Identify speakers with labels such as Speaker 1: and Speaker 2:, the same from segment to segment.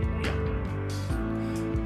Speaker 1: 模样。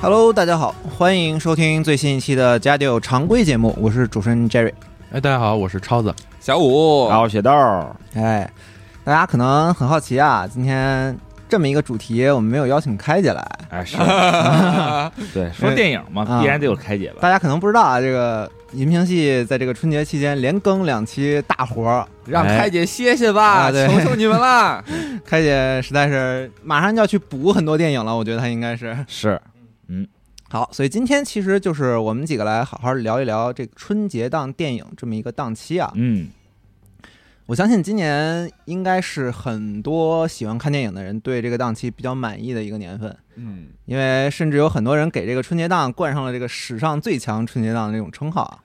Speaker 2: Hello，大家好，欢迎收听最新一期的《家里有常规节目》，我是主持人 Jerry。
Speaker 3: 哎，大家好，我是超子。
Speaker 4: 小五，
Speaker 5: 然后雪豆儿，
Speaker 2: 哎，大家可能很好奇啊，今天这么一个主题，我们没有邀请开姐来，
Speaker 5: 哎是，对，
Speaker 4: 说电影嘛，
Speaker 2: 嗯
Speaker 4: 必然得有开解吧？
Speaker 2: 大家可能不知道啊，这个银屏系在这个春节期间连更两期大活儿，
Speaker 4: 让开姐歇歇吧，
Speaker 2: 哎啊对
Speaker 4: 求求你们啦！
Speaker 2: 开姐实在是马上就要去补很多电影了，我觉得她应该 是
Speaker 5: 是
Speaker 2: 好，所以今天其实就是我们几个来好好聊一聊这个春节档电影这么一个档期啊，
Speaker 5: 嗯
Speaker 2: 我相信今年应该是很多喜欢看电影的人对这个档期比较满意的一个年份，
Speaker 4: 嗯，
Speaker 2: 因为甚至有很多人给这个春节档冠上了这个史上最强春节档的这种称号啊，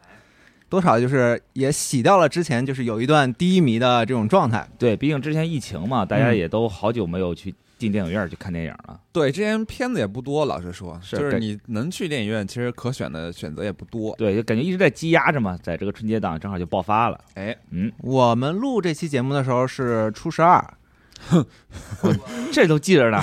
Speaker 2: 多少就是也洗掉了之前就是有一段低迷的这种状态。
Speaker 5: 对，毕竟之前疫情嘛，大家
Speaker 2: 嗯
Speaker 5: 也都好久没有去进电影院去看电影了。
Speaker 4: 对，之前片子也不多，老实说，
Speaker 5: 是
Speaker 4: 就是
Speaker 5: 对
Speaker 4: 你能去电影院，其实可选的选择也不多。
Speaker 5: 对，就感觉一直在积压着嘛，在这个春节档正好就爆发了。
Speaker 4: 哎，。
Speaker 5: 嗯，
Speaker 2: 我们录这期节目的时候是初十二，
Speaker 5: 这都记着呢。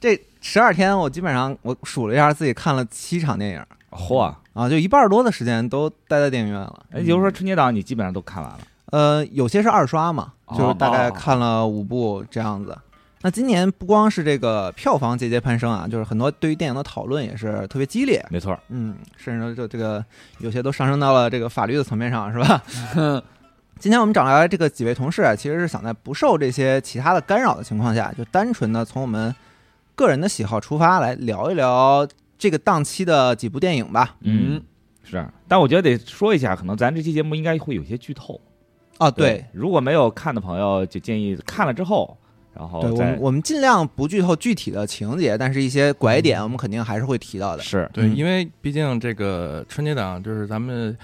Speaker 2: 这十二天我基本上我数了一下自己看了七场电影
Speaker 5: 嚯，
Speaker 2: 啊，就一半多的时间都待在电影院了。
Speaker 5: 哎，也就是说春节档你基本上都看完了。
Speaker 2: 呃，有些是二刷嘛，
Speaker 5: 哦
Speaker 2: 就是大概看了五部这样子。那今年不光是这个票房节节攀升啊，就是很多对于电影的讨论也是特别激烈，
Speaker 5: 没错，
Speaker 2: 嗯，甚至说就这个有些都上升到了这个法律的层面上，是 吧？今天我们找来这个几位同事啊，其实是想在不受这些其他的干扰的情况下，就单纯的从我们个人的喜好出发来聊一聊这个档期的几部电影吧。
Speaker 5: 嗯，是。但我觉得得说一下，可能咱这期节目应该会有些剧透。
Speaker 2: 啊，对，
Speaker 5: 如果没有看的朋友，就建议看了之后，然后
Speaker 2: 对，我
Speaker 5: 再
Speaker 2: 们我们尽量不剧透具体的情节，但是一些拐点我们肯定还是会提到的。
Speaker 5: 是
Speaker 3: 对，
Speaker 2: 嗯
Speaker 3: 因为毕竟这个春节档就是咱们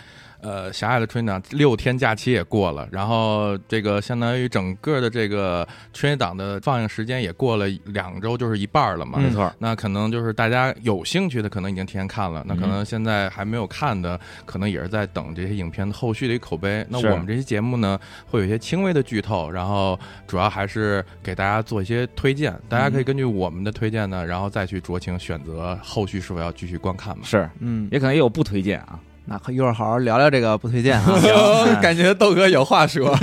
Speaker 3: 呃狭隘的春节档，六天假期也过了，然后这个相当于整个的这个春节档的放映时间也过了两周，就是一半儿了嘛。
Speaker 2: 嗯
Speaker 5: 没错。
Speaker 3: 那可能就是大家有兴趣的，可能已经提前看了；那可
Speaker 5: 嗯
Speaker 3: 能现在还没有看的，可能也是在等这些影片的后续的一个口碑。那
Speaker 5: 是
Speaker 3: 我们这期节目呢，会有一些轻微的剧透，然后主要还是给大家做一些推荐，大家
Speaker 5: 嗯
Speaker 3: 可以根据我们的推荐呢，然后再去酌情选择后续是否要继续观看嘛。
Speaker 5: 是，
Speaker 2: 嗯，
Speaker 5: 也可能也有不推荐啊，
Speaker 2: 那可一会儿好好聊聊这个不推荐啊
Speaker 4: 感觉豆哥有话说。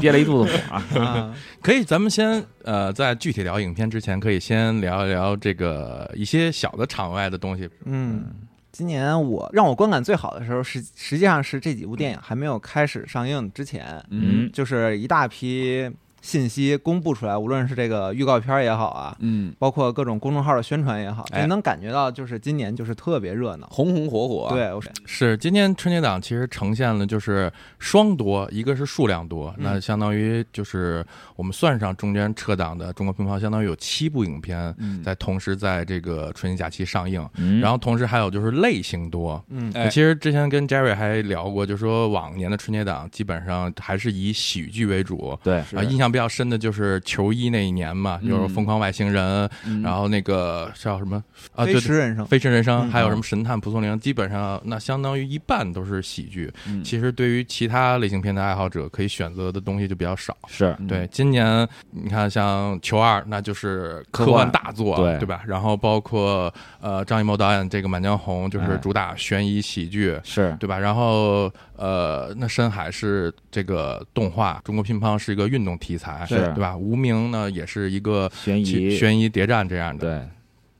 Speaker 5: 憋了一肚子火啊。
Speaker 2: 啊
Speaker 3: 可以，咱们先呃，在具体聊影片之前，可以先聊一聊这个一些小的场外的东西。
Speaker 2: 嗯，今年我让我观感最好的时候是，实际上是这几部电影还没有开始上映之前，
Speaker 5: 嗯，
Speaker 2: 就是一大批信息公布出来，无论是这个预告片儿也好啊，
Speaker 4: 嗯，
Speaker 2: 包括各种公众号的宣传也好，
Speaker 4: 哎
Speaker 2: 你能感觉到就是今年就是特别热闹。
Speaker 4: 红红火火，，
Speaker 2: 对，我是
Speaker 3: 是，今年春节档其实呈现了就是双多，一个是数量多，
Speaker 2: 嗯
Speaker 3: 那相当于就是我们算上中间撤档的《中国乒乓》，相当于有七部影片
Speaker 4: 嗯，
Speaker 3: 在同时在这个春节假期上映，
Speaker 5: 嗯
Speaker 3: 然后同时还有就是类型多。
Speaker 2: 嗯
Speaker 4: 哎
Speaker 3: 其实之前跟 Jerry 还聊过，就说往年的春节档基本上还是以喜剧为主。
Speaker 5: 对
Speaker 4: 是
Speaker 3: 啊，印象比较深的就是球衣那一年嘛，
Speaker 4: 嗯
Speaker 3: 就是《疯狂外星人》，
Speaker 4: 嗯
Speaker 3: 然后那个叫什么啊？
Speaker 2: 飞
Speaker 3: 对对
Speaker 2: 驰人生
Speaker 3: 《飞驰人生》，
Speaker 2: 嗯
Speaker 3: 还有什么《神探蒲松龄》，基本上那相当于一半都是喜剧。
Speaker 4: 嗯
Speaker 3: 其实对于其他类型片的爱好者，可以选择的东西就比较少。
Speaker 5: 是
Speaker 4: 嗯
Speaker 3: 对，今年你看像《球二》，那就是科
Speaker 5: 科
Speaker 3: 幻
Speaker 5: 幻
Speaker 3: 大作，
Speaker 5: 对
Speaker 3: 吧？然后包括呃张艺谋导演这个《满江红》，就是
Speaker 5: 哎
Speaker 3: 主打悬疑喜剧。
Speaker 5: 是，
Speaker 3: 对吧？然后，呃，那深海是这个动画，中国乒乓是一个运动题材，
Speaker 5: 是
Speaker 3: 对吧？无名呢也是一个
Speaker 5: 悬
Speaker 3: 其
Speaker 5: 疑
Speaker 3: 悬疑谍战这样的，
Speaker 5: 对，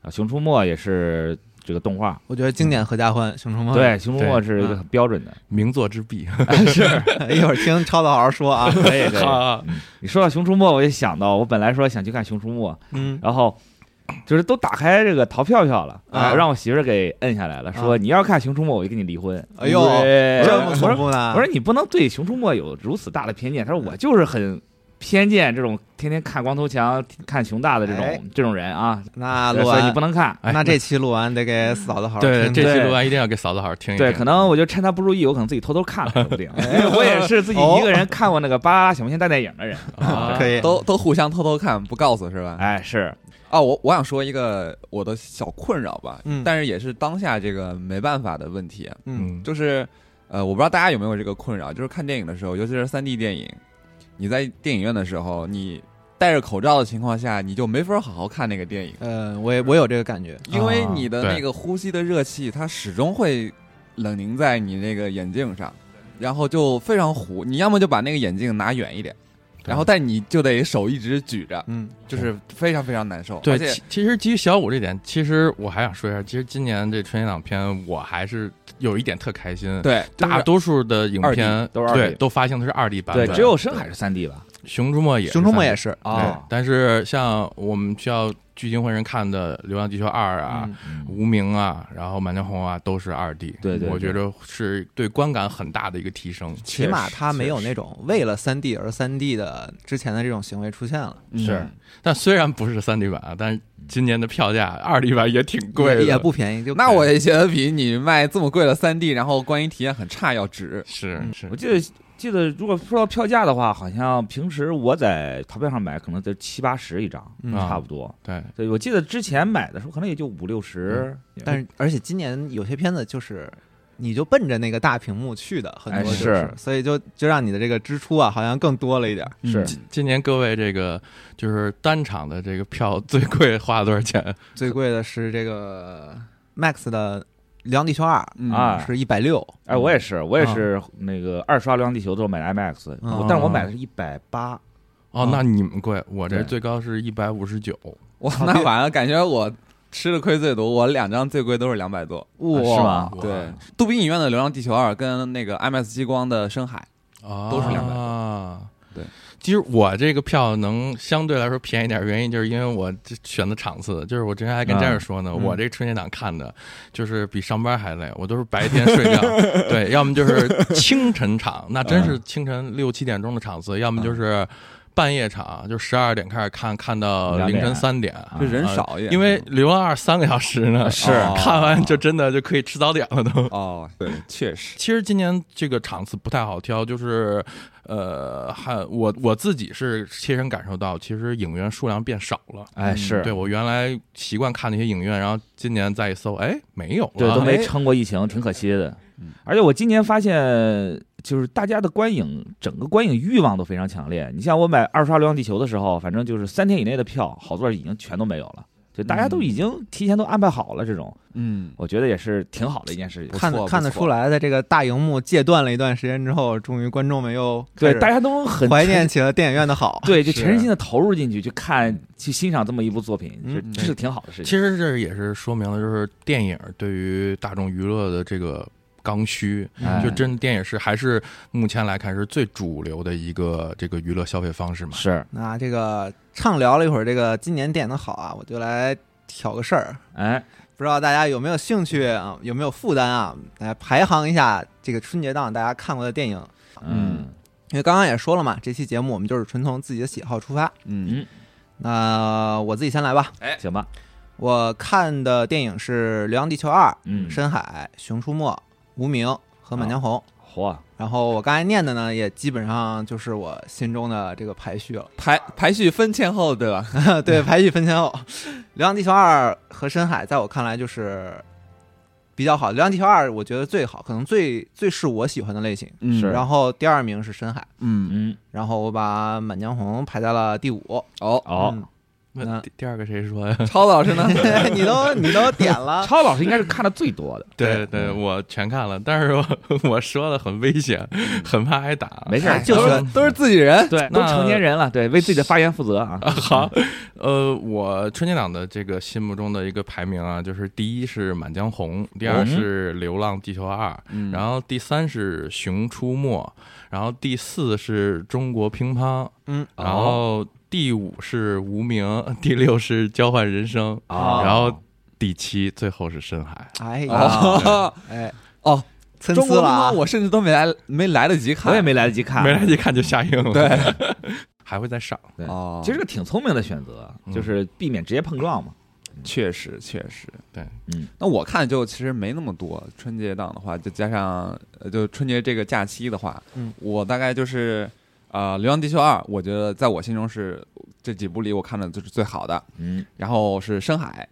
Speaker 5: 啊，熊出没也是这个动画，
Speaker 2: 我觉得经典合家欢，《熊出没》
Speaker 5: 对，熊出没
Speaker 3: 对
Speaker 5: 是一个
Speaker 2: 嗯
Speaker 5: 很标准的，
Speaker 3: 名作之壁。
Speaker 2: 一会儿听超子好好说啊。
Speaker 5: 可 以可以。
Speaker 3: 啊，
Speaker 5: 你说到熊出没，我就想到我本来说想去看熊出没，
Speaker 2: 嗯，
Speaker 5: 然后就是都打开这个淘票票了，
Speaker 2: 啊
Speaker 5: 让我媳妇儿给摁下来了，说
Speaker 2: 啊
Speaker 5: 你要是看熊出没，我就跟你离婚。
Speaker 2: 哎呦
Speaker 5: 对
Speaker 2: 这么
Speaker 5: 我说
Speaker 2: 恐怖啊呢？
Speaker 5: 我说你不能对《熊出没》有如此大的偏见。他说我就是很偏见这种天天看光头强、看熊大的这种、
Speaker 2: 哎
Speaker 5: 这种人啊，
Speaker 2: 那录
Speaker 5: 所以你
Speaker 2: 完
Speaker 5: 不，能看。
Speaker 3: 哎
Speaker 2: 那这期录完得给嫂子好好
Speaker 3: 对
Speaker 2: 听
Speaker 3: 这
Speaker 2: 听。
Speaker 3: 期录完一定要给嫂子好好听一听。
Speaker 5: 对，可能我就趁他不注意，我可能自己偷偷看了，说不定。 哎我也是自己一个人看过那个《巴啦啦小魔仙》大电影的 人。
Speaker 3: 啊
Speaker 2: 可以，
Speaker 4: 都都互相偷偷看，不告诉是吧？
Speaker 5: 哎，是
Speaker 4: 啊，我我想说一个我的小困扰吧，
Speaker 2: 嗯
Speaker 4: 但是也是当下这个没办法的问题，啊
Speaker 2: 嗯
Speaker 3: 嗯，
Speaker 4: 就是呃，我不知道大家有没有这个困扰，就是看电影的时候，尤其是三 D 电影，你在电影院的时候，你戴着口罩的情况下，你就没法好好看那个电影，
Speaker 2: 呃，我也我有这个感觉，
Speaker 4: 因为你的
Speaker 3: 啊对
Speaker 4: 那个呼吸的热气，它始终会冷凝在你那个眼镜上，然后就非常糊。你要么就把那个眼镜拿远一点，
Speaker 3: 对
Speaker 4: 然后但你就得手一直举着，
Speaker 2: 嗯
Speaker 4: 就是非常非常难受。
Speaker 3: 对
Speaker 4: 而，且
Speaker 3: 其其实基于小五这点，其实我还想说一下，其实今年这春节档片，我还是有一点特开心。
Speaker 4: 对，就是
Speaker 3: 大多数的影片
Speaker 5: 2D 都是 2D
Speaker 3: 对都发行的是二 D 版
Speaker 5: 对
Speaker 3: 本，，
Speaker 5: 只有深海是三 D 吧？
Speaker 3: 《熊出没》也
Speaker 2: 《
Speaker 3: 是
Speaker 2: 熊出没》也
Speaker 3: 3D
Speaker 2: 是
Speaker 5: 啊
Speaker 3: 对
Speaker 5: 哦
Speaker 3: 但是像我们需要聚精会神看的《流浪地球二》啊，
Speaker 2: 嗯
Speaker 3: 《无名》啊，然后《满江红》啊，都是二 D。
Speaker 5: 对对
Speaker 3: 我
Speaker 5: 对
Speaker 3: 觉得是对观感很大的一个提升。
Speaker 2: 起码它没有那种为了三 D 而三 D 的之前的这种行为出现了，
Speaker 5: 是
Speaker 3: 但虽然不是三 D 版啊，但是今年的票价二 D 版也挺贵的，
Speaker 2: 也也不便宜。就
Speaker 4: 那我也觉得比你卖这么贵的三 D，然后观影体验很差要值。
Speaker 3: 是
Speaker 2: 嗯
Speaker 3: 是
Speaker 5: 我，记得记得，如果说到票价的话，好像平时我在淘票上买，可能得七八十一张，
Speaker 2: 嗯
Speaker 5: 差不多。
Speaker 3: 对
Speaker 5: 对，我记得之前买的时候可能也就五六十，
Speaker 2: 但是而且今年有些片子就是。你就奔着那个大屏幕去的，很多
Speaker 5: 哎
Speaker 2: 就是所以就就让你的这个支出啊，好像更多了一点儿。
Speaker 5: 是
Speaker 3: 今今年各位这个就是单场的这个票最贵花了多少
Speaker 5: 啊
Speaker 3: 钱？
Speaker 2: 最贵的是这个 Max 的《流浪地球二
Speaker 4: 嗯
Speaker 5: 啊》，
Speaker 2: 是一百六，
Speaker 5: 哎，我也是，我也是那个二刷《流浪地球》的时候买的 IMAX，、
Speaker 2: 嗯
Speaker 5: 我但是我买的是一百八，
Speaker 3: 哦
Speaker 2: 嗯，
Speaker 3: 那你们贵，我这
Speaker 5: 对
Speaker 3: 最高是一百五十九，
Speaker 4: 我那完了，感觉我吃的亏最多，我两张最贵都是两百多。
Speaker 2: 哇
Speaker 5: 是吗？
Speaker 3: 啊哇
Speaker 4: 对，杜比影院的《流浪地球二》跟那个 IMAX 激光的《深海
Speaker 3: 啊，
Speaker 4: 都是200
Speaker 3: 啊。
Speaker 4: 对，
Speaker 3: 其实我这个票能相对来说便宜一点，原因就是因为我这选的场次，就是我之前还跟
Speaker 5: 啊
Speaker 3: 战士说呢，
Speaker 2: 嗯
Speaker 3: 我这春节档看的，就是比上班还累，我都是白天睡觉，对，要么就是清晨场，那真是清晨六七点钟的场次，要么就是半夜场，就十二点开始看，看到凌晨三点，》，
Speaker 5: 啊
Speaker 4: 就人
Speaker 3: 啊
Speaker 4: 少一点，
Speaker 3: 因为《流浪二》三个小时呢，
Speaker 5: 是
Speaker 3: 看完就真的就可以吃早点了都。
Speaker 4: 哦，对，确实，
Speaker 3: 其实今年这个场次不太好挑，就是，呃，还我我自己是切身感受到，其实影院数量变少了。
Speaker 5: 哎，是
Speaker 3: 对我原来习惯看那些影院，然后今年再一搜，哎，没有了。
Speaker 5: 对都没
Speaker 4: 哎
Speaker 5: 撑过疫情，挺可惜的
Speaker 4: 嗯。
Speaker 5: 而且我今年发现，就是大家的观影，整个观影欲望都非常强烈。你像我买二刷《流浪地球》的时候，反正就是三天以内的票，好座已经全都没有了，就大家都已经提前都安排好了这种，
Speaker 4: 嗯，
Speaker 5: 我觉得也是挺好的一件事情。
Speaker 4: 不错
Speaker 2: 看
Speaker 4: 不
Speaker 2: 得看得
Speaker 4: 错
Speaker 2: 出来，在这个大荧幕戒断了一段时间之后，终于观众们又
Speaker 5: 对，
Speaker 2: 开始
Speaker 5: 大家都很
Speaker 2: 怀念起了电影院的好。
Speaker 5: 对，就全身
Speaker 4: 是
Speaker 5: 心的投入进去，去看、去欣赏这么一部作品，这
Speaker 2: 嗯
Speaker 5: 这是挺好的事
Speaker 3: 其
Speaker 5: 情。
Speaker 3: 实这也是说明了，就是电影对于大众娱乐的这个刚需，
Speaker 5: 哎
Speaker 3: 嗯就真电影是还是目前来看是最主流的一个这个娱乐消费方式嘛。
Speaker 5: 是，
Speaker 2: 那这个畅聊了一会儿这个今年电影的好啊，我就来挑个事儿，
Speaker 5: 哎，
Speaker 2: 不知道大家有没有兴趣啊，有没有负担啊？来排行一下这个春节档大家看过的电影，
Speaker 5: 嗯，
Speaker 2: 因为刚刚也说了嘛，这期节目我们就是纯从自己的喜好出发。
Speaker 4: 嗯
Speaker 2: 那我自己先来吧，
Speaker 5: 嗯行吧，
Speaker 2: 我看的电影是《流浪地球二》
Speaker 5: 嗯，
Speaker 2: 《深海》《熊出没》《无名》和《满江红》
Speaker 5: 嚯，
Speaker 2: 然后我刚才念的呢，也基本上就是我心中的这个排序了。
Speaker 4: 排排序分前后，对吧？
Speaker 2: 对，排序分前后，《流浪地球二》和《深海》在我看来就是比较好，《流浪地球二》我觉得最好，可能最最是我喜欢的类型。
Speaker 4: 嗯
Speaker 5: 是
Speaker 2: 然后第二名是《深海》，
Speaker 4: 嗯，
Speaker 5: 嗯，
Speaker 2: 然后我把《满江红》排在了第五。
Speaker 4: 哦，
Speaker 5: 哦，
Speaker 2: 嗯
Speaker 3: 那第第二个谁 说呀？
Speaker 4: 超子老师呢？
Speaker 2: 你都你都点了，
Speaker 5: 超老师应该是看的最多的，
Speaker 3: 对对，
Speaker 5: 嗯
Speaker 3: 我全看了，但是我 我说的很危险，
Speaker 5: 嗯
Speaker 3: 很怕挨打。
Speaker 5: 没事儿，
Speaker 2: 就
Speaker 5: 都
Speaker 2: 是
Speaker 5: 是
Speaker 4: 都是自己 人，
Speaker 5: 对，都
Speaker 3: 那
Speaker 5: 成年人了，对，为自己的发言负责 啊。
Speaker 3: 好，呃，我春节档的这个心目中的一个排名啊，就是第一是《满江红》，第二是《流浪地球二》
Speaker 4: 嗯
Speaker 3: 然后第三是《熊出没》，然后第四是中国乒乓，
Speaker 2: 嗯，
Speaker 3: 然后第五是无名，第六是交换人生，
Speaker 5: 哦
Speaker 3: 啊然后第七最后是深海。
Speaker 2: 哎 呀，
Speaker 4: 哦
Speaker 2: 哎
Speaker 4: 哦，
Speaker 2: 参
Speaker 4: 中
Speaker 2: 差
Speaker 4: 国
Speaker 2: 了
Speaker 4: 乒
Speaker 2: 啊
Speaker 4: 乓，！我甚至都没来没来得及看，
Speaker 5: 我也没来得及看，
Speaker 3: 没来得及看就下映了，对， 还会再上。
Speaker 5: 对
Speaker 4: 哦，
Speaker 5: 其实这个挺聪明的选择，
Speaker 3: 嗯
Speaker 5: 就是避免直接碰撞嘛。
Speaker 4: 确实确实，
Speaker 3: 对，，
Speaker 5: 嗯，
Speaker 4: 那我看就其实没那么多，春节档的话，就加上呃就春节这个假期的话，
Speaker 2: 嗯，
Speaker 4: 我大概就是呃《流浪地球二》，我觉得在我心中是这几部里我看的就是最好的，
Speaker 5: 嗯，
Speaker 4: 然后是《深海》，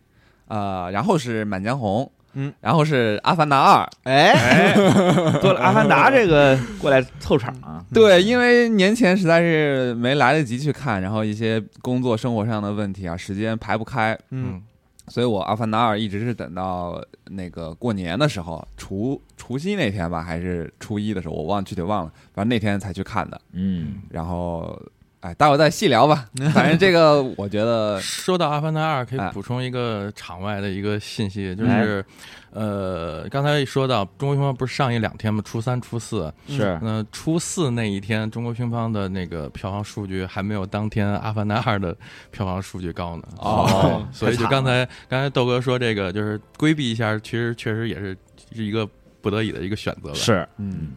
Speaker 4: 呃，然后是《满江红》，
Speaker 2: 嗯，
Speaker 4: 然后是《阿凡达二》，
Speaker 2: 哎，
Speaker 5: 嗯做了《阿凡达》这个过来凑场啊，
Speaker 4: 对，因为年前实在是没来得及去看，然后一些工作生活上的问题啊，时间排不开，
Speaker 2: 嗯，
Speaker 4: 所以我《阿凡达二》一直是等到那个过年的时候，除除夕那天吧，还是初一的时候，我忘具体忘了，反正那天才去看的。
Speaker 5: 嗯，
Speaker 4: 然后，哎，待会儿再细聊吧。反正这个我觉得
Speaker 3: 说到《阿凡达二》，可
Speaker 4: 哎
Speaker 3: 以补充一个场外的一个信息，就
Speaker 5: 哎
Speaker 3: 是，呃，刚才一说到中国乒乓不是上映两天吗？初三、初四，
Speaker 5: 嗯是
Speaker 3: 那初四那一天，中国乒乓的那个票房数据还没有当天《阿凡达二》的票房数据高呢。
Speaker 4: 哦
Speaker 3: 所以就刚才刚才豆哥说这个，就是规避一下，其实确实也是是一个不得已的一个选择 吧。
Speaker 5: 是
Speaker 4: 嗯，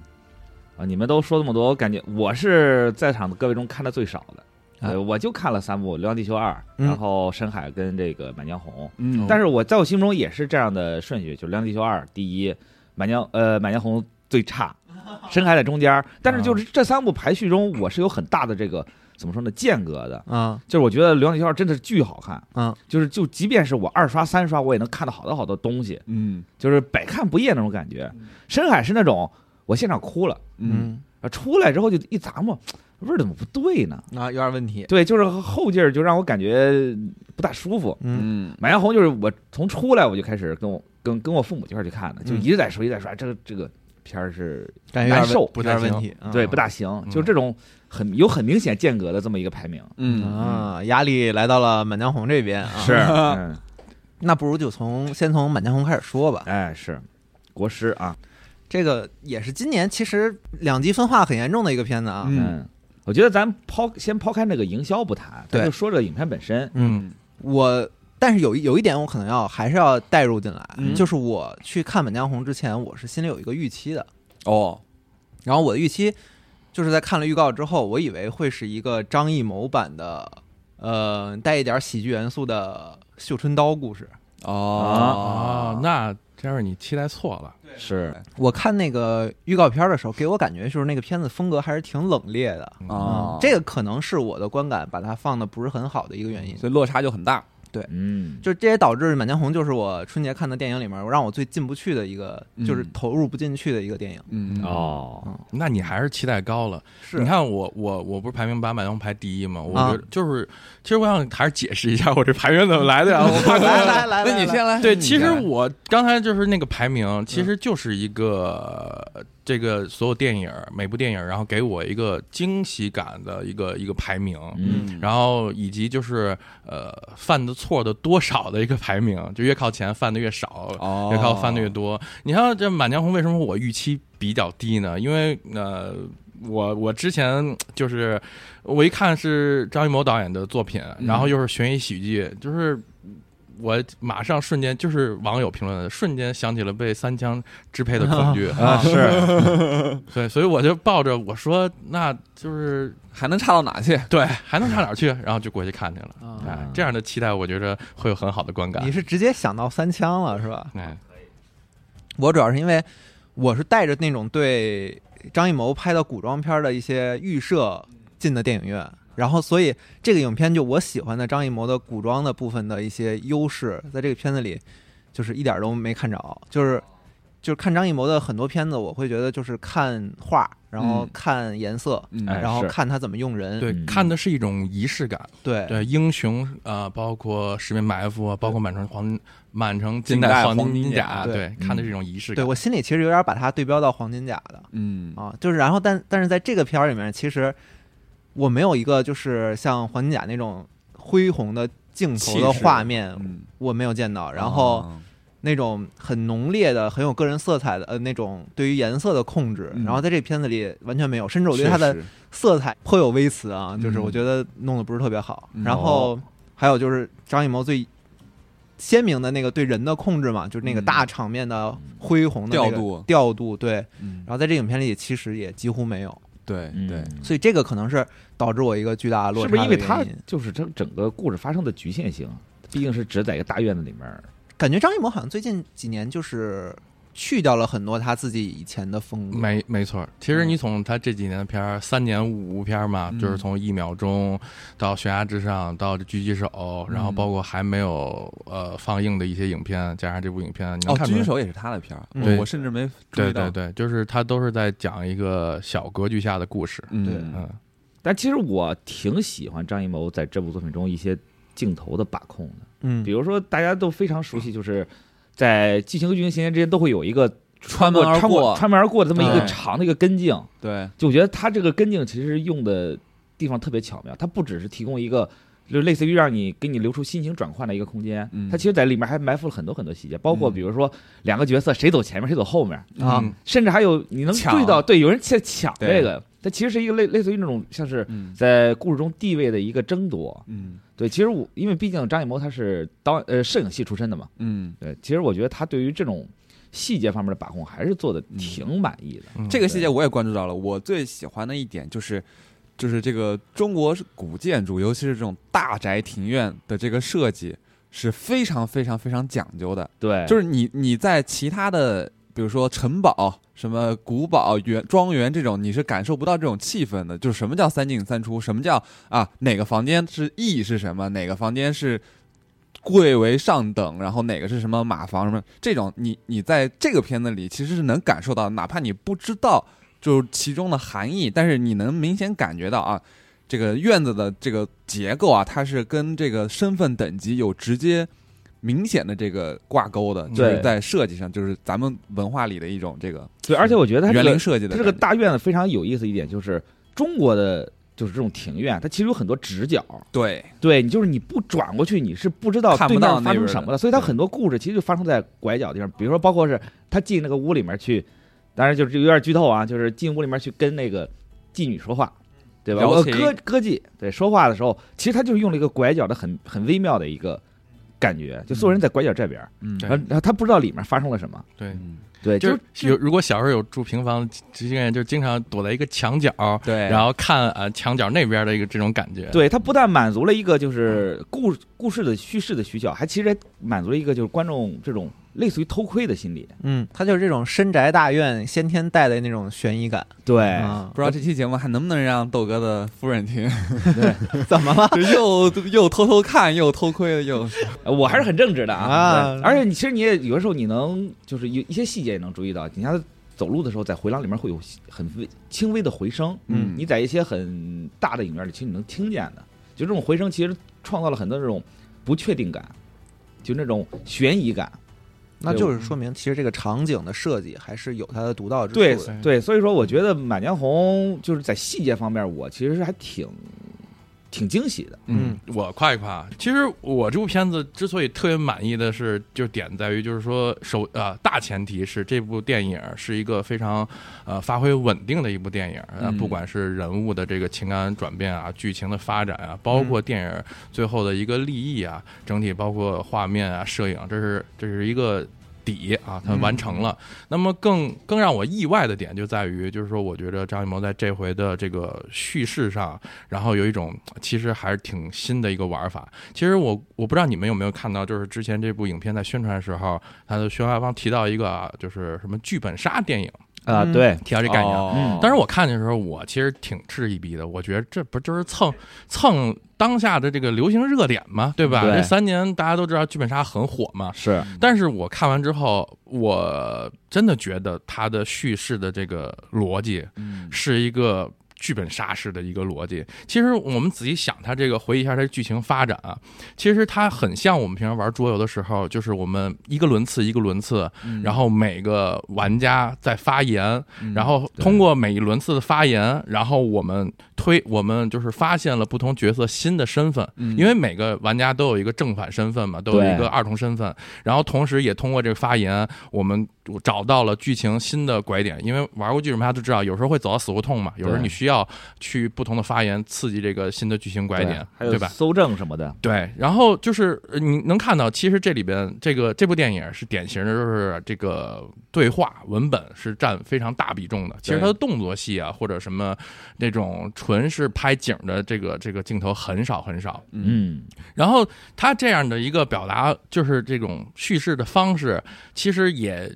Speaker 5: 啊，你们都说这么多，我感觉我是在场的各位中看的最少的。
Speaker 2: 啊
Speaker 5: 对，我就看了三部《流浪地球二》，
Speaker 2: 嗯
Speaker 5: 然后《深海》跟这个《满江红》，
Speaker 4: 嗯
Speaker 5: 但是我在我心中也是这样的顺序，就是《流浪地球二》第一，《满江》呃《满江红》最差，《深海》在中间儿。但是就是这三部排序中，我是有很大的这个怎么说呢间隔的。
Speaker 2: 嗯
Speaker 5: 就是我觉得《流浪地球二》真的是巨好看，
Speaker 2: 嗯，
Speaker 5: 就是就即便是我二刷三刷，我也能看到好多好多东西，
Speaker 4: 嗯
Speaker 5: 就是百看不厌那种感觉。深海是那种我现场哭了，
Speaker 4: 嗯，
Speaker 5: 啊出来之后就一咂摸，味儿怎么不对呢？
Speaker 2: 嗯，啊，有点问题，
Speaker 5: 对，就是后劲儿就让我感觉不大舒服。
Speaker 2: 嗯
Speaker 4: 嗯
Speaker 5: 满江红就是我从出来我就开始跟我跟跟我父母一块儿去看的，就
Speaker 2: 嗯
Speaker 5: 一直在说一直在说，哎这个这个片儿是
Speaker 2: 感觉有点问
Speaker 5: 难受
Speaker 2: 有点问题，嗯
Speaker 5: 对不大行，就是这种很有很明显间隔的这么一个排名。
Speaker 4: 嗯，
Speaker 2: 啊，压力来到了《满江红》这边啊，
Speaker 5: 嗯，
Speaker 2: 那不如就从先从《满江红》开始说吧。
Speaker 5: 哎是，国师啊，
Speaker 2: 这个也是今年其实两极分化很严重的一个片子啊，
Speaker 4: 嗯
Speaker 5: 嗯，我觉得咱抛先抛开那个营销不谈，咱
Speaker 2: 对
Speaker 5: 就说这个影片本身。
Speaker 3: 嗯，
Speaker 2: 我但是有一有一点，我可能要还是要带入进来，
Speaker 4: 嗯
Speaker 2: 就是我去看《满江红》之前，我是心里有一个预期的。
Speaker 4: 哦，
Speaker 2: 然后我的预期就是在看了预告之后，我以为会是一个张艺谋版的，呃，带一点喜剧元素的《绣春刀》故事。
Speaker 4: 哦啊
Speaker 3: 哦，，那这样你期待错了。
Speaker 5: 是
Speaker 2: 我看那个预告片的时候，给我感觉就是那个片子风格还是挺冷冽的。
Speaker 4: 哦，
Speaker 2: 这个可能是我的观感，把它放的不是很好的一个原因。
Speaker 4: 所以落差就很大。
Speaker 5: 嗯，
Speaker 2: 就这也导致《满江红》就是我春节看的电影里面让我最进不去的一个，
Speaker 4: 嗯
Speaker 2: 就是投入不进去的一个电影。
Speaker 4: 嗯，
Speaker 5: 哦，
Speaker 3: 那你还是期待高了。
Speaker 2: 是
Speaker 3: 你看我我我不是排名把满江红排第一吗？我
Speaker 2: 啊
Speaker 3: 觉得就是，其实我想还是解释一下 我这排名怎么来的 呀。我怕
Speaker 2: 来来来，
Speaker 4: 那你
Speaker 2: 来
Speaker 4: 先来。
Speaker 3: 对，
Speaker 4: 你
Speaker 3: 其
Speaker 4: 先
Speaker 3: 实
Speaker 4: 来
Speaker 3: 我刚才就是那个排名，其实就是一个呃这个所有电影每部电影，然后给我一个惊喜感的一个一个排名，
Speaker 5: 嗯，
Speaker 3: 然后以及就是呃犯的错的多少的一个排名，就越靠前犯的越少，
Speaker 4: 哦
Speaker 3: 越靠犯的越多。你像这《满江红》，为什么我预期比较低呢？因为呃，我我之前就是我一看是张艺谋导演的作品，然后又是悬疑喜剧，就是。我马上瞬间就是网友评论的，瞬间想起了被三枪支配的恐惧，
Speaker 4: 啊，是
Speaker 3: 对，所以我就抱着我说，那就是
Speaker 4: 还能差到哪去？
Speaker 3: 对，还能差哪儿去？然后就过去看去了。哎
Speaker 5: 啊，
Speaker 3: 这样的期待，我觉着会有很好的观感
Speaker 2: 嗯你。是直接想到三枪了是吧？
Speaker 3: 哎，
Speaker 2: 我主要是因为我是带着那种对张艺谋拍的古装片的一些预设进的电影院，然后所以这个影片就我喜欢的张艺谋的古装的部分的一些优势，在这个片子里就是一点儿都没看着，就是就是看张艺谋的很多片子，我会觉得就是看画，然后
Speaker 4: 嗯
Speaker 2: 看颜色，
Speaker 4: 嗯
Speaker 5: 哎
Speaker 2: 然后
Speaker 5: 是
Speaker 2: 看他怎么用人，
Speaker 3: 对，
Speaker 5: 嗯
Speaker 3: 看的是一种仪式感。
Speaker 2: 对
Speaker 3: 对，英雄啊、呃包括十面埋伏啊，包括满城黄满城
Speaker 4: 近
Speaker 3: 尽
Speaker 4: 代
Speaker 3: 带
Speaker 4: 黄
Speaker 3: 黄
Speaker 4: 金
Speaker 3: 金
Speaker 4: 甲
Speaker 3: 甲，
Speaker 2: 对
Speaker 3: 对，看的是一种仪式
Speaker 2: 对
Speaker 3: 感。
Speaker 2: 我心里其实有点把它对标到黄金甲的，
Speaker 4: 嗯，
Speaker 2: 啊，就是然后但但是在这个片儿里面，其实我没有一个就是像黄金甲那种恢宏的镜头的
Speaker 4: 气势
Speaker 2: 画面，
Speaker 4: 嗯
Speaker 2: 我没有见到。然后
Speaker 4: 哦
Speaker 2: 那种很浓烈的、很有个人色彩的呃那种对于颜色的控制，
Speaker 4: 嗯
Speaker 2: 然后在这片子里完全没有，甚至我对它的
Speaker 4: 确实
Speaker 2: 色彩颇有微词啊，就是
Speaker 4: 嗯
Speaker 2: 我觉得弄得不是特别好。
Speaker 4: 嗯
Speaker 2: 然后还有就是张艺谋最。鲜明的那个对人的控制嘛，就是那个
Speaker 4: 嗯
Speaker 2: 大场面的恢宏的
Speaker 4: 调
Speaker 2: 那个
Speaker 4: 度
Speaker 2: 调度对，
Speaker 4: 嗯
Speaker 2: 然后在这影片里其实也几乎没有，
Speaker 4: 对
Speaker 5: 嗯
Speaker 4: 对，
Speaker 2: 所以这个可能是导致我一个巨大的落
Speaker 5: 是
Speaker 2: 差
Speaker 5: 不
Speaker 2: 的
Speaker 5: 是
Speaker 2: 原
Speaker 5: 因
Speaker 2: 因。
Speaker 5: 为它就是它整个故事发生的局限性，毕竟是只在一个大院子里面儿，
Speaker 2: 感觉张艺谋好像最近几年就是去掉了很多他自己以前的风格，
Speaker 3: 没没错，其实你从他这几年的片儿，三年五部片儿嘛，
Speaker 4: 嗯
Speaker 3: 就是从一秒钟到悬崖之上，到狙击手，然
Speaker 4: 嗯
Speaker 3: 后包括还没有呃放映的一些影片，加上这部影片，你能
Speaker 4: 哦，
Speaker 3: 看
Speaker 4: 狙
Speaker 3: 出来
Speaker 4: 击手也是他的片儿，
Speaker 2: 嗯
Speaker 4: 我
Speaker 3: 对
Speaker 4: 我甚至没注
Speaker 3: 对
Speaker 4: 意到
Speaker 3: 对，对，就是他都是在讲一个小格局下的故事。
Speaker 4: 嗯
Speaker 2: 对
Speaker 3: 嗯，
Speaker 5: 但其实我挺喜欢张艺谋在这部作品中一些镜头的把控的，
Speaker 2: 嗯
Speaker 5: 比，如说大家都非常熟悉，就是在剧情和剧情衔接之间都会有一个
Speaker 4: 穿门
Speaker 5: 过
Speaker 4: 而
Speaker 5: 穿
Speaker 4: 过，
Speaker 5: 穿门而过的这么一个
Speaker 4: 对
Speaker 5: 长的一个跟镜，
Speaker 4: 对，
Speaker 5: 就我觉得他这个跟镜其实用的地方特别巧妙，它不只是提供一个。就类似于让你给你留出心情转换的一个空间，
Speaker 4: 嗯
Speaker 5: 它其实在里面还埋伏了很多很多细节，包括
Speaker 4: 嗯
Speaker 5: 比如说两个角色谁走前面谁走后面，
Speaker 2: 啊
Speaker 3: 嗯
Speaker 5: 甚至还有你能注
Speaker 4: 抢
Speaker 5: 意到，对，有人在抢
Speaker 4: 对
Speaker 5: 这个，它其实是一个类类似于那种像是
Speaker 4: 嗯
Speaker 5: 在故事中地位的一个争夺。
Speaker 4: 嗯
Speaker 5: 对，其实我因为毕竟张艺谋他是导演呃摄影系出身的嘛，
Speaker 4: 嗯，
Speaker 5: 对，其实我觉得他对于这种细节方面的把控还是做的挺满意的。
Speaker 3: 嗯
Speaker 4: 这个细节我也关注到了。我最喜欢的一点就是，就是这个中国古建筑，尤其是这种大宅庭院的这个设计是非常非常非常讲究的。
Speaker 5: 对，
Speaker 4: 就是是你你在其他的，比如说城堡、什么古堡、园庄园这种，你是感受不到这种气氛的。就是什么叫三进三出，什么叫啊哪个房间是 E 是什么，哪个房间是贵为上等，然后哪个是什么马房什么这种，你你在这个片子里其实是能感受到，哪怕你不知道就是其中的含义，但是你能明显感觉到啊。这个院子的这个结构啊，它是跟这个身份等级有直接明显的这个挂钩的，就是
Speaker 5: 嗯对
Speaker 4: 在设计上，就是咱们文化里的一种这个
Speaker 5: 对，而且我觉得他这
Speaker 4: 园
Speaker 5: 个
Speaker 4: 林设计的
Speaker 5: 他
Speaker 4: 感觉。
Speaker 5: 这个大院子非常有意思一点就是中国的。就是这种庭院，它其实有很多直角，
Speaker 4: 对，
Speaker 5: 对你就是你不转过去，你是不知道
Speaker 4: 看不
Speaker 5: 对面
Speaker 4: 到那
Speaker 5: 发
Speaker 4: 边
Speaker 5: 生
Speaker 4: 的
Speaker 5: 什么的，所以它很多故事其实就发生在拐角地方，比如说包括是他进那个屋里面去，当然就是有点剧透啊，就是进屋里面去跟那个妓女说话，对吧？
Speaker 4: 聊
Speaker 5: 我
Speaker 4: 情
Speaker 5: 歌歌妓对说话的时候，其实他就是用了一个拐角的很很微妙的一个感觉，就所有人在拐角这边，
Speaker 4: 嗯
Speaker 3: 对
Speaker 5: 然后然后他不知道里面发生了什么，
Speaker 3: 对。
Speaker 5: 对，
Speaker 3: 就
Speaker 5: 就是
Speaker 3: 有，如果小时候有住平房经验，就经常躲在一个墙角，
Speaker 4: 对，
Speaker 3: 然后看呃墙角那边的一个这种感觉。
Speaker 5: 对它不但满足了一个就是故故事的叙事的需求，还其实还满足了一个就是观众这种类似于偷窥的心理，
Speaker 2: 嗯，他就是这种深宅大院先天带的那种悬疑感，
Speaker 5: 对。
Speaker 2: 啊
Speaker 4: 不知道这期节目还能不能让豆哥的夫人 听？
Speaker 2: 怎么 了，
Speaker 4: 就又又偷偷看，又偷窥，又
Speaker 5: 呃我还是很正直的
Speaker 2: 啊
Speaker 5: 啊。对而且你其实你也有的时候你能就是有一些细节也能注意到，你像走路的时候在回廊里面会有很微轻微的回声，
Speaker 4: 嗯
Speaker 5: 你在一些很大的影院里其实你能听见的，就这种回声其实创造了很多这种不确定感，就那种悬疑感。
Speaker 2: 那就是说明其实这个场景的设计还是有它的独到之
Speaker 5: 对
Speaker 2: 处的。
Speaker 5: 对，所以说我觉得《满江红》就是在细节方面，我其实还挺挺惊喜的。
Speaker 2: 嗯
Speaker 3: 我夸一夸，其实我这部片子之所以特别满意的是，就是点在于，就是说首啊、大前提是这部电影是一个非常呃发挥稳定的一部电影，呃，
Speaker 5: 嗯
Speaker 3: 不管是人物的这个情感转变啊、剧情的发展啊，包括电影最后的一个立意啊，整体包括画面啊、摄影，这是这是一个底啊，它完成了。那么更更让我意外的点就在于，就是说，我觉得张艺谋在这回的这个叙事上，然后有一种其实还是挺新的一个玩法。其实我我不知道你们有没有看到，就是之前这部影片在宣传的时候，它的宣发方提到一个啊，就是什么剧本杀电影，
Speaker 5: 啊、
Speaker 2: 嗯
Speaker 5: 对，
Speaker 3: 提到这概念。
Speaker 4: 哦
Speaker 3: 当时我看的时候，我其实挺嗤一鼻的，我觉得这不就是蹭蹭当下的这个流行热点嘛，对吧？
Speaker 5: 对
Speaker 3: 这三年大家都知道剧本杀很火嘛，
Speaker 5: 是
Speaker 3: 但是我看完之后，我真的觉得它的叙事的这个逻辑
Speaker 4: 嗯
Speaker 3: 是一个剧本杀式的一个逻辑。其实我们仔细想，它这个回忆一下它的剧情发展啊，其实它很像我们平常玩桌游的时候，就是我们一个轮次一个轮次，然后每个玩家在发言，然后通过每一轮次的发言，然后我们推，我们就是发现了不同角色新的身份，因为每个玩家都有一个正反身份嘛，都有
Speaker 5: 对
Speaker 3: 一个二重身份，然后同时也通过这个发言，我们找到了剧情新的拐点。因为玩过剧本杀都知道，有时候会走到死胡同嘛，有时候
Speaker 5: 对
Speaker 3: 你需要去不同的发言刺激这个新的剧情拐点，
Speaker 5: 还有
Speaker 3: 对吧？
Speaker 5: 搜证什么的，
Speaker 3: 对，然后就是呃你能看到，其实这里边这个这部电影是典型的，就是这个对话文本是占非常大比重的。其实它的动作戏啊，或者什么那种纯是拍景的这个这个镜头很少很少。
Speaker 5: 嗯，
Speaker 3: 然后他这样的一个表达，就是这种叙事的方式，其实也。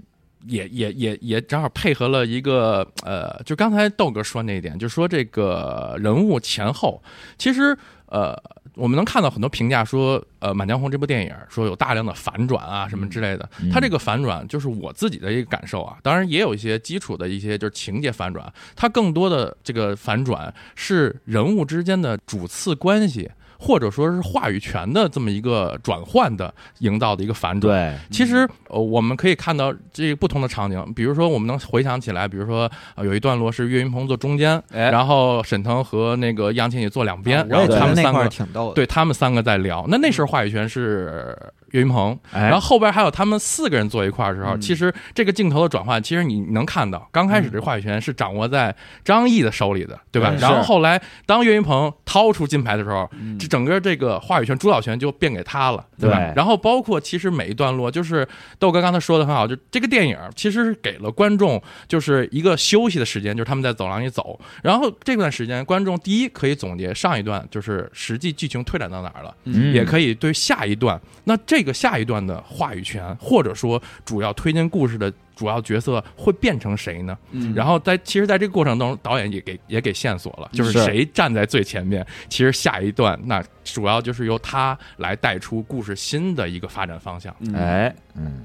Speaker 3: 也也也也正好配合了一个呃，就刚才豆哥说那一点，就说这个人物前后，其实呃，我们能看到很多评价说，呃，《满江红》这部电影说有大量的反转啊什么之类的
Speaker 5: 嗯。
Speaker 3: 它这个反转就是我自己的一个感受啊，当然也有一些基础的一些就是情节反转，它更多的这个反转是人物之间的主次关系。或者说是话语权的这么一个转换的营造的一个反转，
Speaker 5: 对，
Speaker 3: 其实呃，我们可以看到这个不同的场景，比如说我们能回想起来，比如说呃有一段落是岳云鹏坐中间，
Speaker 4: 哎
Speaker 3: 然后沈腾和那个易烊千玺坐两边，
Speaker 2: 啊我
Speaker 3: 然
Speaker 2: 也
Speaker 3: 后
Speaker 2: 觉
Speaker 3: 他
Speaker 2: 得
Speaker 3: 们
Speaker 2: 那
Speaker 3: 三
Speaker 2: 块
Speaker 3: 个
Speaker 2: 儿挺逗的。
Speaker 3: 对他们三个在聊。那那时候话语权是岳云鹏，
Speaker 5: 哎
Speaker 3: 然后后边还有他们四个人坐一块儿的时
Speaker 4: 嗯
Speaker 3: 候，其实这个镜头的转换，其实你能看到，刚开始这话语权是掌握在张译的手里的，对吧
Speaker 4: 嗯？
Speaker 3: 然后
Speaker 4: 是
Speaker 3: 后来当岳云鹏掏出金牌的时候，
Speaker 4: 嗯
Speaker 3: 这整个这个话语权、主导权就变给他了，对吧？
Speaker 4: 哎
Speaker 5: 对
Speaker 3: 然后包括其实每一段落，就是豆哥刚才说的很好，就这个电影其实是给了观众就是一个休息的时间，就是他们在走廊里走，然后这段时间观众第一可以总结上一段就是实际剧情推展到哪儿了。
Speaker 5: 嗯
Speaker 3: 也可以对下一段。那这个下一段的话语权，或者说主要推进故事的主要角色会变成谁呢？
Speaker 4: 嗯
Speaker 3: 然后在其实，在这个过程当中，导演也给也给线索了，就是
Speaker 5: 是
Speaker 3: 谁站在最前面。其实下一段，那主要就是由他来带出故事新的一个发展方向。
Speaker 4: 嗯
Speaker 5: 哎，嗯，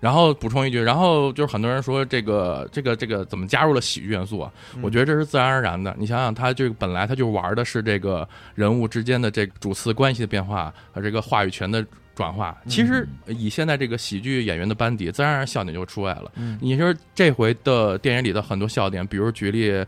Speaker 3: 然后补充一句，然后就是很多人说这个这个这个怎么加入了喜剧元素啊？我觉得这是自然而然的。你想想，他这个本来他就玩的是这个人物之间的这个主次关系的变化和这个话语权的转化。其实以现在这个喜剧演员的班底，自然而然笑点就出来了。
Speaker 2: 嗯
Speaker 3: 你说这回的电影里的很多笑点，比如举例，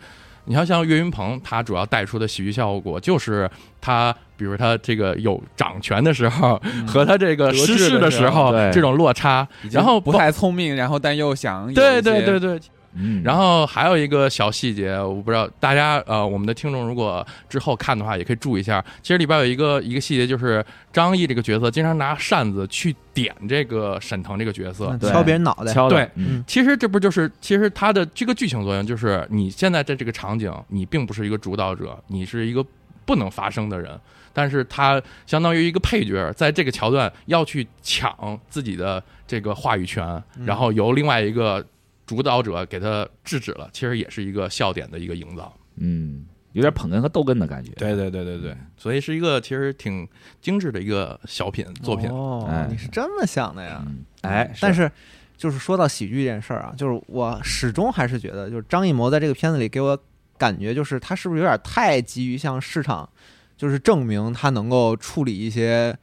Speaker 3: 你要像岳云鹏，他主要带出的喜剧效果就是他，比如他这个有掌权的时候 和他这个
Speaker 5: 得志
Speaker 3: 失
Speaker 5: 的
Speaker 3: 势
Speaker 5: 时
Speaker 3: 时
Speaker 5: 候
Speaker 3: 候
Speaker 5: 对
Speaker 3: 这种落差，然后
Speaker 4: 不
Speaker 3: 包
Speaker 4: 太聪明，然后但又想有
Speaker 3: 对
Speaker 4: 一
Speaker 3: 对
Speaker 4: 些
Speaker 3: 对对。
Speaker 5: 嗯
Speaker 3: 然后还有一个小细节，我不知道大家呃，我们的听众如果之后看的话，也可以注意一下。其实里边有一个一个细节，就是张译这个角色经常拿扇子去点这个沈腾这个角色。
Speaker 5: 对
Speaker 2: 嗯敲别人脑袋，
Speaker 5: 敲的
Speaker 3: 对
Speaker 5: 嗯
Speaker 3: 其实这不就是，其实它的这个剧情作用就是，你现在在这个场景，你并不是一个主导者，你是一个不能发声的人，但是他相当于一个配角，在这个桥段要去抢自己的这个话语权，然后由另外一个主导者给他制止了，其实也是一个笑点的一个营造。
Speaker 5: 嗯，有点捧哏和逗哏的感觉，
Speaker 3: 对对对对对，所以是一个其实挺精致的一个小品作品。
Speaker 2: 哦
Speaker 5: 哎，
Speaker 2: 你是这么想的呀？
Speaker 5: 嗯，哎，
Speaker 2: 但是就是说到喜剧这件事儿啊，就是我始终还是觉得，就是张艺谋在这个片子里给我感觉，就是他是不是有点太急于向市场，就是证明他能够处理一些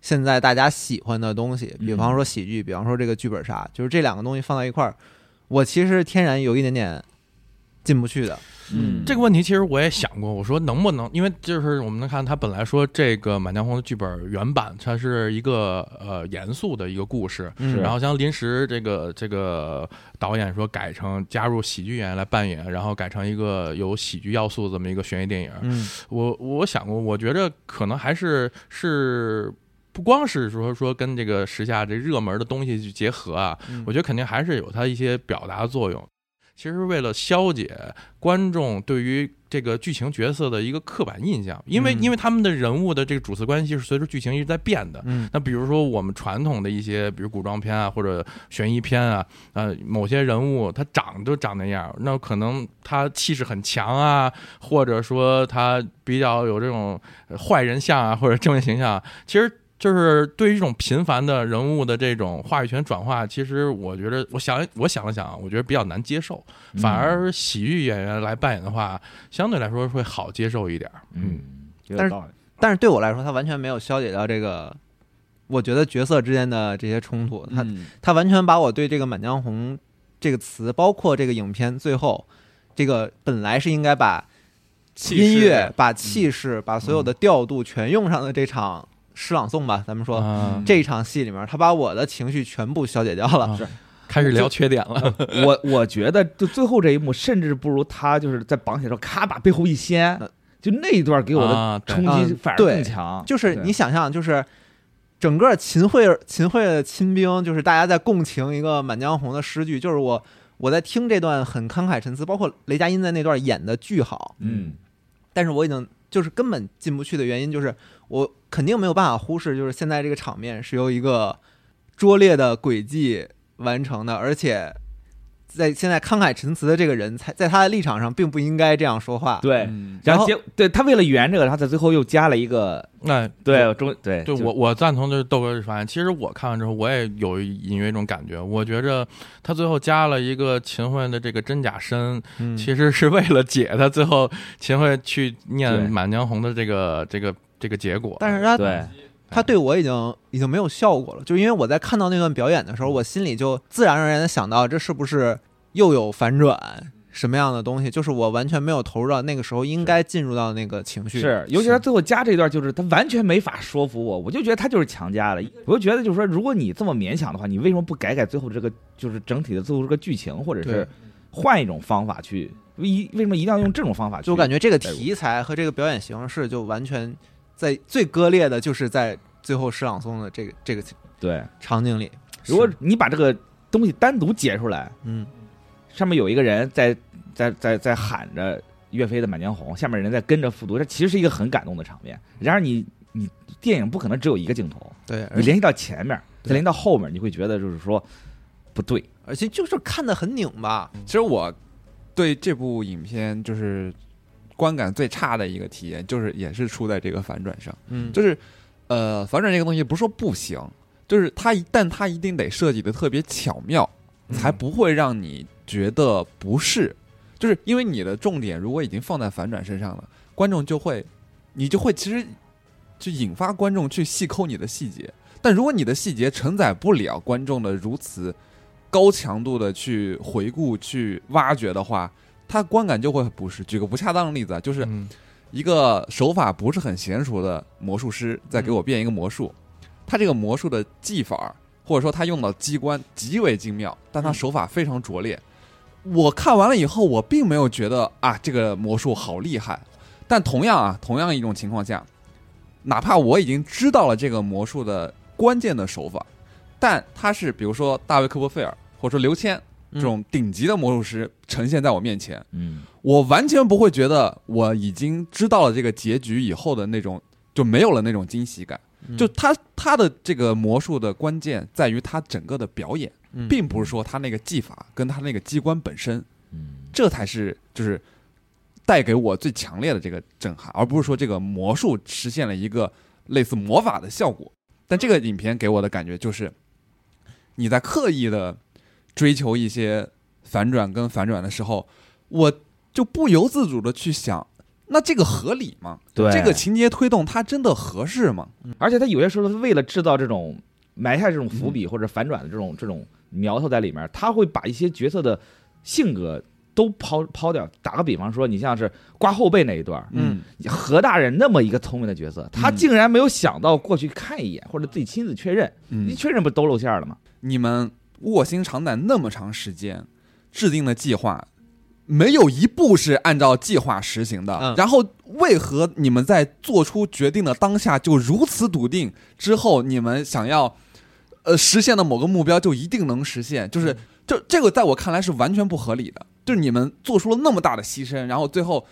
Speaker 2: 现在大家喜欢的东西，比
Speaker 5: 嗯
Speaker 2: 方说喜剧，比方说这个剧本杀，就是这两个东西放到一块儿，我其实天然有一点点进不去的。
Speaker 5: 嗯，
Speaker 3: 这个问题其实我也想过，我说能不能，因为就是我们能看他本来说这个《满江红》的剧本原版，它是一个呃严肃的一个故事，
Speaker 2: 嗯
Speaker 5: 是
Speaker 3: 然后像临时这个这个导演说改成加入喜剧演员来扮演，然后改成一个有喜剧要素的这么一个悬疑电影。
Speaker 2: 嗯
Speaker 3: 我我想过，我觉着可能还是是。不光是说说跟这个时下这热门的东西去结合啊，
Speaker 2: 嗯
Speaker 3: 我觉得肯定还是有它一些表达的作用。其实为了消解观众对于这个剧情角色的一个刻板印象，因为、
Speaker 2: 嗯
Speaker 3: 因为他们的人物的这个主次关系是随着剧情一直在变的，
Speaker 2: 嗯
Speaker 3: 那比如说我们传统的一些，比如古装片啊，或者悬疑片啊，呃，某些人物他长就长那样，那可能他气势很强啊，或者说他比较有这种呃坏人相啊，或者正面形象啊，其实。就是对于这种频繁的人物的这种话语权转化，其实我觉得，我想我想了想啊，我觉得比较难接受。反
Speaker 5: 嗯
Speaker 3: 而喜剧演员来扮演的话，相对来说会好接受一点儿。
Speaker 5: 嗯，
Speaker 2: 但
Speaker 5: 有点
Speaker 2: 是
Speaker 5: 道理。
Speaker 2: 但是对我来说，它完全没有消解掉这个，我觉得角色之间的这些冲突，它
Speaker 4: 嗯
Speaker 2: 它完全把我对这个《满江红》这个词，包括这个影片最后这个本来是应该把
Speaker 4: 气势
Speaker 2: 音乐、把气势、把所有的调度全用上的这场诗朗诵吧，咱们说。
Speaker 5: 嗯
Speaker 3: 啊
Speaker 2: 这一场戏里面，他把我的情绪全部消解掉了。
Speaker 3: 啊开始聊缺点了。
Speaker 5: 我我觉得就最后这一幕，甚至不如他就是在绑起来之后，咔把背后一掀
Speaker 2: 呃，
Speaker 5: 就那一段给我的
Speaker 3: 啊，对
Speaker 5: 冲击
Speaker 2: 嗯
Speaker 5: 反而
Speaker 2: 对
Speaker 5: 更强。
Speaker 2: 就是
Speaker 5: 对嗯
Speaker 2: 你想象，就是整个秦桧秦桧的亲兵，就是大家在共情一个《满江红》的诗句，就是我我在听这段很慷慨陈词，包括雷佳音在那段演的巨好，
Speaker 5: 嗯，
Speaker 2: 但是我已经就是根本进不去的原因，就是我肯定没有办法忽视，就是现在这个场面是由一个拙劣的诡计完成的，而且。在现在慷慨陈词的这个人，才在他的立场上并不应该这样说话。
Speaker 5: 对。
Speaker 4: 嗯
Speaker 5: 然后
Speaker 2: 然
Speaker 5: 结对他为了圆这个，他在最后又加了一个
Speaker 3: 那
Speaker 5: 对中对
Speaker 3: 对
Speaker 5: 哎就
Speaker 3: 我我赞同就是豆哥的发言。其实我看完之后，我也有隐约一种感觉，我觉着他最后加了一个秦桧的这个真假身，
Speaker 2: 嗯
Speaker 3: 其实是为了解他最后秦桧去念
Speaker 5: 对
Speaker 3: 《满江红》的这个这个这个结果。
Speaker 2: 但是他
Speaker 5: 对
Speaker 2: 他对我已经已经没有效果了，就因为我在看到那段表演的时候，我心里就自然而然的想到，这是不是又有反转什么样的东西？就是我完全没有投入到那个时候应该进入到那个情绪。
Speaker 5: 是，尤其他最后加这一段，就是他完全没法说服我，我就觉得他就是强加的。我就觉得就是说，如果你这么勉强的话，你为什么不改改最后这个就是整体的最后这个剧情，或者
Speaker 2: 对
Speaker 5: 是换一种方法去？一为什么一定要用这种方法去？
Speaker 2: 就我感觉这个题材和这个表演形式就完全在最割裂的，就是在最后诗朗诵的这个这个
Speaker 5: 对，
Speaker 2: 场景里。
Speaker 5: 如果你把这个东西单独截出来，
Speaker 2: 嗯，
Speaker 5: 上面有一个人在在在在喊着岳飞的《满江红》，下面人在跟着复读，这其实是一个很感动的场面。然而你你电影不可能只有一个镜头，
Speaker 2: 对，而
Speaker 5: 你
Speaker 2: 且
Speaker 5: 联系到前面，再联系到后面，你会觉得就是说不对。
Speaker 2: 而且就是看的很拧巴。
Speaker 4: 其实我对这部影片就是观感最差的一个体验，就是也是出在这个反转上。
Speaker 2: 嗯，
Speaker 4: 就是呃，反转这个东西不是说不行，就是它一但它一定得设计的特别巧妙，才不会让你觉得不适。就是因为你的重点如果已经放在反转身上了，观众就会，你就会其实就引发观众去细抠你的细节。但如果你的细节承载不了观众的如此高强度的去回顾、去挖掘的话，他观感就会很不适。举个不恰当的例子啊，就是
Speaker 3: 嗯
Speaker 4: 一个手法不是很娴熟的魔术师在给我变一个魔术，他这个魔术的技法或者说他用到机关极为精妙，但他手法非常拙劣。我看完了以后，我并没有觉得啊这个魔术好厉害，但同样啊，同样一种情况下，哪怕我已经知道了这个魔术的关键的手法，但他是比如说大卫科波菲尔或者说刘谦这种顶级的魔术师呈现在我面前，
Speaker 5: 嗯，
Speaker 4: 我完全不会觉得我已经知道了这个结局以后的那种就没有了那种惊喜感。
Speaker 2: 嗯
Speaker 4: 就他他的这个魔术的关键在于他整个的表演，
Speaker 2: 嗯
Speaker 4: 并不是说他那个技法跟他那个机关本身，
Speaker 2: 嗯
Speaker 4: 这才是就是带给我最强烈的这个震撼，而不是说这个魔术实现了一个类似魔法的效果。但这个影片给我的感觉就是，你在刻意的追求一些反转跟反转的时候，我就不由自主的去想，那这个合理吗？
Speaker 5: 对
Speaker 4: 这个情节推动它真的合适吗？
Speaker 5: 而且他有些时候为了制造这种埋下这种伏笔或者反转的这种这种苗头在里面，他会把一些角色的性格都抛抛掉。打个比方说，你像是刮后背那一段儿，
Speaker 4: 嗯
Speaker 5: 何大人那么一个聪明的角色，他
Speaker 4: 嗯
Speaker 5: 竟然没有想到过去看一眼或者自己亲自确认，
Speaker 4: 嗯
Speaker 5: 一确认不都露馅儿了吗？
Speaker 4: 你们卧薪尝胆那么长时间，制定的计划，没有一步是按照计划实行的。
Speaker 2: 嗯
Speaker 4: 然后为何你们在做出决定的当下就如此笃定？之后你们想要呃实现的某个目标就一定能实现？就是就这个在我看来是完全不合理的。就是你们做出了那么大的牺牲，然后最后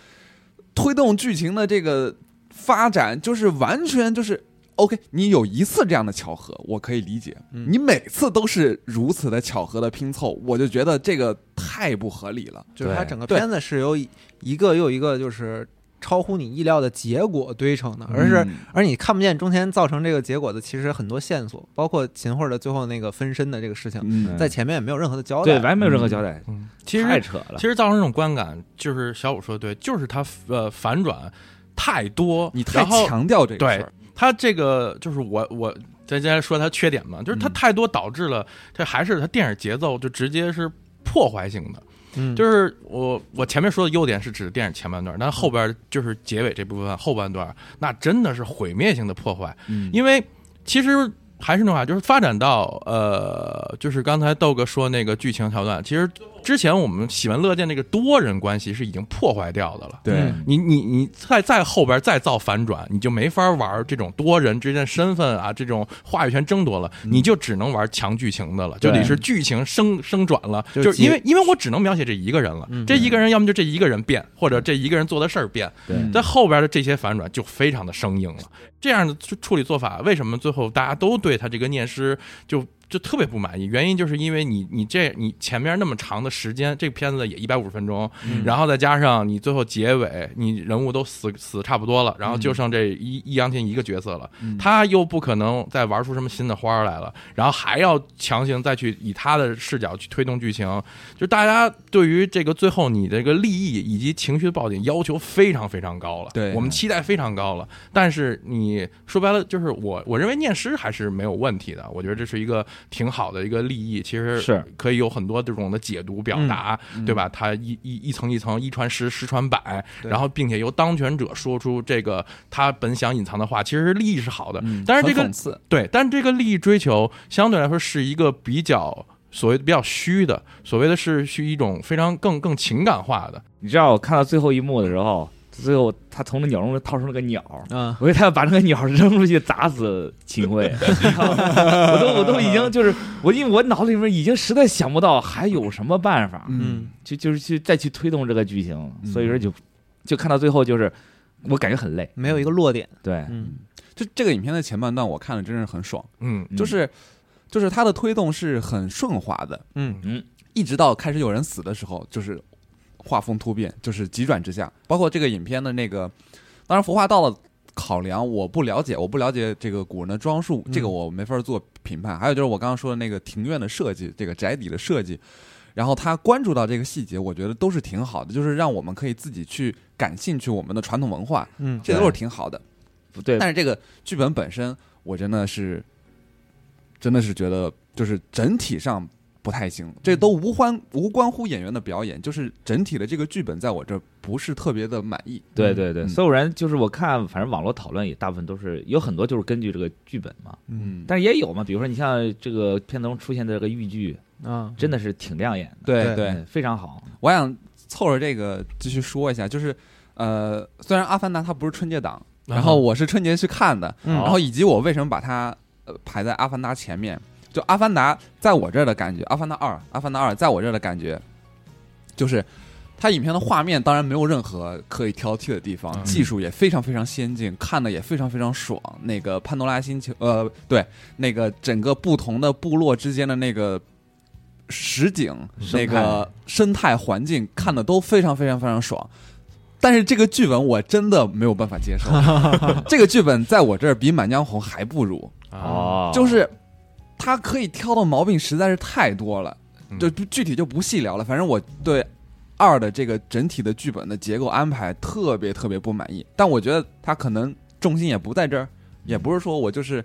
Speaker 4: 推动剧情的这个发展，就是完全就是。OK，你有一次这样的巧合，我可以理解。
Speaker 2: 嗯
Speaker 4: 你每次都是如此的巧合的拼凑，我就觉得这个太不合理了。
Speaker 2: 就是它
Speaker 5: 对
Speaker 2: 整个
Speaker 4: 对
Speaker 2: 片子是由一一个又一个就是超乎你意料的结果堆成的，而是
Speaker 4: 嗯
Speaker 2: 而你看不见中间造成这个结果的其实很多线索，包括秦桧的最后那个分身的这个事情，
Speaker 4: 嗯
Speaker 2: 在前面也没有任何的交代。
Speaker 5: 对，完全没有任何交代，
Speaker 3: 嗯，其实
Speaker 5: 太扯了
Speaker 3: 其。实造成这种观感，就是小五说的对，就是他呃反转太多，
Speaker 4: 你太
Speaker 3: 然后
Speaker 4: 强调这个事
Speaker 3: 对
Speaker 4: 儿，
Speaker 3: 他这个就是我我再再说他缺点嘛，就是他
Speaker 4: 嗯
Speaker 3: 太多导致了，这还是他电影节奏就直接是破坏性的。
Speaker 2: 嗯，
Speaker 3: 就是是我我前面说的优点是指电影前半段，但后边就是结尾这部分后半段，那真的是毁灭性的破坏。
Speaker 5: 嗯
Speaker 3: 因为其实还是那话，就是发展到呃，就是刚才豆哥说那个剧情桥段，其实之前我们喜闻乐见那个多人关系是已经破坏掉的了。
Speaker 4: 对
Speaker 2: 嗯
Speaker 3: 你你你再再后边再造反转，你就没法玩这种多人之间身份啊，这种话语权争夺了，你就只能玩强剧情的了，就
Speaker 5: 对
Speaker 3: 得是剧情升升转了，
Speaker 2: 就
Speaker 3: 就是是因为因为我只能描写这一个人了，
Speaker 2: 嗯
Speaker 3: 这一个人要么就这一个人变，或者这一个人做的事儿变，
Speaker 5: 对
Speaker 4: 嗯
Speaker 3: 在后边的这些反转就非常的生硬了。这样的处处理做法，为什么最后大家都对他这个念师就就特别不满意？原因就是因为你你这你前面那么长的时间，这个片子也一百五十分钟，
Speaker 4: 嗯
Speaker 3: 然后再加上你最后结尾，你人物都死死差不多了，然后
Speaker 4: 嗯
Speaker 3: 就剩这一易烊千一个角色了，他又不可能再玩出什么新的花儿来了，然后还要强行再去以他的视角去推动剧情，就大家对于这个最后你这个利益以及情绪的爆点要求非常非常高了，
Speaker 4: 对
Speaker 3: 我们期待非常高了。但是你说白了，就是我我认为念诗还是没有问题的，我觉得这是一个挺好的一个立意，其实
Speaker 5: 是
Speaker 3: 可以有很多这种的解读
Speaker 4: 嗯
Speaker 3: 表达，对吧？它一一一层一层，一传十，十传百，
Speaker 4: 对
Speaker 3: 然后并且由当权者说出这个他本想隐藏的话，其实利益是好的，
Speaker 4: 嗯
Speaker 3: 但是这个
Speaker 4: 很讽刺，
Speaker 3: 对，但这个利益追求相对来说是一个比较所谓的比较虚的，所谓的是是一种非常更更情感化的。
Speaker 5: 你知道我看到最后一幕的时候，最后他从那鸟笼里掏出了个鸟，
Speaker 2: 嗯，
Speaker 5: 我以为他要把那个鸟扔出去砸死秦桧，我都我都已经就是我因为我脑子里面已经实在想不到还有什么办法，
Speaker 2: 嗯，
Speaker 5: 就就是去再去推动这个剧情，
Speaker 4: 嗯
Speaker 5: 所以说就就看到最后就是我感觉很累，
Speaker 2: 没有一个落点。
Speaker 5: 对，
Speaker 2: 嗯
Speaker 4: 就这个影片的前半段我看了真是很爽，
Speaker 3: 嗯，
Speaker 5: 嗯
Speaker 4: 就是就是它的推动是很顺滑的，
Speaker 2: 嗯
Speaker 4: 一直到开始有人死的时候，就是画风突变，就是急转直下。包括这个影片的那个，当然服化道的考量我不了解，我不了解这个古人的装束，
Speaker 2: 嗯
Speaker 4: 这个我没法做评判。还有就是我刚刚说的那个庭院的设计，这个宅邸的设计，然后他关注到这个细节，我觉得都是挺好的，就是让我们可以自己去感兴趣我们的传统文化，
Speaker 2: 嗯，
Speaker 4: 这都是挺好的。
Speaker 5: 不对，
Speaker 4: 但是这个剧本本身，我真的是，真的是觉得就是整体上不太行，这都无关无关乎演员的表演，就是整体的这个剧本在我这不是特别的满意。
Speaker 5: 对对对，
Speaker 4: 嗯
Speaker 5: 所有人就是我看，反正网络讨论也大部分都是有很多就是根据这个剧本嘛，
Speaker 4: 嗯，
Speaker 5: 但是也有嘛，比如说你像这个片子中出现的这个豫剧，
Speaker 2: 啊，
Speaker 5: 真的是挺亮眼的，
Speaker 4: 对
Speaker 2: 对
Speaker 4: 对，
Speaker 5: 嗯，非常好，
Speaker 4: 我想凑着这个继续说一下，就是呃，虽然《阿凡达》它不是春节档，然后我是春节去看的，
Speaker 2: 嗯
Speaker 4: 然后以及我为什么把它呃排在《阿凡达》前面，就《阿凡达》在我这儿的感觉，《阿凡达二》《阿凡达二》在我这儿的感觉，就是它影片的画面当然没有任何可以挑剔的地方，
Speaker 3: 嗯
Speaker 4: 技术也非常非常先进，看的也非常非常爽。那个潘多拉星球，呃，对，那个整个不同的部落之间的那个。实景那
Speaker 5: 生态
Speaker 4: 个生态环境看的都非常非常非常爽，但是这个剧本我真的没有办法 接受，这个剧本在我这儿比《满江红》还不如，哦
Speaker 3: 啊，
Speaker 5: 哦
Speaker 4: 就是它可以挑的毛病实在是太多了，
Speaker 3: 嗯
Speaker 4: 就具体就不细聊了。反正我对《二的这个整体的剧本的结构安排特别特别不满意。但我觉得他可能重心也不在这儿，也不是说我就是，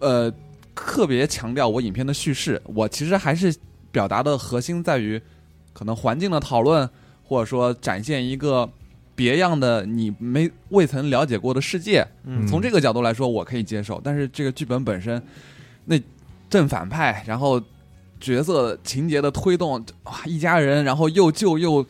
Speaker 4: 呃，特别强调我影片的叙事，我其实还是表达的核心在于可能环境的讨论，或者说展现一个别样的你没未曾了解过的世界。
Speaker 2: 嗯
Speaker 4: 从这个角度来说，我可以接受。但是这个剧本本身，那正反派，然后角色情节的推动，哇，一家人，然后又救又、啊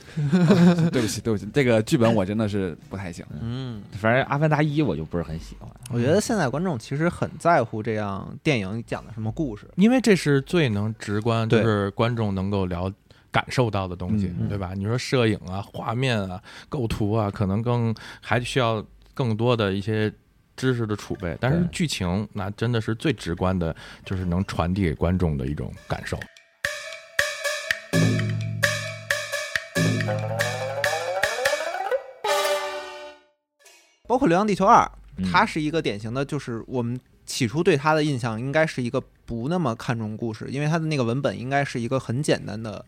Speaker 4: 对不起，对不起，这个剧本我真的是不太行。
Speaker 2: 嗯，
Speaker 5: 反正《阿凡达一》我就不是很喜欢。
Speaker 2: 我觉得现在观众其实很在乎这样电影讲的什么故事，
Speaker 3: 因为这是最能直观，就
Speaker 2: 对
Speaker 3: 是观众能够了感受到的东西，
Speaker 4: 嗯
Speaker 2: 嗯
Speaker 3: 对吧？你说摄影啊、画面啊、构图啊，可能更还需要更多的一些知识的储备，但是
Speaker 5: 对
Speaker 3: 剧情那真的是最直观的，就是能传递给观众的一种感受。
Speaker 2: 包括《流浪地球二》，
Speaker 5: 嗯
Speaker 2: 它是一个典型的，就是我们起初对它的印象应该是一个不那么看重故事，因为它的那个文本应该是一个很简单的，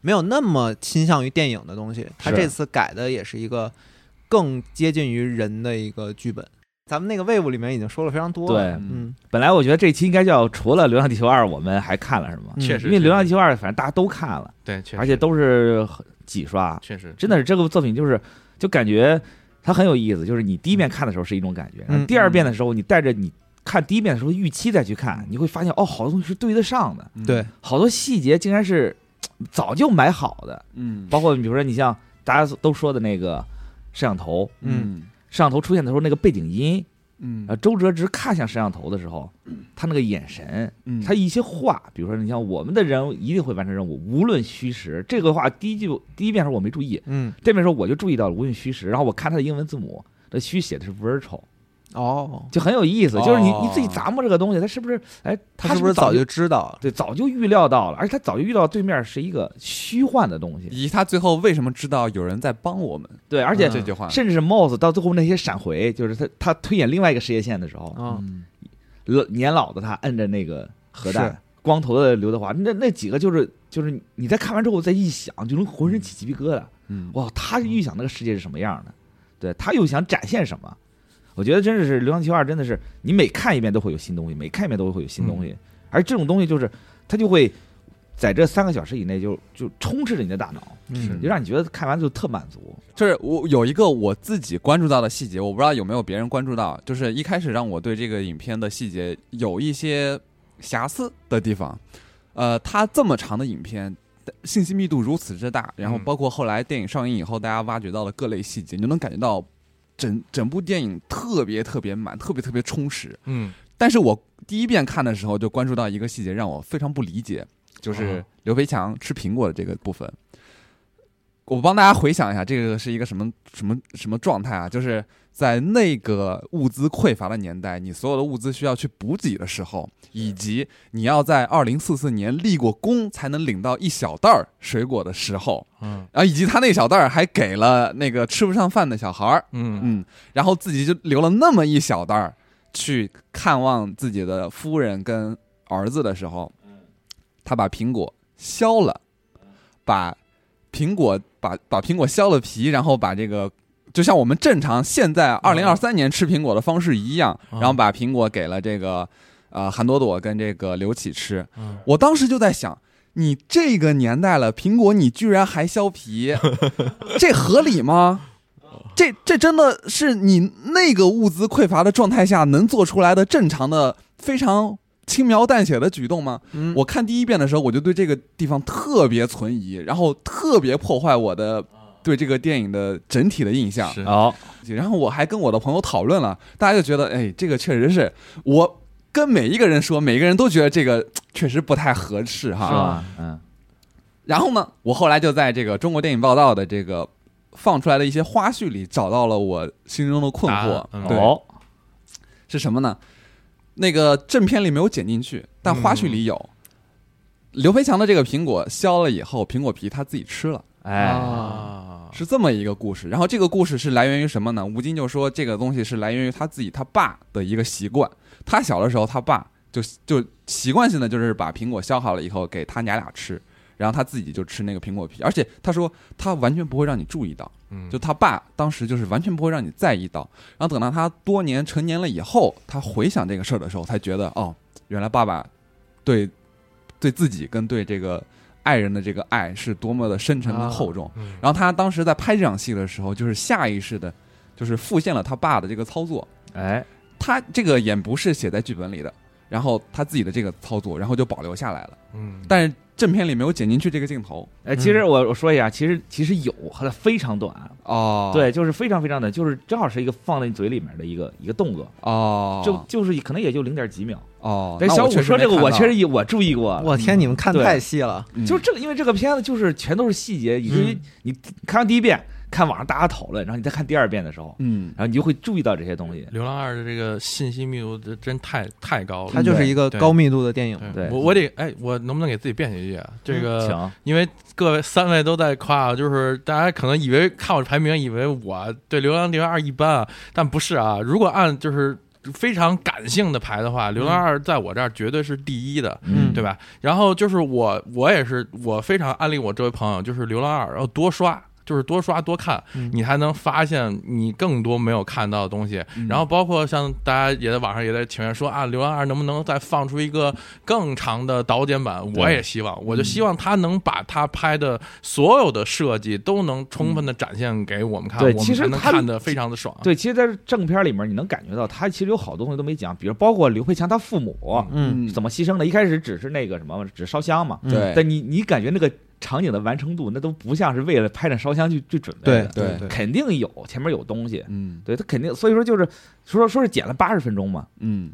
Speaker 2: 没有那么倾向于电影的东西。它
Speaker 5: 是
Speaker 2: 这次改的也是一个更接近于人的一个剧本。咱们那个 wave 里面已经说了非常多了，
Speaker 5: 对，
Speaker 2: 嗯，
Speaker 5: 本来我觉得这期应该叫除了《流浪地球二》，我们还看了什么？
Speaker 2: 嗯
Speaker 3: 确实，
Speaker 5: 因为《流浪
Speaker 3: 确
Speaker 5: 地
Speaker 3: 实
Speaker 5: 球二》反正大家都看了，
Speaker 3: 对，确实
Speaker 5: 而且都是很几刷，
Speaker 3: 确实
Speaker 5: 真的是这个作品就是就感觉它很有意思，就是你第一遍看的时候是一种感觉，
Speaker 2: 嗯
Speaker 5: 然后第二遍的时候你带着你看第一遍的时候的预期再去看，你会发现哦，好多东西是对得上的，
Speaker 4: 嗯
Speaker 2: 对，
Speaker 5: 好多细节竟然是嘖早就买好的，
Speaker 4: 嗯，
Speaker 5: 包括比如说你像大家都说的那个摄像头，
Speaker 4: 嗯
Speaker 5: 摄像头出现的时候那个背景音，
Speaker 4: 嗯
Speaker 5: 呃，周哲直看向摄像头的时候，他那个眼神，
Speaker 4: 嗯
Speaker 5: 他一些话，比如说你像我们的人一定会完成任务，无论虚实。这个话第一句第一遍的时候我没注意，
Speaker 2: 嗯，
Speaker 5: 这边时候我就注意到了无论虚实，然后我看它的英文字母，这虚写的是 virtual，
Speaker 2: 哦，
Speaker 5: 就很有意思。就是你
Speaker 4: 哦
Speaker 5: 你自己琢磨这个东西，它是不是哎，
Speaker 2: 他
Speaker 5: 是
Speaker 2: 是不是早
Speaker 5: 早
Speaker 2: 就知道了？
Speaker 5: 对早就预料到了，而且他早就预料对面是一个虚幻的东西，
Speaker 4: 以及他最后为什么知道有人在帮我们，
Speaker 5: 对，而且
Speaker 2: 嗯
Speaker 4: 这句话，
Speaker 5: 甚至是 Moss 到最后那些闪回，就是他他推演另外一个世界线的时候，
Speaker 2: 啊、
Speaker 4: 嗯
Speaker 5: 老年老的他摁着那个核
Speaker 2: 是
Speaker 5: 弹，光头的刘德华，那那几个就是就是你在看完之后再一想，就能浑身起鸡皮疙瘩。
Speaker 4: 嗯，
Speaker 5: 哇，他预想那个世界是什么样的，对他又想展现什么？我觉得真的是《流浪地球二》，真的是你每看一遍都会有新东西，每看一遍都会有新
Speaker 2: 嗯
Speaker 5: 东西，而这种东西就是它就会在这三个小时以内就就充斥着你的大脑，
Speaker 2: 嗯
Speaker 5: 就让你觉得看完就特满足。
Speaker 4: 就是我有一个我自己关注到的细节，我不知道有没有别人关注到，就是一开始让我对这个影片的细节有一些瑕疵的地方。呃，它这么长的影片，信息密度如此之大，然后
Speaker 3: 嗯
Speaker 4: 包括后来电影上映以后，大家挖掘到的各类细节，你就能感觉到整整部电影特别特别满，特别特别充实。
Speaker 3: 嗯，
Speaker 4: 但是我第一遍看的时候就关注到一个细节，让我非常不理解，就是
Speaker 3: 哦
Speaker 4: 刘培强吃苹果的这个部分。我帮大家回想一下，这个是一个什么什么什么状态啊？就是在那个物资匮乏的年代，你所有的物资需要去补给的时候，以及你要在二零四四年立过功才能领到一小袋儿水果的时候，
Speaker 3: 嗯
Speaker 4: 然后以及他那小袋儿还给了那个吃不上饭的小孩儿，
Speaker 3: 嗯
Speaker 4: 嗯，然后自己就留了那么一小袋儿去看望自己的夫人跟儿子的时候，
Speaker 3: 嗯
Speaker 4: 他把苹果削了，把苹果把把苹果削了皮，然后把这个就像我们正常现
Speaker 3: 嗯
Speaker 4: 在二零二三年吃苹果的方式一样，
Speaker 3: 哦
Speaker 4: 然后把苹果给了这个呃韩朵朵跟这个刘启吃，
Speaker 3: 嗯
Speaker 4: 我当时就在想，你这个年代了，苹果你居然还削 皮，这合理吗？这这真的是你那个物资匮乏的状态下能做出来的正常的非常轻描淡写的举动吗？
Speaker 2: 嗯
Speaker 4: 我看第一遍的时候，我就对这个地方特别存疑，然后特别破坏我的对这个电影的整体的印象。
Speaker 3: 是
Speaker 5: 哦，
Speaker 4: 然后我还跟我的朋友讨论了，大家就觉得，哎，这个确实是我跟每一个人说，每个人都觉得这个确实不太合适
Speaker 5: 是
Speaker 4: 哈。
Speaker 5: 吧？嗯，
Speaker 4: 然后呢，我后来就在这个中国电影报道的这个放出来的一些花絮里，找到了我心中的困
Speaker 3: 答
Speaker 4: 惑
Speaker 3: 案。嗯
Speaker 4: 对，
Speaker 5: 哦，
Speaker 4: 是什么呢？那个正片里没有剪进去，但花絮里有。刘培强的这个苹果削了以后，苹果皮他自己吃了。
Speaker 5: 哎，
Speaker 2: 啊，
Speaker 3: 啊，
Speaker 4: 是这么一个故事。然后这个故事是来源于什么呢？吴京就说这个东西是来源于他自己他爸的一个习惯。他小的时候，他爸就就习惯性的就是把苹果削好了以后给他娘俩吃，然后他自己就吃那个苹果皮，而且他说他完全不会让你注意到，
Speaker 3: 嗯，
Speaker 4: 就他爸当时就是完全不会让你在意到，然后等到他多年成年了以后，他回想这个事儿的时候，才觉得哦，原来爸爸对对自己跟对这个爱人的这个爱是多么的深沉跟厚重。
Speaker 3: 嗯
Speaker 4: 然后他当时在拍这场戏的时候，就是下意识的，就是复现了他爸的这个操作，
Speaker 5: 哎，
Speaker 4: 他这个也不是写在剧本里的，然后他自己的这个操作，然后就保留下来了，
Speaker 3: 嗯，
Speaker 4: 但是正片里没有剪进去这个镜头
Speaker 5: 哎，其
Speaker 2: 嗯
Speaker 5: 实我我说一下，其实其实有，它非常短，啊
Speaker 4: 哦，
Speaker 5: 对，就是非常非常短，就是正好是一个放在你嘴里面的一个一个动作，
Speaker 4: 哦，
Speaker 5: 就就是可能也就零点几秒。
Speaker 4: 哦，
Speaker 5: 但
Speaker 4: 那
Speaker 5: 小
Speaker 4: 我
Speaker 5: 五
Speaker 4: 确实
Speaker 5: 说这
Speaker 4: 没
Speaker 5: 个，
Speaker 4: 看
Speaker 5: 我
Speaker 4: 到
Speaker 5: 确实也我注意过了，
Speaker 2: 我天，你们看
Speaker 5: 对
Speaker 2: 太细了，
Speaker 4: 嗯
Speaker 5: 就是这个，因为这个片子就是全都是细节，以至于你看完第一遍，看网上大家讨论，然后你再看第二遍的时候，
Speaker 4: 嗯
Speaker 5: 然后你就会注意到这些东西。
Speaker 3: 《流浪二》的这个信息密度真真太太高了
Speaker 2: 它。就是一个
Speaker 3: 对
Speaker 2: 高密度的电影。
Speaker 5: 对
Speaker 3: 我我得哎，我能不能给自己辩解一下？这个、
Speaker 5: 行，
Speaker 3: 因为各位三位都在夸，就是大家可能以为看我排名，以为我对《流浪地球二》一般啊，但不是啊。如果按就是非常感性的排的话，《流浪二》在我这儿绝对是第一的。
Speaker 2: 嗯
Speaker 3: 对吧？然后就是我，我也是，我非常安利我这位朋友，就是《流浪二》，要多刷，就是多刷多看，
Speaker 2: 嗯
Speaker 3: 你才能发现你更多没有看到的东西。
Speaker 4: 嗯
Speaker 3: 然后包括像大家也在网上也在请愿说啊，《流浪二》能不能再放出一个更长的导剪版？我也希望，
Speaker 5: 嗯
Speaker 3: 我就希望他能把他拍的所有的设计都能充分的展现给我们看，
Speaker 5: 嗯对
Speaker 3: 我
Speaker 5: 其
Speaker 3: 们
Speaker 5: 实
Speaker 3: 才能
Speaker 5: 他
Speaker 3: 看得非常的爽。
Speaker 5: 对，其实，在正片里面，你能感觉到他其实有好多东西都没讲，比如包括刘慧强他父母
Speaker 2: 嗯，
Speaker 5: 怎么牺牲的。一开始只是那个什么，只烧香嘛，
Speaker 2: 嗯
Speaker 4: 对
Speaker 5: 但你你感觉那个场景的完成度，那都不像是为了拍那烧香去去准备的，
Speaker 4: 对
Speaker 2: 对，
Speaker 5: 肯定有前面有东西，
Speaker 4: 嗯
Speaker 5: 对他肯定，所以说就是说说是剪了八十分钟嘛，
Speaker 4: 嗯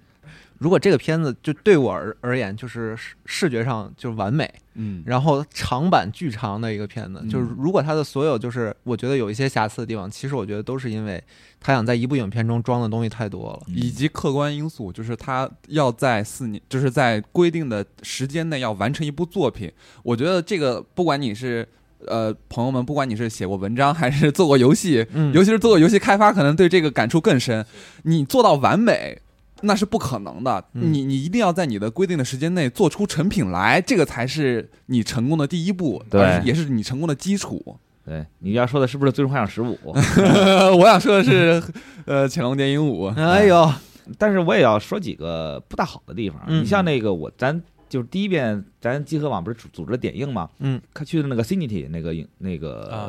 Speaker 2: 如果这个片子就对我而而言，就是视视觉上就是完美，
Speaker 4: 嗯
Speaker 2: 然后长版巨长的一个片子，
Speaker 4: 嗯
Speaker 2: 就是如果它的所有就是我觉得有一些瑕疵的地方，其实我觉得都是因为他想在一部影片中装的东西太多了。
Speaker 4: 以及客观因素，就是他要在四年，就是在规定的时间内要完成一部作品。我觉得这个，不管你是呃朋友们，不管你是写过文章还是做过游戏，
Speaker 2: 嗯
Speaker 4: 尤其是做过游戏开发，可能对这个感触更深。你做到完美。那是不可能的，
Speaker 2: 嗯
Speaker 4: 你你一定要在你的规定的时间内做出成品来，这个才是你成功的第一步，
Speaker 5: 对
Speaker 4: 而也是你成功的基础。
Speaker 5: 对，你要说的是不是《最终幻 想十五》？
Speaker 4: 我想说的是，呃，《潜龙谍影五》
Speaker 2: 哎呦，
Speaker 5: 但是我也要说几个不大好的地方。啊
Speaker 2: 嗯
Speaker 5: 你像那个我，咱就是第一遍，咱集合网不是组组织了点映嘛？
Speaker 2: 嗯，
Speaker 5: 他去的那个 Cinity 那个影那
Speaker 3: 啊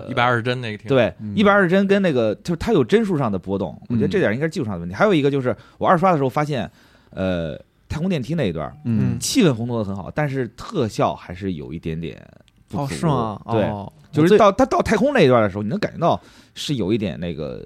Speaker 5: 个，
Speaker 3: 一百二十帧那个挺
Speaker 5: 对
Speaker 4: 嗯
Speaker 5: 一百二十帧跟那个就是它有帧数上的波动，我觉得
Speaker 4: 嗯
Speaker 5: 这点应该是技术上的问题。还有一个就是我二刷的时候发现，呃，太空电梯那一段
Speaker 4: 嗯
Speaker 5: 气氛烘托的很好，但是特效还是有一点点不足。
Speaker 2: 哦，是吗？
Speaker 5: 对，
Speaker 2: 哦、
Speaker 5: 就
Speaker 2: 我
Speaker 5: 是
Speaker 2: 最
Speaker 5: 到他到太空那一段的时候，你能感觉到是有一点那个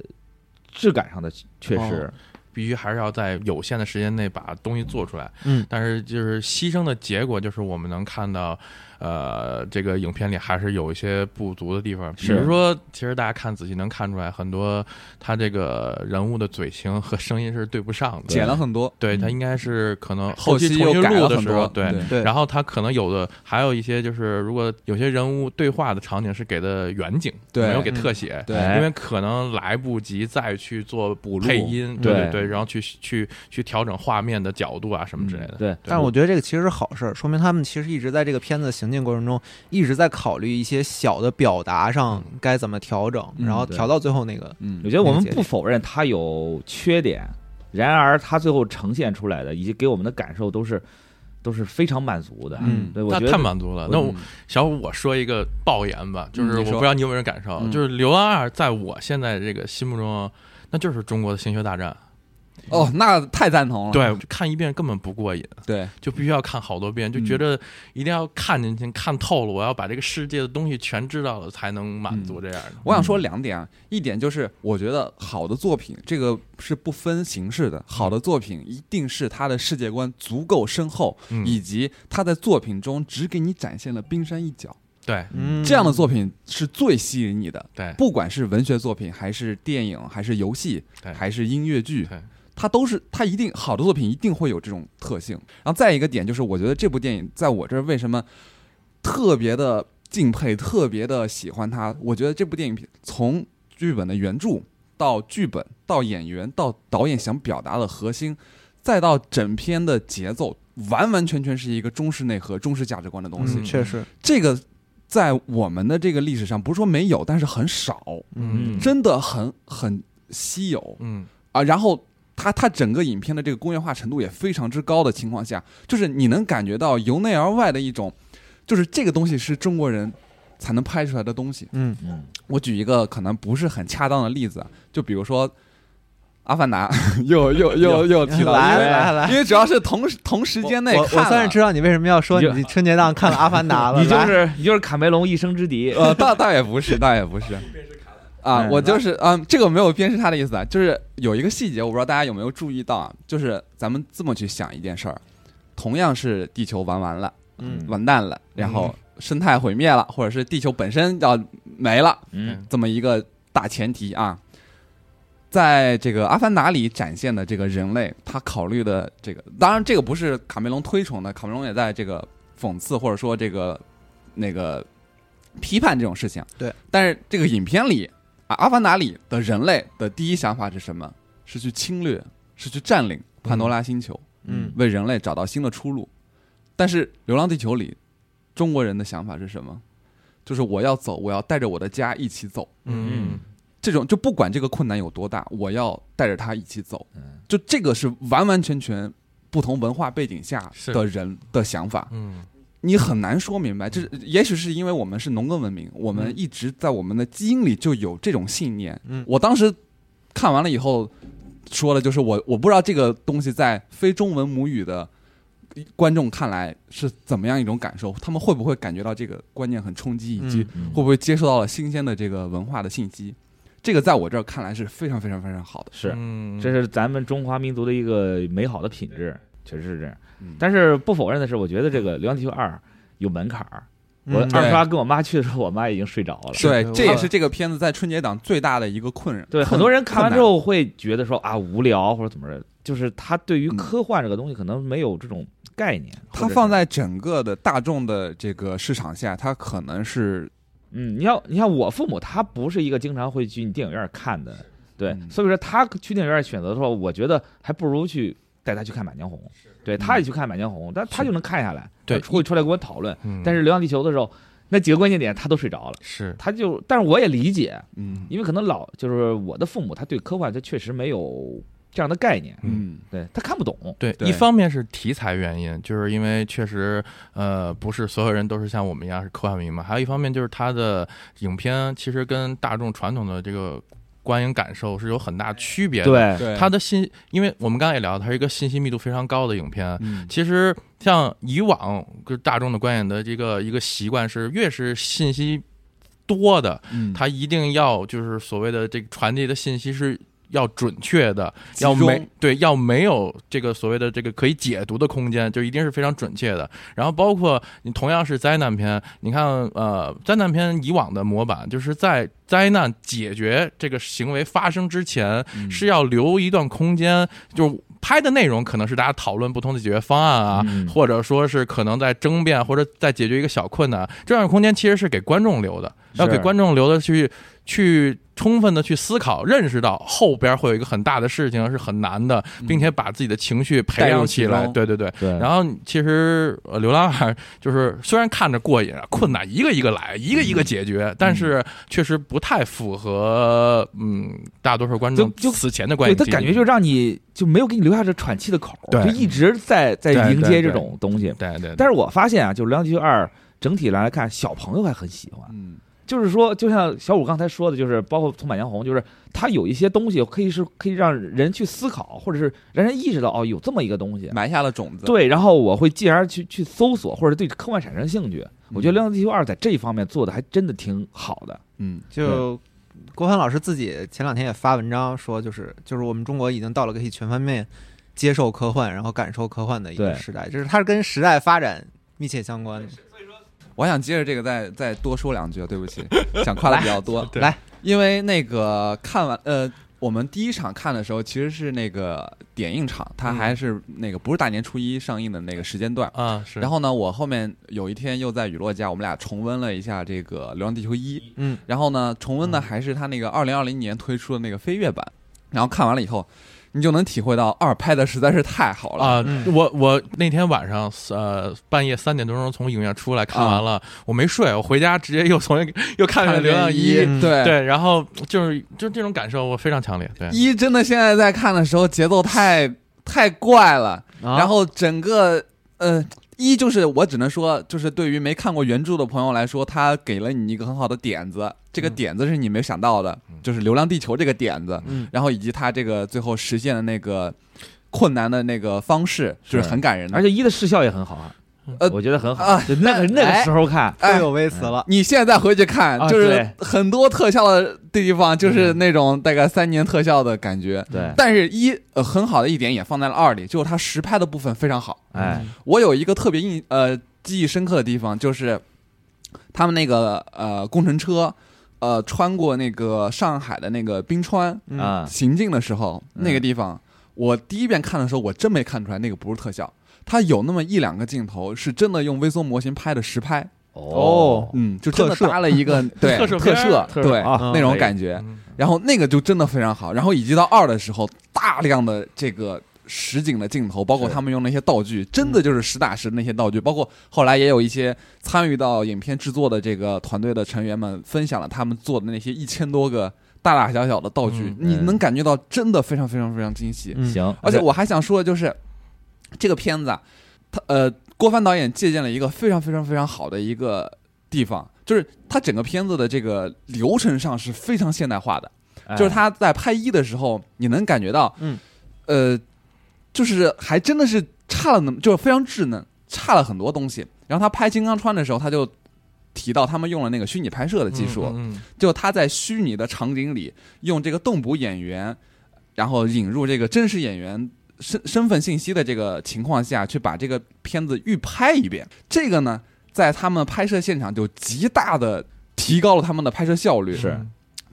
Speaker 5: 质感上的缺
Speaker 2: 哦
Speaker 5: 失。
Speaker 3: 必须还是要在有限的时间内把东西做出来。
Speaker 2: 嗯，
Speaker 3: 但是就是牺牲的结果，就是我们能看到，呃，这个影片里还是有一些不足的地方。比
Speaker 5: 是
Speaker 3: 如说，其实大家看仔细能看出来，很多他这个人物的嘴型和声音是对不上的。
Speaker 4: 减了很多，
Speaker 3: 对
Speaker 5: 嗯
Speaker 3: 他应该是可能
Speaker 4: 后
Speaker 3: 嗯期重
Speaker 4: 又
Speaker 3: 新
Speaker 4: 改
Speaker 3: 录
Speaker 4: 了
Speaker 3: 的
Speaker 4: 很
Speaker 3: 时候，
Speaker 4: 多，
Speaker 3: 对，
Speaker 2: 对
Speaker 3: 然后他可能有的还有一些就是，如果有些人物对话的场景是给的远景，
Speaker 4: 对
Speaker 3: 没有给特写，
Speaker 4: 对
Speaker 5: 哎
Speaker 3: 因为可能来不及再去做
Speaker 4: 补录
Speaker 3: 配音，
Speaker 5: 对
Speaker 3: 对对，然后去去去调整画面的角度啊什么之类的。
Speaker 5: 嗯对，
Speaker 2: 但是我觉得这个其实是好事，儿，说明他们其实一直在这个片子行进过程中，一直在考虑一些小的表达上该怎么调整，
Speaker 4: 嗯
Speaker 2: 然后
Speaker 5: 对
Speaker 2: 调到最后那个，
Speaker 5: 我
Speaker 4: 嗯
Speaker 5: 觉得我们
Speaker 2: 理解
Speaker 5: 不否认它有缺点，然而它最后呈现出来的以及给我们的感受都是都是非常满足的。
Speaker 4: 嗯
Speaker 5: 对，我
Speaker 3: 那
Speaker 5: 觉得
Speaker 3: 太满足了。那我小五，我说一个爆言吧，就
Speaker 4: 嗯
Speaker 3: 是我
Speaker 4: 你说
Speaker 3: 不知道你有没有感受，
Speaker 4: 嗯
Speaker 3: 就是《流浪二》在我现在这个心目中，那就是中国的星球大战。
Speaker 4: 哦，那太赞同了，
Speaker 3: 对，看一遍根本不过瘾，
Speaker 4: 对，
Speaker 3: 就必须要看好多遍，就觉得一定要看进去、看透了，我要把这个世界的东西全知道了，才能满足这样的。
Speaker 4: 我想说两点啊，一点就是我觉得好的作品，这个是不分形式的，好的作品一定是它的世界观足够深厚，
Speaker 3: 嗯
Speaker 4: 以及它在作品中只给你展现了冰山一角，
Speaker 3: 对
Speaker 2: 嗯，
Speaker 4: 这样的作品是最吸引你的。
Speaker 3: 对
Speaker 4: 不管是文学作品，还是电影，还是游戏，
Speaker 3: 对
Speaker 4: 还是音乐剧
Speaker 3: 对，
Speaker 4: 它都是它一定好的作品一定会有这种特性。然后再一个点就是，我觉得这部电影在我这儿为什么特别的敬佩，特别的喜欢它？我觉得这部电影从剧本的原著到剧本，到演员，到导演想表达的核心，再到整篇的节奏，完完全全是一个中式内核、中式价值观的东西。
Speaker 2: 嗯，确实，
Speaker 4: 这个在我们的这个历史上，不是说没有，但是很少，
Speaker 5: 嗯
Speaker 4: 真的很很稀有
Speaker 3: 嗯
Speaker 4: 啊。然后它它整个影片的这个工业化程度也非常之高的情况下，就是你能感觉到由内而外的一种，就是这个东西是中国人才能拍出来的东西。
Speaker 2: 嗯
Speaker 5: 嗯
Speaker 4: 我举一个可能不是很恰当的例子啊，就比如说《阿凡达》 又，又又又又提到了，
Speaker 2: 来
Speaker 4: 因为
Speaker 2: 来来
Speaker 4: 因为主要是同时同时间内
Speaker 2: 我我
Speaker 4: 看了，
Speaker 2: 算是知道你为什么要说
Speaker 5: 你就
Speaker 2: 你春节档看了《阿凡达》了，
Speaker 5: 你就
Speaker 2: 来
Speaker 5: 是你就是卡梅隆一生之敌，
Speaker 4: 呃，倒倒也不是，倒也不是。啊，
Speaker 5: 嗯
Speaker 4: 我就是啊、这个没有鞭尸他的意思啊，就是有一个细节，我不知道大家有没有注意到啊，就是咱们这么去想一件事儿，同样是地球玩完了，
Speaker 2: 嗯
Speaker 4: 完蛋了，然后生态毁灭了，或者是地球本身要没了，
Speaker 5: 嗯
Speaker 4: 这么一个大前提啊。在这个《阿凡达》里展现的这个人类，他考虑的这个，当然这个不是卡梅隆推崇的，卡梅隆也在这个讽刺或者说这个那个批判这种事情。
Speaker 2: 对，
Speaker 4: 但是这个影片里啊，《阿凡达》里的人类的第一想法是什么？是去侵略，是去占领潘多拉星球，
Speaker 2: 嗯
Speaker 4: 为人类找到新的出路。但是《流浪地球》里，中国人的想法是什么？就是我要走，我要带着我的家一起走。
Speaker 3: 嗯
Speaker 4: 这种就不管这个困难有多大，我要带着他一起走
Speaker 5: 嗯。
Speaker 4: 就这个是完完全全不同文化背景下
Speaker 3: 是
Speaker 4: 的人的想法，
Speaker 3: 嗯
Speaker 4: 你很难说明白。就是也许是因为我们是农耕文明，我们
Speaker 3: 嗯
Speaker 4: 一直在我们的基因里就有这种信念。
Speaker 2: 嗯
Speaker 4: 我当时看完了以后说的就是我我不知道这个东西在非中文母语的。观众看来是怎么样一种感受？他们会不会感觉到这个观念很冲击，以及
Speaker 2: 嗯
Speaker 5: 嗯
Speaker 4: 会不会接受到了新鲜的这个文化的信息？这个在我这儿看来是非常非常非常好的。
Speaker 5: 是，
Speaker 3: 嗯
Speaker 5: 这是咱们中华民族的一个美好的品质，确实是这样。
Speaker 4: 嗯
Speaker 5: 但是不否认的是，我觉得这个《流浪地球二》有门槛儿。我
Speaker 2: 嗯
Speaker 5: 二
Speaker 4: 对
Speaker 5: 刷跟我妈去的时候，我妈已经睡着了。
Speaker 4: 对
Speaker 2: 是，
Speaker 4: 这也是这个片子在春节档最大的一个困扰。
Speaker 5: 对，
Speaker 4: 困
Speaker 5: 很多人看完
Speaker 4: 困难
Speaker 5: 之后会觉得说啊无聊或者怎么着，就是他对于
Speaker 4: 嗯
Speaker 5: 科幻这个东西可能没有这种概念。
Speaker 4: 它放在整个的大众的这个市场下，它可能是
Speaker 5: 嗯，你像你像我父母，他不是一个经常会去电影院看的，对，
Speaker 4: 嗯
Speaker 5: 所以说他去电影院选择的时候，我觉得还不如去带他去看《满江红》，对，他也去看《满江红》，但他就能看下来，
Speaker 3: 嗯对
Speaker 5: 他会出来跟我讨论。
Speaker 3: 嗯
Speaker 5: 但是《流浪地球》的时候，那几个关键点他都睡着了，
Speaker 3: 是
Speaker 5: 他就，但是我也理解，
Speaker 4: 嗯
Speaker 5: 因为可能老就是我的父母，他对科幻他确实没有这样的概念，
Speaker 4: 嗯
Speaker 5: 对他看不懂，
Speaker 3: 对，
Speaker 4: 对
Speaker 3: 一方面是题材原因，就是因为确实，呃，不是所有人都是像我们一样是科幻迷嘛。还有一方面就是它的影片其实跟大众传统的这个观影感受是有很大区别
Speaker 5: 对，
Speaker 3: 的。，
Speaker 4: 对
Speaker 3: 它的信，因为我们刚才也聊，它是一个信息密度非常高的影片。
Speaker 4: 嗯
Speaker 3: 其实像以往就是大众的观影的这个一个习惯是，越是信息多的，
Speaker 4: 嗯
Speaker 3: 它一定要就是所谓的这个传递的信息是要准确的，
Speaker 4: 集
Speaker 3: 要
Speaker 4: 中
Speaker 3: 没对，要没有这个所谓的这个可以解读的空间，就一定是非常准确的。然后包括你同样是灾难片，你看呃，灾难片以往的模板就是在灾难解决这个行为发生之前，
Speaker 4: 嗯
Speaker 3: 是要留一段空间，就是拍的内容可能是大家讨论不同的解决方案啊，
Speaker 5: 嗯
Speaker 3: 或者说是可能在争辩啊或者在解决一个小困难，啊这样的空间其实是给观众留的，
Speaker 5: 是
Speaker 3: 要给观众留的去去充分的去思考，认识到后边会有一个很大的事情是很难的，
Speaker 5: 嗯
Speaker 3: 并且把自己的情绪培养起
Speaker 4: 带入
Speaker 3: 来。
Speaker 4: 其中
Speaker 3: 对对对。
Speaker 5: 对，
Speaker 3: 然后其实呃《流浪二》就是虽然看着过瘾啊，困难一个一个来，一个一
Speaker 5: 嗯
Speaker 3: 个解决，但是确实不太符合嗯大多数观众
Speaker 5: 就就
Speaker 3: 此前的观
Speaker 5: 对
Speaker 3: 影
Speaker 5: 他
Speaker 3: 经历。
Speaker 5: 感觉就让你就没有给你留下这喘气的口儿，
Speaker 3: 对
Speaker 5: 就一直在在
Speaker 3: 对
Speaker 5: 迎
Speaker 3: 对
Speaker 5: 接这
Speaker 3: 对
Speaker 5: 种东西。
Speaker 3: 对对，
Speaker 5: 但是我发现啊，就是《流浪地球二》整体来看，小朋友还很喜欢。
Speaker 4: 嗯
Speaker 5: 就是说，就像小五刚才说的，就是包括从《满江红》，就是它有一些东西可以是可以让人去思考，或者是让人意识到哦，有这么一个东西。
Speaker 4: 埋下了种子。
Speaker 5: 对，然后我会进而去去搜索，或者对科幻产生兴趣。我
Speaker 3: 嗯
Speaker 5: 觉得《流浪地球二》在这一方面做的还真的挺好的。
Speaker 4: 嗯
Speaker 2: 就郭帆老师自己前两天也发文章说，就是就是我们中国已经到了可以全方面接受科幻，然后感受科幻的一个
Speaker 5: 对
Speaker 2: 时代，就是它是跟时代发展密切相关的。
Speaker 4: 我想接着这个再再多说两句，对不起，想夸的比较多。
Speaker 2: 来来，
Speaker 4: 因为那个看完呃，我们第一场看的时候其实是那个点映场，它还是那个不是大年初一上映的那个时间段。
Speaker 3: 啊是，
Speaker 4: 然
Speaker 3: 后
Speaker 4: 后呢，我后面有一天又在雨落家，我们俩重温了一下这个《流浪地球一》，
Speaker 2: 嗯，
Speaker 4: 然后呢，重温的还是他那个二零二零年推出的那个飞跃版。然后看完了以后，你就能体会到二拍的实在是太好了。
Speaker 3: 啊、
Speaker 2: 嗯
Speaker 3: 我我那天晚上呃半夜三点多钟从影院出来看完
Speaker 4: 啊
Speaker 3: 了，我没睡，我回家直接又从又看了《流浪一》
Speaker 2: 嗯
Speaker 4: 对
Speaker 3: 对，然后就是就是这种感受，我非常强烈。对，
Speaker 4: 一真的现在在看的时候节奏太太怪了，
Speaker 5: 啊
Speaker 4: 然后整个呃。一就是我只能说，就是对于没看过原著的朋友来说，他给了你一个很好的点子，这
Speaker 5: 嗯
Speaker 4: 个点子是你没想到的，就是《流浪地球》这个点子，
Speaker 2: 嗯
Speaker 4: 然后以及他这个最后实现的那个困难的那个方式，就是
Speaker 5: 是
Speaker 4: 很感人的
Speaker 5: 而。且一的视效也很好啊，
Speaker 4: 呃
Speaker 5: 我觉得很好
Speaker 4: 啊，
Speaker 5: 就那个那个时候看，
Speaker 4: 哎
Speaker 2: 太有微词了。
Speaker 4: 你现在回去看，
Speaker 5: 啊
Speaker 4: 就是
Speaker 5: 对
Speaker 4: 很多特效的地方，就是那种大概三年特效的感觉。
Speaker 5: 对，
Speaker 4: 但是一，呃很好的一点也放在了二里，就是它实拍的部分非常好。
Speaker 5: 哎，
Speaker 2: 嗯
Speaker 4: 我有一个特别印呃记忆深刻的地方，就是他们那个呃工程车呃穿过那个上海的那个冰川
Speaker 2: 嗯
Speaker 5: 啊，
Speaker 4: 行进的时候，
Speaker 5: 嗯
Speaker 4: 那个地方我第一遍看的时候，我真没看出来那个不是特效。它有那么一两个镜头是真的用微缩模型拍的实拍，
Speaker 5: 哦，
Speaker 4: 嗯，就真的
Speaker 2: 特摄
Speaker 4: 搭了一个对
Speaker 3: 特摄片儿
Speaker 4: 摄
Speaker 5: 特摄
Speaker 4: 对
Speaker 5: 啊
Speaker 4: 那种
Speaker 5: 可以
Speaker 4: 感觉，
Speaker 3: 嗯
Speaker 4: 然后那个就真的非常好，然后以及到二的时候，大量的这个实景的镜头，包括
Speaker 5: 是
Speaker 4: 他们用那些道具，真的就是实打实的那些道具，包括后来也有一些参与到影片制作的这个团队的成员们分享了他们做的那些一千多个大大小小的道具
Speaker 3: 嗯，
Speaker 4: 你
Speaker 5: 嗯
Speaker 4: 能感觉到真的非常非常非常惊喜。
Speaker 2: 嗯
Speaker 5: 行，
Speaker 4: 而且我还想说的就是，这个片子啊，他呃，郭帆导演借鉴了一个非常非常非常好的一个地方，就是他整个片子的这个流程上是非常现代化的。
Speaker 5: 哎
Speaker 4: 就是他在拍一的时候，你能感觉到，
Speaker 2: 嗯，
Speaker 4: 呃，就是还真的是差了那么，就是非常稚嫩，差了很多东西。然后他拍《金刚川》的时候，他就提到他们用了那个虚拟拍摄的技术，
Speaker 3: 嗯
Speaker 4: 就他在虚拟的场景里用这个动捕演员，然后引入这个真实演员身身份信息的这个情况下，去把这个片子预拍一遍。这个呢，在他们拍摄现场就极大的提高了他们的拍摄效
Speaker 3: 嗯
Speaker 4: 率。
Speaker 5: 是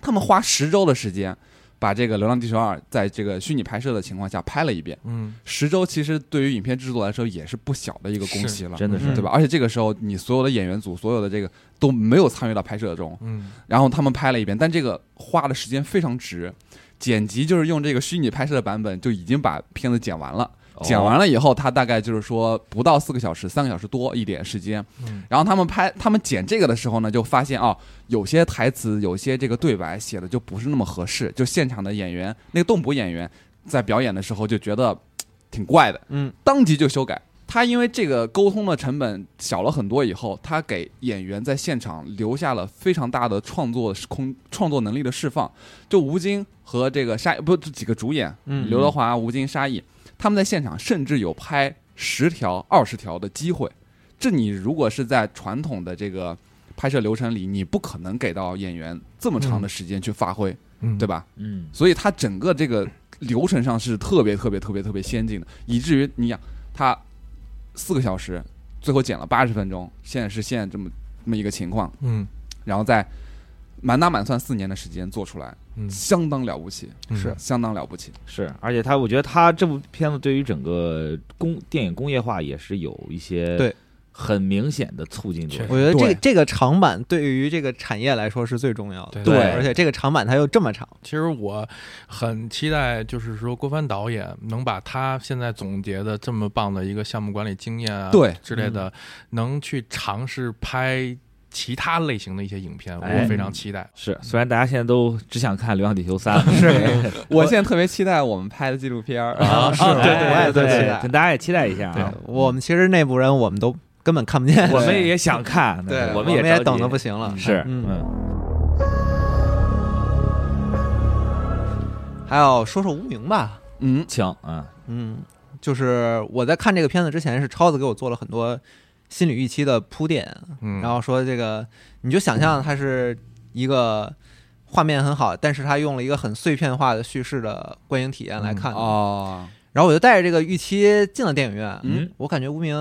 Speaker 4: 他们花十周的时间，把这个《流浪地球二》在这个虚拟拍摄的情况下拍了一遍。
Speaker 3: 嗯
Speaker 4: 十周其实对于影片制作来说也是不小的一个工期了，
Speaker 5: 哎
Speaker 4: 嗯
Speaker 5: 真的是
Speaker 4: 对吧？而且这个时候你所有的演员组、所有的这个都没有参与到拍摄中，
Speaker 3: 嗯
Speaker 4: 然后他们拍了一遍，但这个花的时间非常值。剪辑就是用这个虚拟拍摄的版本就已经把片子剪完了，
Speaker 5: 哦
Speaker 2: 哦
Speaker 4: 剪完了以后，它大概就是说不到四个小时，三个小时多一点时间。
Speaker 3: 嗯
Speaker 4: 然后他们拍他们剪这个的时候呢，就发现啊、有些台词、有些这个对白写的就不是那么合适，就现场的演员那个动捕演员在表演的时候就觉得嘖挺怪的，
Speaker 2: 嗯，
Speaker 4: 当即就修改。他因为这个沟通的成本小了很多，以后他给演员在现场留下了非常大的创作空创作能力的释放。就吴京和这个沙不这几个主演，
Speaker 2: 嗯
Speaker 4: 刘德华、吴京、沙溢，他们在现场甚至有拍十条、二十条的机会。这你如果是在传统的这个拍摄流程里，你不可能给到演员这么长的时间去发挥，
Speaker 3: 嗯，
Speaker 4: 对吧？
Speaker 5: 嗯，
Speaker 4: 所以它整个这个流程上是特别特别特别特别先进的，以至于你想，它四个小时，最后剪了八十分钟，现在是现在这么这么一个情况，
Speaker 3: 嗯
Speaker 4: 然后在满打满算四年的时间做出来，
Speaker 3: 嗯
Speaker 4: 相当了不起，
Speaker 3: 嗯
Speaker 2: 是
Speaker 4: 相当了不起。
Speaker 5: 是，而且他，我觉得他这部片子对于整个工电影工业化也是有一些
Speaker 2: 对
Speaker 5: 很明显的促进作
Speaker 3: 确
Speaker 5: 用
Speaker 3: 实
Speaker 2: 我觉得这
Speaker 4: 对
Speaker 2: 个这个长板对于这个产业来说是最重要的，
Speaker 3: 对
Speaker 5: 对
Speaker 2: 而且这个长板它又这么长，
Speaker 3: 其实我很期待，就是说郭帆导演能把他现在总结的这么棒的一个项目管理经验啊，
Speaker 4: 对
Speaker 3: 之类的，能去尝试拍其他类型的一些影片，
Speaker 5: 哎
Speaker 3: 我非常期待。
Speaker 5: 是，虽然大家现在都只想看《流浪地球三》了，
Speaker 4: 是我现在特别期待我们拍的纪录片儿
Speaker 5: 啊，
Speaker 2: 是吗我也
Speaker 5: 对
Speaker 2: 特期
Speaker 5: 对
Speaker 2: 待
Speaker 5: 对，大家也期待一下啊。
Speaker 2: 我们其实内部人我们都根本看不见，
Speaker 5: 我们也想看，
Speaker 2: 对，
Speaker 5: 我
Speaker 2: 们
Speaker 5: 们也着急
Speaker 2: 等的不行了。
Speaker 5: 是，
Speaker 2: 嗯
Speaker 5: 嗯，
Speaker 2: 还有说说无名吧，
Speaker 4: 嗯，
Speaker 5: 请啊，
Speaker 2: 嗯，就是我在看这个片子之前，是超子给我做了很多心理预期的铺垫，
Speaker 3: 嗯，
Speaker 2: 然后说这个，你就想象它是一个画面很好，但是它用了一个很碎片化的叙事的观影体验来看的。
Speaker 4: 哦，
Speaker 2: 然后我就带着这个预期进了电影院，
Speaker 5: 嗯，
Speaker 2: 我感觉《无名》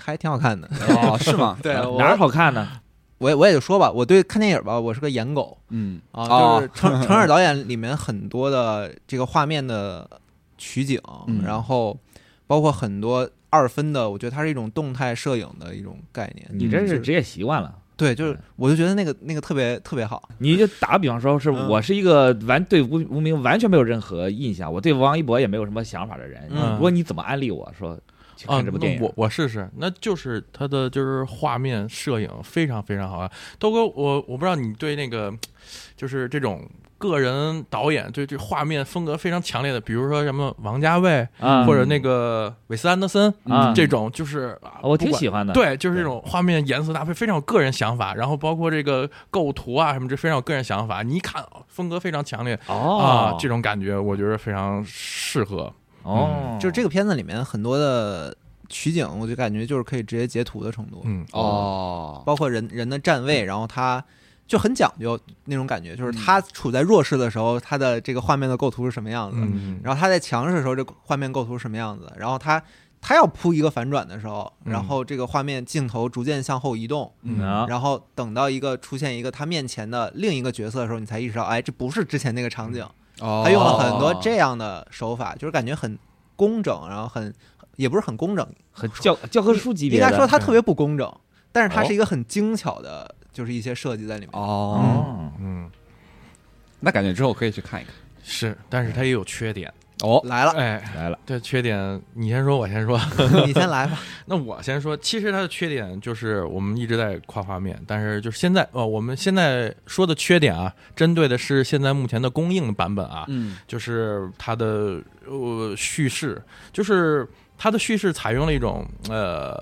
Speaker 2: 还挺好看的。啊
Speaker 4: 哦，是吗？
Speaker 2: 对
Speaker 5: 哪儿
Speaker 2: 我
Speaker 5: 好看呢？
Speaker 2: 我也我也就说吧，我对看电影吧，我是个颜狗
Speaker 4: 嗯，
Speaker 2: 啊，就是程程耳导演里面很多的这个画面的取景，
Speaker 4: 嗯
Speaker 2: 然后包括很多二分的，我觉得它是一种动态摄影的一种概念。
Speaker 5: 你这是职业习惯了，
Speaker 2: 对，就是我就觉得那个那个特别特别好，
Speaker 5: 你就打个比方说，是
Speaker 2: 嗯
Speaker 5: 我是一个完对无无名完全没有任何印象，我对王一博也没有什么想法的人。
Speaker 2: 嗯
Speaker 5: 如果你怎么安利我说去
Speaker 3: 啊，
Speaker 5: 看这部电
Speaker 3: 那
Speaker 5: 影
Speaker 3: 我，我试试，那就是它的就是画面摄影非常非常好啊。豆哥，我我不知道你对那个就是这种个人导演对这画面风格非常强烈的，比如说什么王家卫、
Speaker 5: 啊，
Speaker 3: 或者那个韦斯安德森、
Speaker 5: 啊
Speaker 3: 这种，就是、啊
Speaker 5: 啊我
Speaker 3: 不
Speaker 5: 挺
Speaker 3: 管
Speaker 5: 喜欢的。
Speaker 3: 对，就是这种画面颜色搭配非常有个人想法，然后包括这个构图啊什么，这非常有个人想法。你一看哦风格非常强烈、
Speaker 5: 哦
Speaker 3: 啊，，这种感觉我觉得非常适合。
Speaker 5: 哦，
Speaker 3: 嗯
Speaker 2: 就是这个片子里面很多的取景，我就感觉就是可以直接截图的程度，
Speaker 3: 嗯，
Speaker 4: 哦，
Speaker 2: 包括人人的站位，然后他就很讲究那种感觉，就是他处在弱势的时候，他的这个画面的构图是什么样子，
Speaker 3: 嗯，
Speaker 2: 然后他在强势的时候，这画面构图是什么样子，然后他他要铺一个反转的时候，
Speaker 3: 嗯
Speaker 2: 然后这个画面镜头逐渐向后移动，
Speaker 5: 嗯啊
Speaker 2: 然后等到一个出现一个他面前的另一个角色的时候，你才意识到，哎，这不是之前那个场景。
Speaker 4: 哦
Speaker 2: 他用了很多这样的手法，就是感觉很工整，然后很也不是很工整，
Speaker 5: 很教教科书级
Speaker 2: 应
Speaker 5: 别
Speaker 2: 该
Speaker 5: 的。
Speaker 2: 说它特别不工整，但是它是一个很精巧的，就是一些设计在里面。
Speaker 4: 哦，
Speaker 5: 哦，
Speaker 3: 嗯
Speaker 4: 那感觉之后可以去看一看。
Speaker 3: 是，但是它也有缺点。
Speaker 4: 哦，
Speaker 2: 来了，
Speaker 3: 哎，
Speaker 5: 啊来了，
Speaker 3: 这缺点你先说，我先说。
Speaker 2: 你先来吧。
Speaker 3: 那我先说，其实它的缺点就是我们一直在夸画面，但是就是现在呃，我们现在说的缺点啊，针对的是现在目前的公映版本啊，
Speaker 4: 嗯，
Speaker 3: 就是它的呃叙事，就是它的叙事采用了一种呃，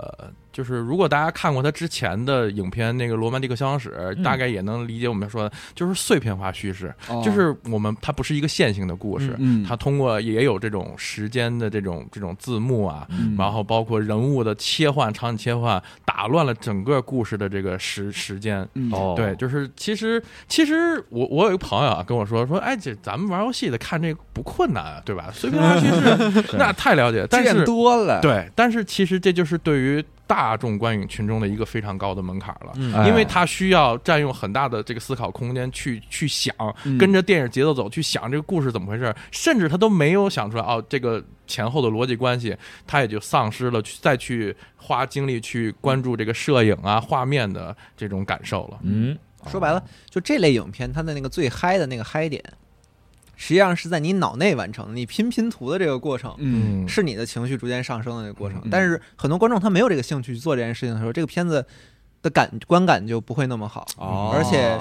Speaker 3: 就是如果大家看过它之前的影片那个《罗曼蒂克消亡史》，
Speaker 5: 嗯
Speaker 3: 大概也能理解我们说的，就是碎片化叙事，
Speaker 4: 哦
Speaker 3: 就是我们它不是一个线性的故事，
Speaker 4: 嗯嗯
Speaker 3: 它通过也有这种时间的这种这种字幕啊，
Speaker 4: 嗯
Speaker 3: 然后包括人物的切换、场景切换，打乱了整个故事的这个时时间。
Speaker 4: 嗯
Speaker 5: 哦，
Speaker 3: 对，就是其实其实我我有一个朋友啊跟我说说，哎，这咱们玩游戏的看这个不困难啊，对吧？随便玩趋势
Speaker 5: 是
Speaker 3: 那太了解，但
Speaker 4: 见
Speaker 3: 是
Speaker 4: 多了，
Speaker 3: 对，但是其实这就是对于大众观影群众的一个非常高的门槛了。
Speaker 2: 嗯
Speaker 5: 哎
Speaker 3: 因为它需要占用很大的这个思考空间去去想，
Speaker 4: 嗯
Speaker 3: 跟着电影节奏走去想这个故事怎么回事，甚至他都没有想出来哦，这个前后的逻辑关系，他也就丧失了去再去花精力去关注这个摄影啊、画面的这种感受了。
Speaker 5: 嗯，
Speaker 2: 说白了，就这类影片，它的那个最嗨的那个嗨点，实际上是在你脑内完成的，你拼拼图的这个过程。
Speaker 4: 嗯，
Speaker 2: 是你的情绪逐渐上升的那个过程
Speaker 4: 嗯，
Speaker 2: 但是很多观众他没有这个兴趣去做这件事情的时候，这个片子的感观感就不会那么好。
Speaker 4: 哦，
Speaker 2: 而且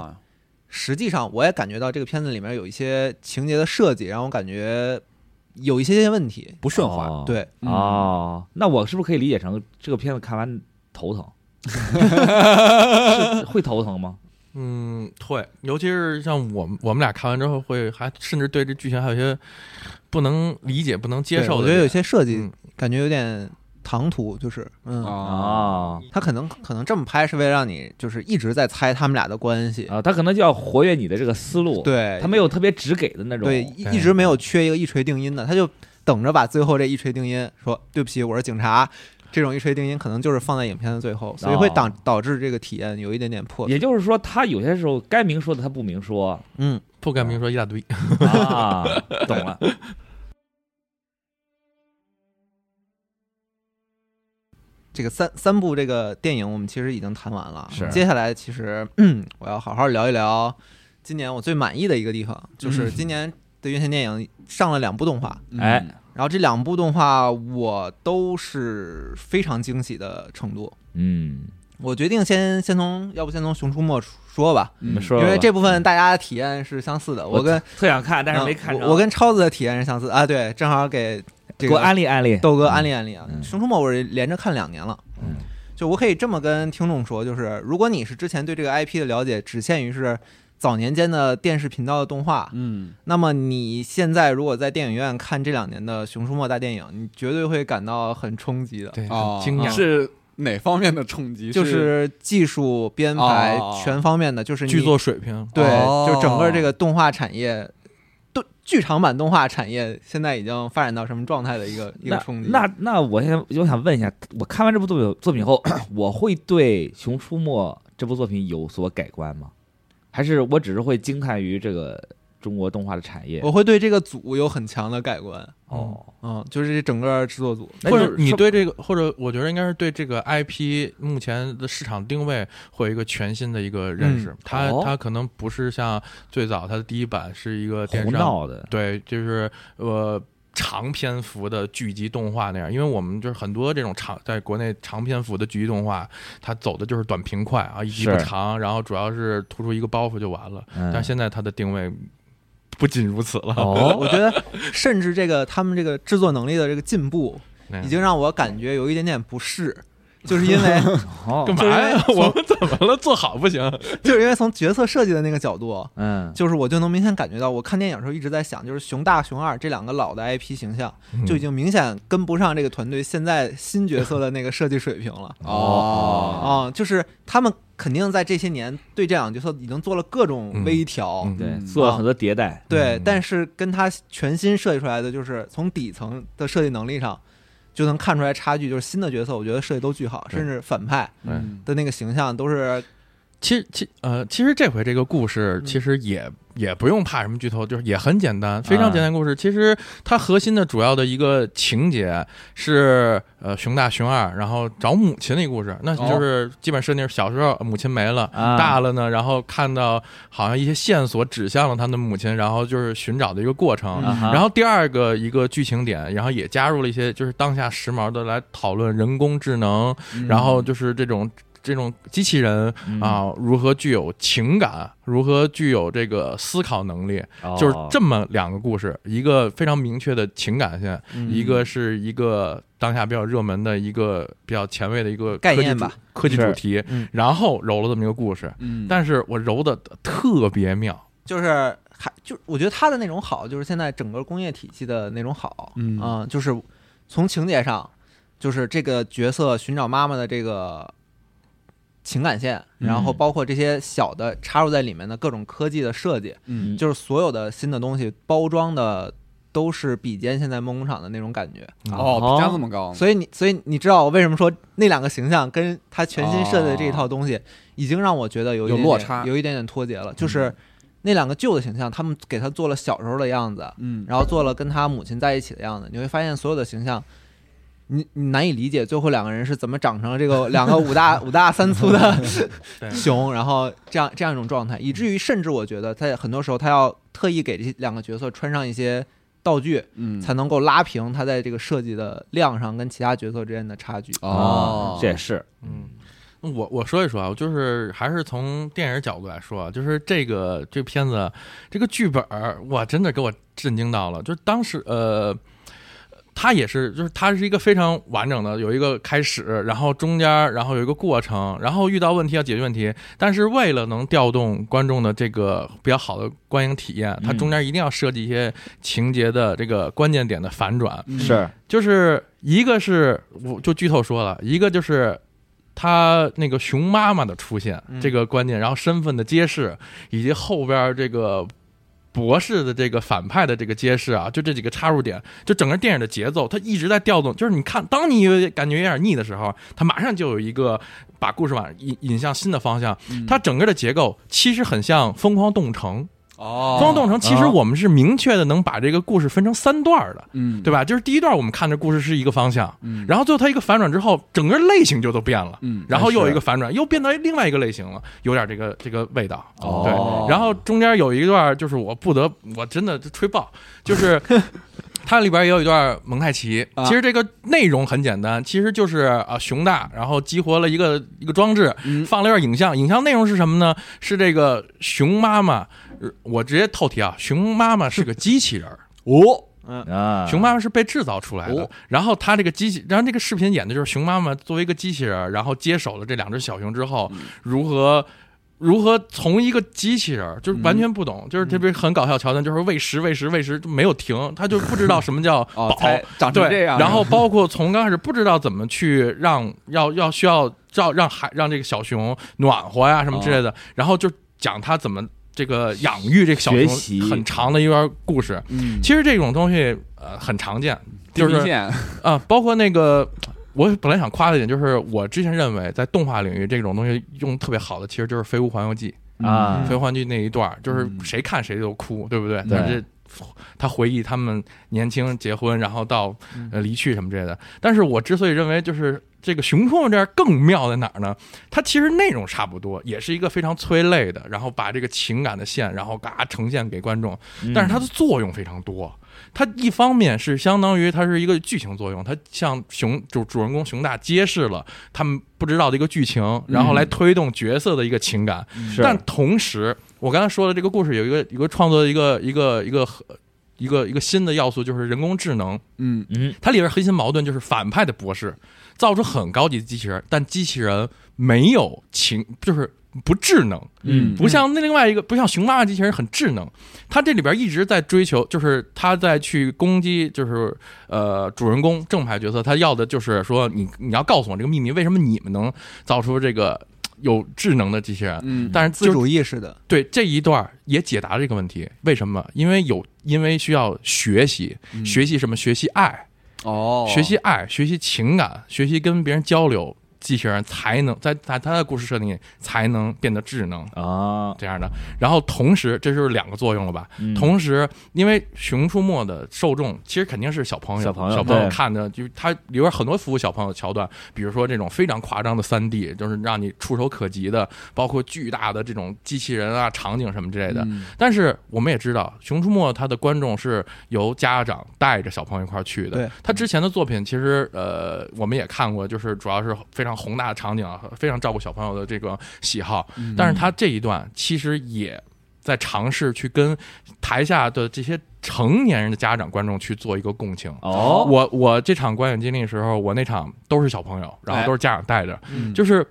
Speaker 2: 实际上我也感觉到这个片子里面有一些情节的设计让我感觉有一些些问题。啊
Speaker 4: 不顺滑，
Speaker 5: 哦，
Speaker 2: 对，
Speaker 4: 嗯
Speaker 5: 哦，那我是不是可以理解成这个片子看完 头疼？是会头疼吗？
Speaker 3: 嗯，对，尤其是像我们我们俩看完之后会还甚至对这剧情还有一些不能理解、不能接
Speaker 2: 对
Speaker 3: 受
Speaker 2: 我
Speaker 3: 的
Speaker 2: 觉
Speaker 3: 点。
Speaker 2: 得有些设计
Speaker 3: 嗯
Speaker 2: 感觉有点唐突，就是嗯，
Speaker 4: 啊，
Speaker 5: 啊
Speaker 2: 他可能可能这么拍是为了让你就是一直在猜他们俩的关系。
Speaker 5: 啊，他可能就要活跃你的这个思路，，
Speaker 2: 对，
Speaker 5: 他没有特别直给的那种，
Speaker 2: 哎对，一一直没有缺一个一锤定音的，他就等着把最后这一锤定音说对不起，我是警察。这种一锤定音可能就是放在影片的最后，所以会导
Speaker 5: 哦
Speaker 2: 导致这个体验有一点点破碎。
Speaker 5: 也就是说，他有些时候该明说的他不 明说
Speaker 2: 嗯，
Speaker 3: 不敢明说一大堆。
Speaker 5: 啊，懂了。
Speaker 2: 这个三三部这个电影我们其实已经谈完了，
Speaker 5: 是
Speaker 2: 接下来其实、嗯、我要好好聊一聊今年我最满意的一个地方，就是
Speaker 4: 嗯
Speaker 2: 今年的院线电影上了两部动画，
Speaker 4: 嗯
Speaker 5: 哎，
Speaker 2: 然后这两部动画我都是非常惊喜的程度。
Speaker 5: 嗯，
Speaker 2: 我决定先先从，要不先从《熊出没》说吧，
Speaker 5: 你
Speaker 4: 嗯
Speaker 5: 们说吧，
Speaker 2: 因为这部分大家的体验是相似的。我跟
Speaker 5: 特想看，但是没看
Speaker 2: 嗯
Speaker 5: 着。啊
Speaker 2: 我我跟超子的体验是相似啊。对，正好给这
Speaker 5: 给我
Speaker 2: 个
Speaker 5: 安利安利，
Speaker 2: 豆哥安利安利啊，
Speaker 5: 嗯
Speaker 2: 熊出没》我是连着看两年了。
Speaker 5: 嗯
Speaker 2: 就我可以这么跟听众说，就是如果你是之前对这个 IP 的了解只限于是早年间的电视频道的动画，
Speaker 4: 嗯，
Speaker 2: 那么你现在如果在电影院看这两年的《熊出没》大电影，你绝对会感到很冲击的。
Speaker 3: 对，
Speaker 4: 哦
Speaker 3: 很
Speaker 2: 啊
Speaker 3: 惊讶。
Speaker 4: 是哪方面的冲击？
Speaker 2: 就是技术编排
Speaker 4: 哦
Speaker 2: 全方面的，就是你
Speaker 3: 剧作水平，
Speaker 2: 对，
Speaker 4: 哦
Speaker 2: 就整个这个动画产业，动剧场版动画产业现在已经发展到什么状态的一个一个
Speaker 5: 那
Speaker 2: 冲击。
Speaker 5: 那那我现在我想问一下，我看完这部作品作品后，我会对《熊出没》这部作品有所改观吗？还是我只是会惊叹于这个中国动画的产业
Speaker 2: 我。会对这个组有很强的改观。
Speaker 5: 哦，
Speaker 2: 哦嗯，就是这整个制作组，
Speaker 5: 那
Speaker 3: 或
Speaker 5: 就
Speaker 3: 者
Speaker 5: 是
Speaker 3: 你
Speaker 5: 说
Speaker 3: 对这个，或者我觉得应该是对这个 IP 目前的市场定位会有一个全新的一个认识。它
Speaker 5: 哦
Speaker 3: 它可能不是像最早它的第一版是一个电
Speaker 5: 胡
Speaker 3: 商，
Speaker 5: 闹的，
Speaker 3: 对，就是呃长篇幅的剧集动画那样。因为我们就是很多这种长在国内长篇幅的剧集动画，它走的就是短平快啊，一集不
Speaker 5: 是
Speaker 3: 长，然后主要是突出一个包袱就完了。
Speaker 5: 嗯
Speaker 3: 但现在它的定位不仅如此了，
Speaker 5: 哦，
Speaker 2: 我觉得甚至这个他们这个制作能力的这个进步，
Speaker 3: 那
Speaker 2: 已经让我感觉有一点点不适，就是因为
Speaker 5: 哦
Speaker 3: 干嘛
Speaker 2: 就是因为
Speaker 3: 呀？
Speaker 2: 从
Speaker 3: 我们怎么了？做好不行？
Speaker 2: 就是因为从角色设计的那个角度，
Speaker 5: 嗯，
Speaker 2: 就是我就能明显感觉到，我看电影的时候一直在想，就是熊大、熊二这两个老的 IP 形象，
Speaker 3: 嗯
Speaker 2: 就已经明显跟不上这个团队现在新角色的那个设计水平 了。
Speaker 4: 哦
Speaker 2: 啊、就是他们肯定在这些年对这两个角色已经做了各种微调，
Speaker 3: 嗯嗯
Speaker 5: 对，
Speaker 4: 嗯
Speaker 5: 做了很多迭代，
Speaker 2: 对
Speaker 3: 嗯，
Speaker 2: 但是跟他全新设计出来的，就是从底层的设计能力上。就能看出来差距，就是新的角色，我觉得设计都巨好，
Speaker 3: 对
Speaker 2: 甚至反派
Speaker 4: 嗯
Speaker 2: 的那个形象都是
Speaker 3: 其实，其呃，其实这回这个故事
Speaker 2: 嗯
Speaker 3: 其实也、也不用怕什么剧透，就是也很简单，非常
Speaker 5: 啊
Speaker 3: 简单的故事。其实它核心的主要的一个情节是呃熊大熊二，然后找母亲的一个故事，那
Speaker 5: 哦
Speaker 3: 就是基本设定是小时候母亲没了。
Speaker 5: 啊
Speaker 3: 大了呢，然后看到好像一些线索指向了他的母亲，然后就是寻找的一个过程。
Speaker 5: 啊哈
Speaker 3: 然后第二个一个剧情点，然后也加入了一些就是当下时髦的来讨论人工智能，然后就是这种这种机器人
Speaker 5: 嗯
Speaker 3: 啊，如何具有情感，如何具有这个思考能力，
Speaker 2: 哦
Speaker 3: 就是
Speaker 5: 哦
Speaker 3: 这么两个故事，一个非常明确的情感线，
Speaker 2: 嗯
Speaker 3: 一个是一个当下比较热门的一个比较前卫的一个
Speaker 2: 概
Speaker 3: 科技
Speaker 2: 念
Speaker 3: 主
Speaker 2: 吧，
Speaker 3: 科技主
Speaker 5: 是
Speaker 3: 题
Speaker 2: 嗯，
Speaker 3: 然后揉了这么一个故事，
Speaker 4: 嗯，
Speaker 3: 但是我揉的特别妙，
Speaker 2: 就是还就我觉得他的那种好，就是现在整个工业体系的那种好，
Speaker 4: 嗯
Speaker 2: 啊就是从情节上，就是这个角色寻找妈妈的这个情感线，
Speaker 4: 嗯
Speaker 2: 然后包括这些小的插入在里面的各种科技的设计，
Speaker 4: 嗯
Speaker 2: 就是所有的新的东西包装的都是比肩现在梦工厂的那种感觉，
Speaker 4: 哦，评价这么高，
Speaker 2: 所以你所以你知道我为什么说那两个形象跟他全新设计的这一套东西，已经让我觉得有一点
Speaker 4: 哦
Speaker 2: 点
Speaker 4: 有落差嗯
Speaker 2: 有一点点脱节了。就是那两个旧的形象，他们给他做了小时候的样子，
Speaker 4: 嗯，
Speaker 2: 然后做了跟他母亲在一起的样子，你会发现所有的形象。你你难以理解最后两个人是怎么长成了这 个两个五大五大三粗的
Speaker 3: 对
Speaker 2: 熊，然后这样这样一种状态，以至于甚至我觉得在很多时候他要特意给这两个角色穿上一些道具，
Speaker 4: 嗯
Speaker 2: 才能够拉平它在这个设计的量上跟其他角色之间的差距。
Speaker 4: 哦
Speaker 5: 啊，，这也是
Speaker 3: 嗯。我我说一说啊，就是还是从电影角度来说啊，就是这个这片子这个剧本儿，哇，真的给我震惊到了。就是当时呃，它也是，就是它是一个非常完整的，有一个开始，然后中间儿，然后有一个过程，然后遇到问题要解决问题。但是为了能调动观众的这个比较好的观影体验，它
Speaker 5: 嗯
Speaker 3: 中间一定要设计一些情节的这个关键点的反转。
Speaker 4: 嗯
Speaker 5: 是
Speaker 3: 就是一个是我就剧透说了，一个就是他那个熊妈妈的出现、
Speaker 2: 嗯
Speaker 3: 这个关键，然后身份的揭示，以及后边这个博士的这个反派的这个揭示啊，就这几个插入点，就整个电影的节奏，它一直在调动。就是你看，当你有感觉有点腻的时候，它马上就有一个把故事往引引向新的方向。
Speaker 4: 嗯
Speaker 3: 它整个的结构其实很像《疯狂动城》，
Speaker 4: 哦，
Speaker 3: 疯狂动城》其实
Speaker 5: 啊
Speaker 3: 我们是明确的能把这个故事分成三段儿的。
Speaker 4: 嗯，
Speaker 3: 对
Speaker 4: 吧？
Speaker 3: 吧？就是第一段我们看着故事是一个方向，
Speaker 4: 嗯，
Speaker 3: 然后最后它一个反转之后，整个类型就都变了，
Speaker 4: 嗯，
Speaker 3: 然后又有一个反转，又变到另外一个类型了，有点这个这个味道。
Speaker 4: 哦
Speaker 3: 对，然后中间有一段就是我不得我真的就吹爆，就是 它里边也有一段蒙太奇，
Speaker 4: 啊
Speaker 3: 其实这个内容很简单，其实就是啊熊大然后激活了一个一个装置，
Speaker 4: 嗯
Speaker 3: 放了一段影像，影像内容是什么呢？是这个熊妈妈，呃我直接透题啊，熊妈妈是个机器人儿。
Speaker 4: 哦，
Speaker 2: 嗯
Speaker 5: 啊，
Speaker 3: 熊妈妈是被制造出来的
Speaker 4: 哦，
Speaker 3: 然后她这个机器，然后这个视频演的就是熊妈妈作为一个机器人儿，然后接手了这两只小熊之后，
Speaker 4: 嗯
Speaker 3: 如何如何从一个机器人儿，就是完全不
Speaker 4: 嗯
Speaker 3: 懂，就是特别很搞笑桥段，就是喂食喂食喂食就没有停，他就不知道什么叫
Speaker 4: 哦，
Speaker 3: 饱，
Speaker 4: 才长成
Speaker 3: 对，
Speaker 4: 这样，
Speaker 3: 然后包括从刚开始不知道怎么去让要要需要让让海让这个小熊暖和
Speaker 4: 哦
Speaker 3: 呀、什么之类的，然后就讲他怎么这个养育这个小
Speaker 5: 学习
Speaker 3: 熊，很长的一段故事。
Speaker 4: 嗯，
Speaker 3: 其实这种东西呃很常见，就是
Speaker 4: 地平线
Speaker 3: 啊、包括那个。我本来想夸的一点就是，我之前认为在动画领域这种东西用得特别好的，其实就是《飞屋环游记》
Speaker 5: 啊
Speaker 2: 嗯
Speaker 3: 飞换剧那一段儿，就是
Speaker 4: 嗯
Speaker 3: 谁看谁都哭，对不对？
Speaker 5: 对
Speaker 3: 就是他回忆他们年轻结婚，然后到呃离去什么之类的。但是我之所以认为就是。这个熊出没这儿更妙在哪儿呢？它其实内容差不多，也是一个非常催泪的，然后把这个情感的线，然后嘎呈现给观众。
Speaker 5: 嗯
Speaker 3: 但是它的作用非常多。它一方面是相当于它是一个剧情作用，它向熊主主人公熊大揭示了他们不知道的一个剧情，然后来推动角色的一个情感。
Speaker 5: 是
Speaker 3: 但同时，我刚才说的这个故事有一个有一个创作的一个一个一个一个一个新的要素，就是人工智能。
Speaker 4: 嗯
Speaker 5: 嗯
Speaker 3: 它里边核心矛盾就是反派的博士造出很高级的机器人，但机器人没有情，就是不智能。
Speaker 5: 嗯
Speaker 3: 不像那另外一个，不像熊妈妈机器人很智能，它这里边一直在追求，就是它在去攻击，就是呃主人公正派角色，他要的就是说你你要告诉我这个秘密，为什么你们能造出这个有智能的机器人？
Speaker 4: 嗯
Speaker 3: 但是
Speaker 2: 自
Speaker 3: 就
Speaker 2: 主意识的，
Speaker 3: 对这一段也解答了这个问题，为什么？因为有因为需要学习，
Speaker 4: 嗯
Speaker 3: 学习什么？学习爱，
Speaker 4: 哦，
Speaker 3: 学习爱，学习情感，学习跟别人交流，机器人才能在在它的故事设定里才能变得智能。
Speaker 5: 啊，
Speaker 3: 这样的，然后同时，这就是两个作用了吧？
Speaker 5: 嗯
Speaker 3: 同时，因为《熊出没》的受众其实肯定是小朋友，
Speaker 5: 小
Speaker 3: 小
Speaker 5: 朋友对
Speaker 3: 看的，就是它里边很多服务小朋友的桥段，比如说这种非常夸张的三 D，就是让你触手可及的，包括巨大的这种机器人啊、场景什么之类的。
Speaker 4: 嗯
Speaker 3: 但是我们也知道，《熊出没》它的观众是由家长带着小朋友一块儿去的
Speaker 2: 对。
Speaker 3: 他之前的作品其实呃，我们也看过，就是主要是非常宏大的场景，啊，非常照顾小朋友的这个喜好。
Speaker 4: 嗯
Speaker 3: 但是他这一段其实也在尝试去跟台下的这些成年人的家长观众去做一个共情。
Speaker 5: 哦，
Speaker 3: 我我这场观影经历的时候，我那场都是小朋友，然后都是家长带着，
Speaker 4: 嗯
Speaker 3: 就是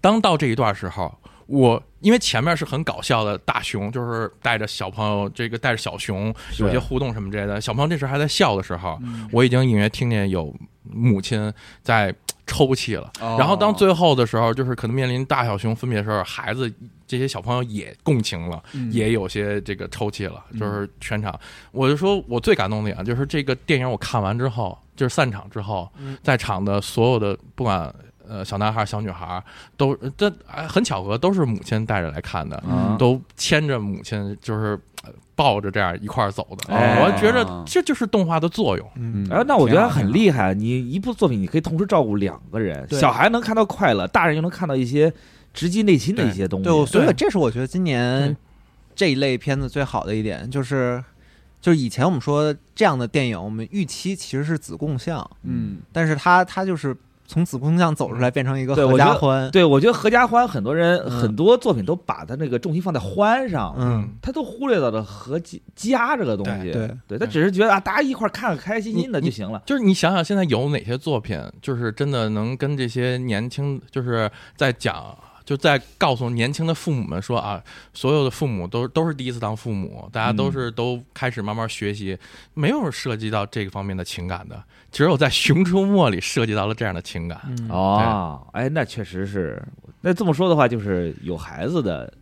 Speaker 3: 当到这一段时候，我因为前面是很搞笑的大熊，就是带着小朋友，这个带着小熊
Speaker 5: 是
Speaker 3: 有些互动什么之类的，小朋友这时候还在笑的时候，
Speaker 4: 嗯
Speaker 3: 我已经隐约听见有母亲在抽泣了。
Speaker 4: 哦
Speaker 3: 然后当最后的时候，就是可能面临大小熊分别的时候，孩子这些小朋友也共情了，
Speaker 4: 嗯
Speaker 3: 也有些这个抽泣了，就是全场，我就说我最感动的一点就是这个电影我看完之后，就是散场之后，
Speaker 4: 嗯
Speaker 3: 在场的所有的不管呃小男孩小女孩都这哎很巧合都是母亲带着来看
Speaker 4: 嗯
Speaker 3: 的，
Speaker 5: 啊
Speaker 3: 都牵着母亲就是呃抱着这样一块儿走的，
Speaker 5: 哎
Speaker 3: 我觉得这就是动画的作用。
Speaker 2: 嗯
Speaker 5: 哎，那我觉得很
Speaker 4: 害。
Speaker 5: 厉害。你一部作品，你可以同时照顾两个人，
Speaker 2: 对
Speaker 5: 小孩能看到快乐，大人又能看到一些直击内心的一些东西。
Speaker 2: 对，我所以
Speaker 3: 对
Speaker 2: 这是我觉得今年这一类片子最好的一点，就是就是以前我们说这样的电影，我们预期其实是子贡像，
Speaker 4: 嗯，
Speaker 2: 但是它它就是从子贡像走出来，变成一个
Speaker 5: 对
Speaker 2: 合
Speaker 5: 我觉
Speaker 2: 家
Speaker 5: 得
Speaker 2: 欢。
Speaker 5: 对我觉得合家欢，很多人、
Speaker 2: 嗯
Speaker 5: 很多作品都把他那个重心放在欢上，
Speaker 2: 嗯，
Speaker 5: 他都忽略到了和家家这个东西。
Speaker 2: 对对
Speaker 5: 他只是觉得啊，大家一块儿看看开心心的就行了。
Speaker 3: 就是你想想，现在有哪些作品，就是真的能跟这些年轻，就是在讲，就在告诉年轻的父母们说啊，所有的父母都都是第一次当父母，大家都是都开始慢慢学习，没有涉及到这个方面的情感的，只有在《熊出没》里涉及到了这样的 情感。
Speaker 2: 嗯，
Speaker 5: 哦，哎，那确实是。那这么说的话，就是有孩子的，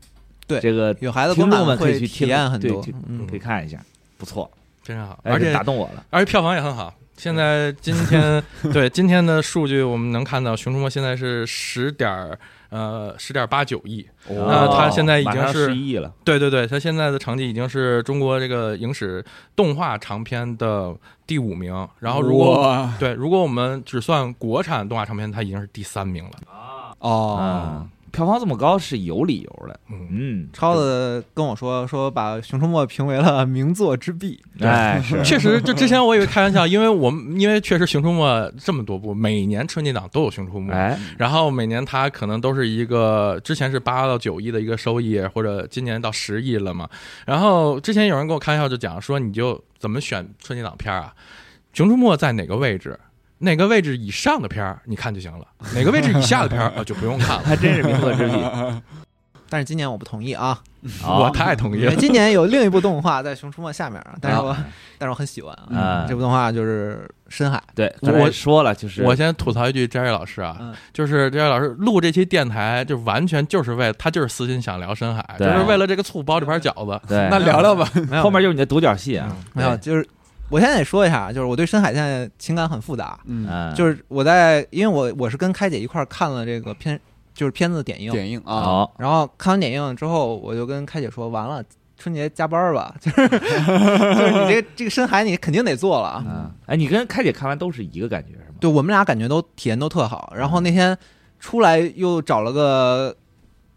Speaker 2: 对
Speaker 5: 这个
Speaker 2: 有孩子
Speaker 5: 听
Speaker 2: 观
Speaker 5: 众
Speaker 2: 感
Speaker 5: 们可
Speaker 2: 会
Speaker 5: 以去
Speaker 2: 体
Speaker 5: 听
Speaker 2: 验很
Speaker 5: 对
Speaker 2: 多
Speaker 5: 去，
Speaker 2: 嗯
Speaker 5: 可以看一下，不错，
Speaker 3: 真好，
Speaker 5: 哎
Speaker 3: 而且
Speaker 5: 打动我了。
Speaker 3: 而且票房也很好。现在今天对今天的数据，我们能看到《熊出没》现在是十点呃十点八九亿，
Speaker 5: 那
Speaker 3: 他现在已经是
Speaker 5: 十亿了，
Speaker 3: 对对对，他现在的成绩已经是中国这个影史动画长片的第五名，然后如果
Speaker 4: 哇
Speaker 3: 对，如果我们只算国产动画长片，它已经是第三名了。
Speaker 4: 哦，
Speaker 5: 啊，票房这么高是有理由的。
Speaker 3: 嗯，
Speaker 5: 嗯，
Speaker 2: 超子跟我说说把《熊出没》评为了名作之壁，
Speaker 5: 哎，是
Speaker 3: 确实，就之前我以为开玩笑，因为我们因为确实《熊出没》这么多部，每年春节档都有《熊出没》，
Speaker 5: 哎，
Speaker 3: 然后每年它可能都是一个之前是八到九亿的一个收益，或者今年到十亿了嘛。然后之前有人跟我开玩笑就讲说，你就怎么选春节档片儿啊？《熊出没》在哪个位置？哪个位置以上的片儿你看就行了，哪个位置以下的片儿呃就不用看了。
Speaker 5: 还真是名作之笔。
Speaker 2: 但是今年我不同意啊，
Speaker 5: 好
Speaker 3: 我太同意
Speaker 2: 因为
Speaker 3: 了，
Speaker 2: 今年有另一部动画在《熊出没》下面啊，但是我但是我很喜欢啊，
Speaker 5: 啊
Speaker 2: 这，部动画就是《深海》，
Speaker 5: 对，
Speaker 3: 我
Speaker 5: 我说了，就是
Speaker 3: 我先吐槽一句 Jerry 老师啊，
Speaker 2: 嗯
Speaker 3: 就是这位老师录这期电台，就完全就是为他就是私心想聊深海，就
Speaker 5: 对
Speaker 3: 是为了这个醋包这盘饺子。
Speaker 5: 对
Speaker 4: 那聊 聊吧。
Speaker 2: 没有
Speaker 5: 后面就是你的独角戏啊，
Speaker 2: 没有，就是我现在得说一下，就是我对深海现在情感很复杂，
Speaker 4: 嗯
Speaker 5: 嗯，
Speaker 2: 就是是我在，因为我我是跟开姐一块儿看了这个片就是片子的点映，
Speaker 4: 点映啊，
Speaker 5: 好，
Speaker 2: 然后看完点映之后，我就跟开姐说，完了。春节加班吧， 就是就是你这这个深海你肯定得做了啊！
Speaker 5: 嗯，哎，你跟开姐看完都是一个感觉是吗？
Speaker 2: 对我们俩感觉都体验都特好。然后那天出来又找了个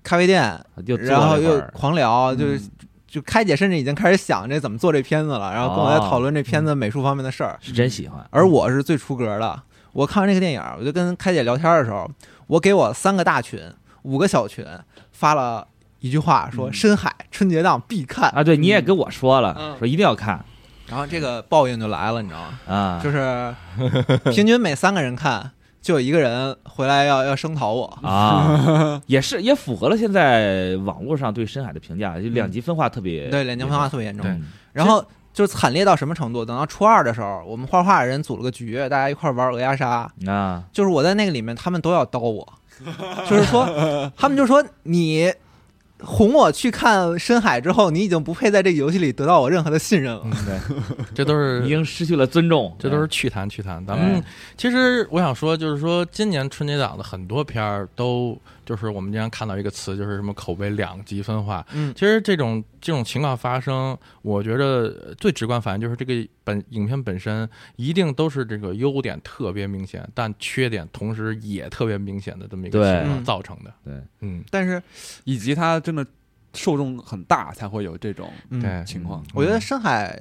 Speaker 2: 咖啡店，
Speaker 5: 就坐
Speaker 2: 然后
Speaker 5: 那会
Speaker 2: 又
Speaker 5: 儿
Speaker 2: 狂聊，
Speaker 4: 嗯
Speaker 2: 就是就开姐甚至已经开始想这怎么做这片子了，然后跟我在讨论这片子美术方面的事儿。
Speaker 5: 是真喜欢，
Speaker 2: 而我是最出格的，我看完这个电影，我就跟开姐聊天的时候，我给我三个大群、五个小群发了一句话，说
Speaker 4: 嗯
Speaker 2: 深海春节档必看。
Speaker 5: 啊，对，你也跟我说了，
Speaker 2: 嗯
Speaker 5: 说一定要看
Speaker 2: 然后这个报应就来了，你知道吗？
Speaker 5: 啊，
Speaker 2: 就是平均每三个人看，就有一个人回来要要声讨我。
Speaker 5: 啊，也是也符合了现在网络上对深海的评价，就两极分化特别
Speaker 2: 嗯对，两极分化特别严重。
Speaker 5: 嗯
Speaker 2: 然后就是惨烈到什么程度？等到初二的时候，我们画画的人组了个局，大家一块儿玩鹅鸭杀。
Speaker 5: 啊，
Speaker 2: 就是我在那个里面，他们都要刀我，就是说，他们就说你哄我去看深海之后，你已经不配在这个游戏里得到我任何的信任了。
Speaker 5: 对，
Speaker 3: 这都是
Speaker 5: 已经失去了尊重，
Speaker 3: 这都
Speaker 2: 嗯
Speaker 3: 是趣谈趣谈。咱们其实我想说，就是说今年春节档的很多片儿都就是我们经常看到一个词，就是什么口碑两极分化。
Speaker 2: 嗯
Speaker 3: 其实这种这种情况发生，我觉得最直观反应就是这个本影片本身一定都是这个优点特别明显，但缺点同时也特别明显的这么一个
Speaker 5: 对
Speaker 3: 情况
Speaker 2: 嗯
Speaker 3: 造成的。
Speaker 5: 对，
Speaker 3: 嗯，
Speaker 2: 但是，
Speaker 4: 以及它真的受众很大，才会有这种
Speaker 2: 嗯，
Speaker 3: 对，
Speaker 4: 情况。
Speaker 2: 我觉得深海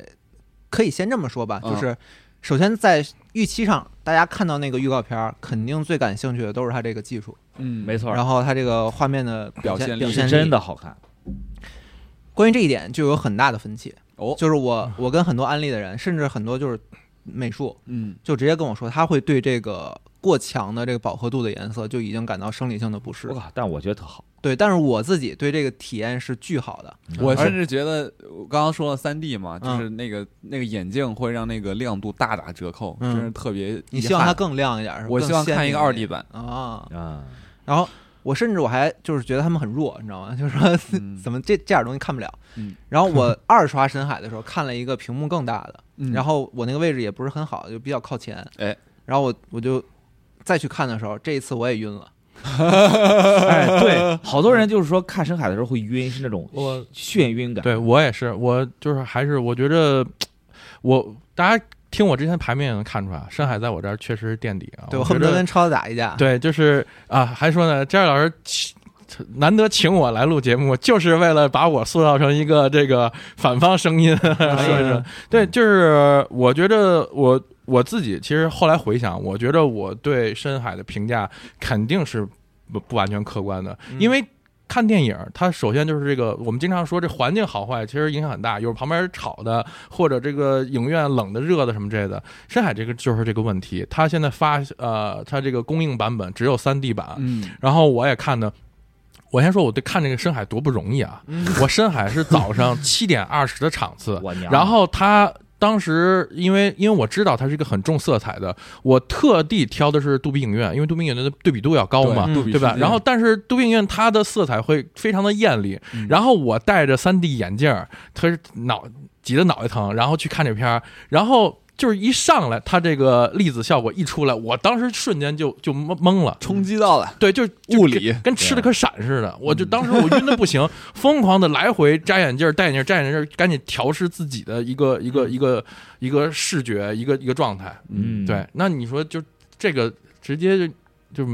Speaker 2: 可以先这么说吧，
Speaker 4: 嗯
Speaker 2: 就是首先在预期上，大家看到那个预告片儿，肯定最感兴趣的都是它这个技术，
Speaker 4: 嗯，
Speaker 5: 没错，
Speaker 2: 然后它这个画面的
Speaker 4: 表现
Speaker 2: 现
Speaker 4: 力
Speaker 2: 表
Speaker 5: 是
Speaker 2: 力
Speaker 5: 真的好看，
Speaker 2: 关于这一点就有很大的分歧。
Speaker 4: 哦，
Speaker 2: 就是我我跟很多安利的人，甚至很多就是美术，
Speaker 4: 嗯
Speaker 2: 就直接跟我说他会对这个过强的这个饱和度的颜色就已经感到生理性的不适
Speaker 5: 我。靠，但我觉得 特好，
Speaker 2: 对，但是我自己对这个体验是巨好的。
Speaker 4: 嗯我
Speaker 2: 而
Speaker 4: 甚至觉得，我刚刚说了三 D 嘛，就
Speaker 2: 嗯
Speaker 4: 是那个那个眼镜会让那个亮度大打折扣，
Speaker 2: 嗯
Speaker 4: 真是特别遗憾。
Speaker 2: 你希望它更亮一点，是吧
Speaker 4: 我
Speaker 2: 更
Speaker 4: 希望
Speaker 2: 鲜
Speaker 4: 看一
Speaker 2: 明
Speaker 4: 个
Speaker 2: 点
Speaker 4: 二 D 版，
Speaker 2: 啊。
Speaker 5: 啊，
Speaker 2: 然后我甚至我还就是觉得他们很弱，你知道吗？ 就是说
Speaker 4: 嗯
Speaker 2: 怎么这这点东西看不了。
Speaker 4: 嗯
Speaker 2: 然后 我二刷深海的时候看了一个屏幕更大的，
Speaker 4: 嗯
Speaker 2: 然后我那个位置也不是很好，就比较靠前。
Speaker 4: 哎，
Speaker 2: 然后我我就再去看的时候，这一次我也晕了。
Speaker 5: 哎，对，好多人就是说看深海的时候会晕，是那种
Speaker 3: 我
Speaker 5: 眩晕感，
Speaker 3: 对我也是，我就是还是我觉得我大家。听我之前排名也能看出来，深海在我这儿确实是垫底啊。
Speaker 2: 对我
Speaker 3: 我
Speaker 2: 恨不
Speaker 3: 觉
Speaker 2: 得跟超子打一架。
Speaker 3: 对，就是啊，还说呢，佳瑞老师请难得请我来录节目，就是为了把我塑造成一个这个反方声音，说一说。对，就是我觉得我我自己其实后来回想，我觉得我对深海的评价肯定是不不完全客观的，
Speaker 2: 嗯
Speaker 3: 因为。看电影，它首先就是这个，我们经常说这环境好坏其实影响很大，有旁边吵的，或者这个影院冷的、热的什么之类的。深海这个就是这个问题，它现在发呃，它这个供应版本只有三 D 版，
Speaker 4: 嗯，
Speaker 3: 然后我也看的，我先说我对看这个深海多不容易啊！我深海是早上七点二十的场 次，
Speaker 5: 我娘，
Speaker 3: 然后他当时因为因为我知道它是一个很重色彩的，我特地挑的是杜比影院，因为杜比影院的对比度要高嘛。
Speaker 2: 嗯
Speaker 4: 杜比
Speaker 3: 对吧
Speaker 4: 世？界
Speaker 3: 然后，但是杜比影院它的色彩会非常的艳丽。
Speaker 4: 嗯
Speaker 3: 然后我戴着 3D 眼镜儿，他是脑挤得脑袋疼，然后去看这片儿，然后就是一上来，它这个粒子效果一出来，我当时瞬间就就懵懵了，
Speaker 4: 冲击到了，
Speaker 3: 对，就就
Speaker 4: 物理嗯
Speaker 3: 跟跟吃了颗闪似的。我就当时我晕的不 行，疯狂的来回摘眼镜儿、戴眼镜儿、摘眼镜儿，赶紧调试自己的一个一
Speaker 4: 嗯
Speaker 3: 个一个一个视觉、一个一个状态。
Speaker 5: 嗯，
Speaker 3: 对，那你说就这个直接就就，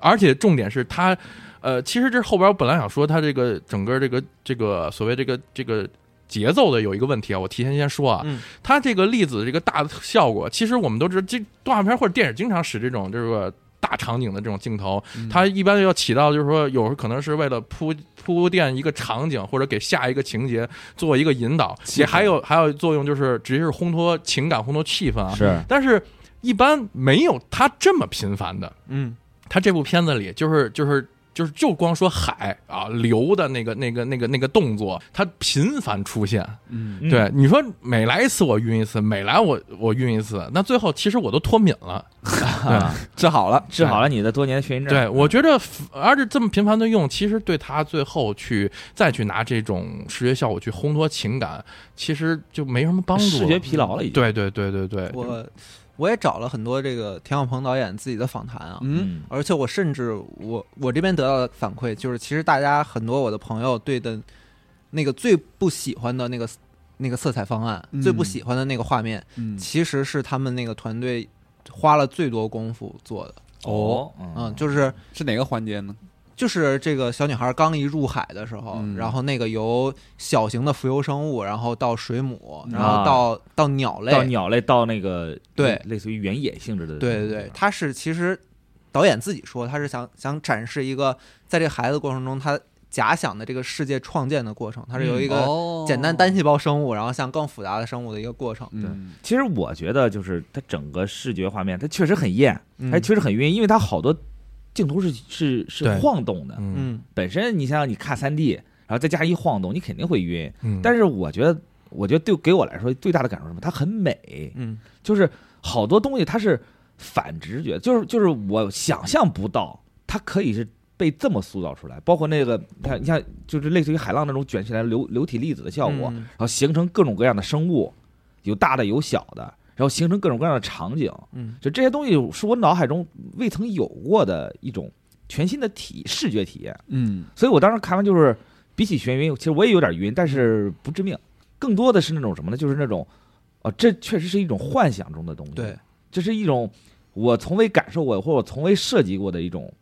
Speaker 3: 而且重点是他，呃，其实这后边我本来想说他这个整个这个这个所谓这个这个。节奏的有一个问题啊，我提前先说啊，
Speaker 2: 嗯
Speaker 3: 它这个粒子这个大的效果，其实我们都知道，这动画片或者电影经常使这种这个大场景的这种镜头，它一般要起到就是说，有时候可能是为了铺铺垫一个场景，或者给下一个情节做一个引导，
Speaker 4: 气
Speaker 3: 也
Speaker 4: 氛
Speaker 3: 还有还有作用就是直接是烘托情感、烘托气氛啊。
Speaker 5: 是
Speaker 3: 但是一般没有他这么频繁的。
Speaker 2: 嗯，
Speaker 3: 他这部片子里就是就是。就是就光说海啊流的那个那个那个那个动作，它频繁出现。
Speaker 4: 嗯
Speaker 5: 嗯
Speaker 3: 对，你说每来一次我晕一次，每来我我晕一次，那最后其实我都脱敏了。
Speaker 5: 啊，
Speaker 4: 治好了，
Speaker 5: 治好了你的多年的眩晕症，
Speaker 3: 对，我觉得，而且这么频繁的用，其实对他最后去再去拿这种视觉效果去烘托情感，其实就没什么帮助了。
Speaker 5: 视觉疲劳了已经，
Speaker 3: 对对对对对，
Speaker 2: 我我也找了很多这个田晓鹏导演自己的访谈啊，
Speaker 4: 嗯，
Speaker 2: 而且我甚至我我这边得到的反馈就是，其实大家很多我的朋友对的，那个最不喜欢的那个那个色彩方案，
Speaker 4: 嗯
Speaker 2: 最不喜欢的那个画面，
Speaker 4: 嗯
Speaker 2: 其实是他们那个团队花了最多功夫做的。
Speaker 5: 哦，
Speaker 2: 嗯，就是
Speaker 4: 是哪个环节呢？
Speaker 2: 就是这个小女孩刚一入海的时候，
Speaker 4: 嗯
Speaker 2: 然后那个由小型的浮游生物，然后到水母，
Speaker 4: 啊
Speaker 2: 然后到、到鸟类，
Speaker 5: 嗯到鸟类到那个
Speaker 2: 对
Speaker 5: 类嗯似于原野性质的，
Speaker 2: 对对对，，他是其实导演自己说，他是想想展示一个在这孩子过程中他假想的这个世界创建的过程，它是由一个
Speaker 5: 嗯
Speaker 4: 哦
Speaker 2: 简单单细胞生物，然后向更复杂的生物的一个过程。
Speaker 4: 嗯
Speaker 5: 其实我觉得就是它整个视觉画面，它确实很艳，
Speaker 2: 嗯
Speaker 5: 还确实很晕，因为它好多镜头是是是
Speaker 3: 对
Speaker 5: 晃动的，
Speaker 3: 嗯
Speaker 2: 嗯
Speaker 5: 本身你想想你看三 D，然后再加上一晃动，你肯定会晕。
Speaker 3: 嗯
Speaker 5: 但是我觉得，我觉得对给我来说最大的感受是什么？它很美，
Speaker 2: 嗯
Speaker 5: 就是好多东西它是反直觉，就是就是我想象不到它可以是被这么塑造出来，包括那个你看你像就是类似于海浪那种卷起来流流体粒子的效果，
Speaker 2: 嗯
Speaker 5: 然后形成各种各样的生物，有大的有小的，然后形成各种各样的场景，
Speaker 2: 嗯
Speaker 5: 就这些东西是我脑海中未曾有过的一种全新的体视觉体验。
Speaker 4: 嗯
Speaker 5: 所以我当时看完就是，比起眩晕，其实我也有点晕，但是不致命，更多的是那种什么呢？就是那种，啊，这确实是一种幻想中的东西，
Speaker 2: 对，
Speaker 5: 这是一种我从未感受过或者我从未涉及过的一种，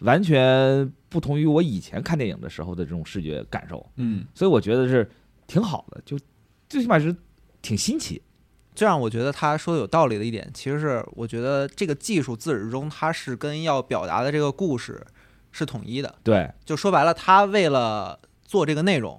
Speaker 5: 完全不同于我以前看电影的时候的这种视觉感受，
Speaker 4: 嗯
Speaker 5: 所以我觉得是挺好的，就最起码是挺新奇，
Speaker 2: 最让我觉得他说的有道理的一点，其实是我觉得这个技术自始至终它是跟要表达的这个故事是统一的。
Speaker 5: 对，
Speaker 2: 就说白了，他为了做这个内容，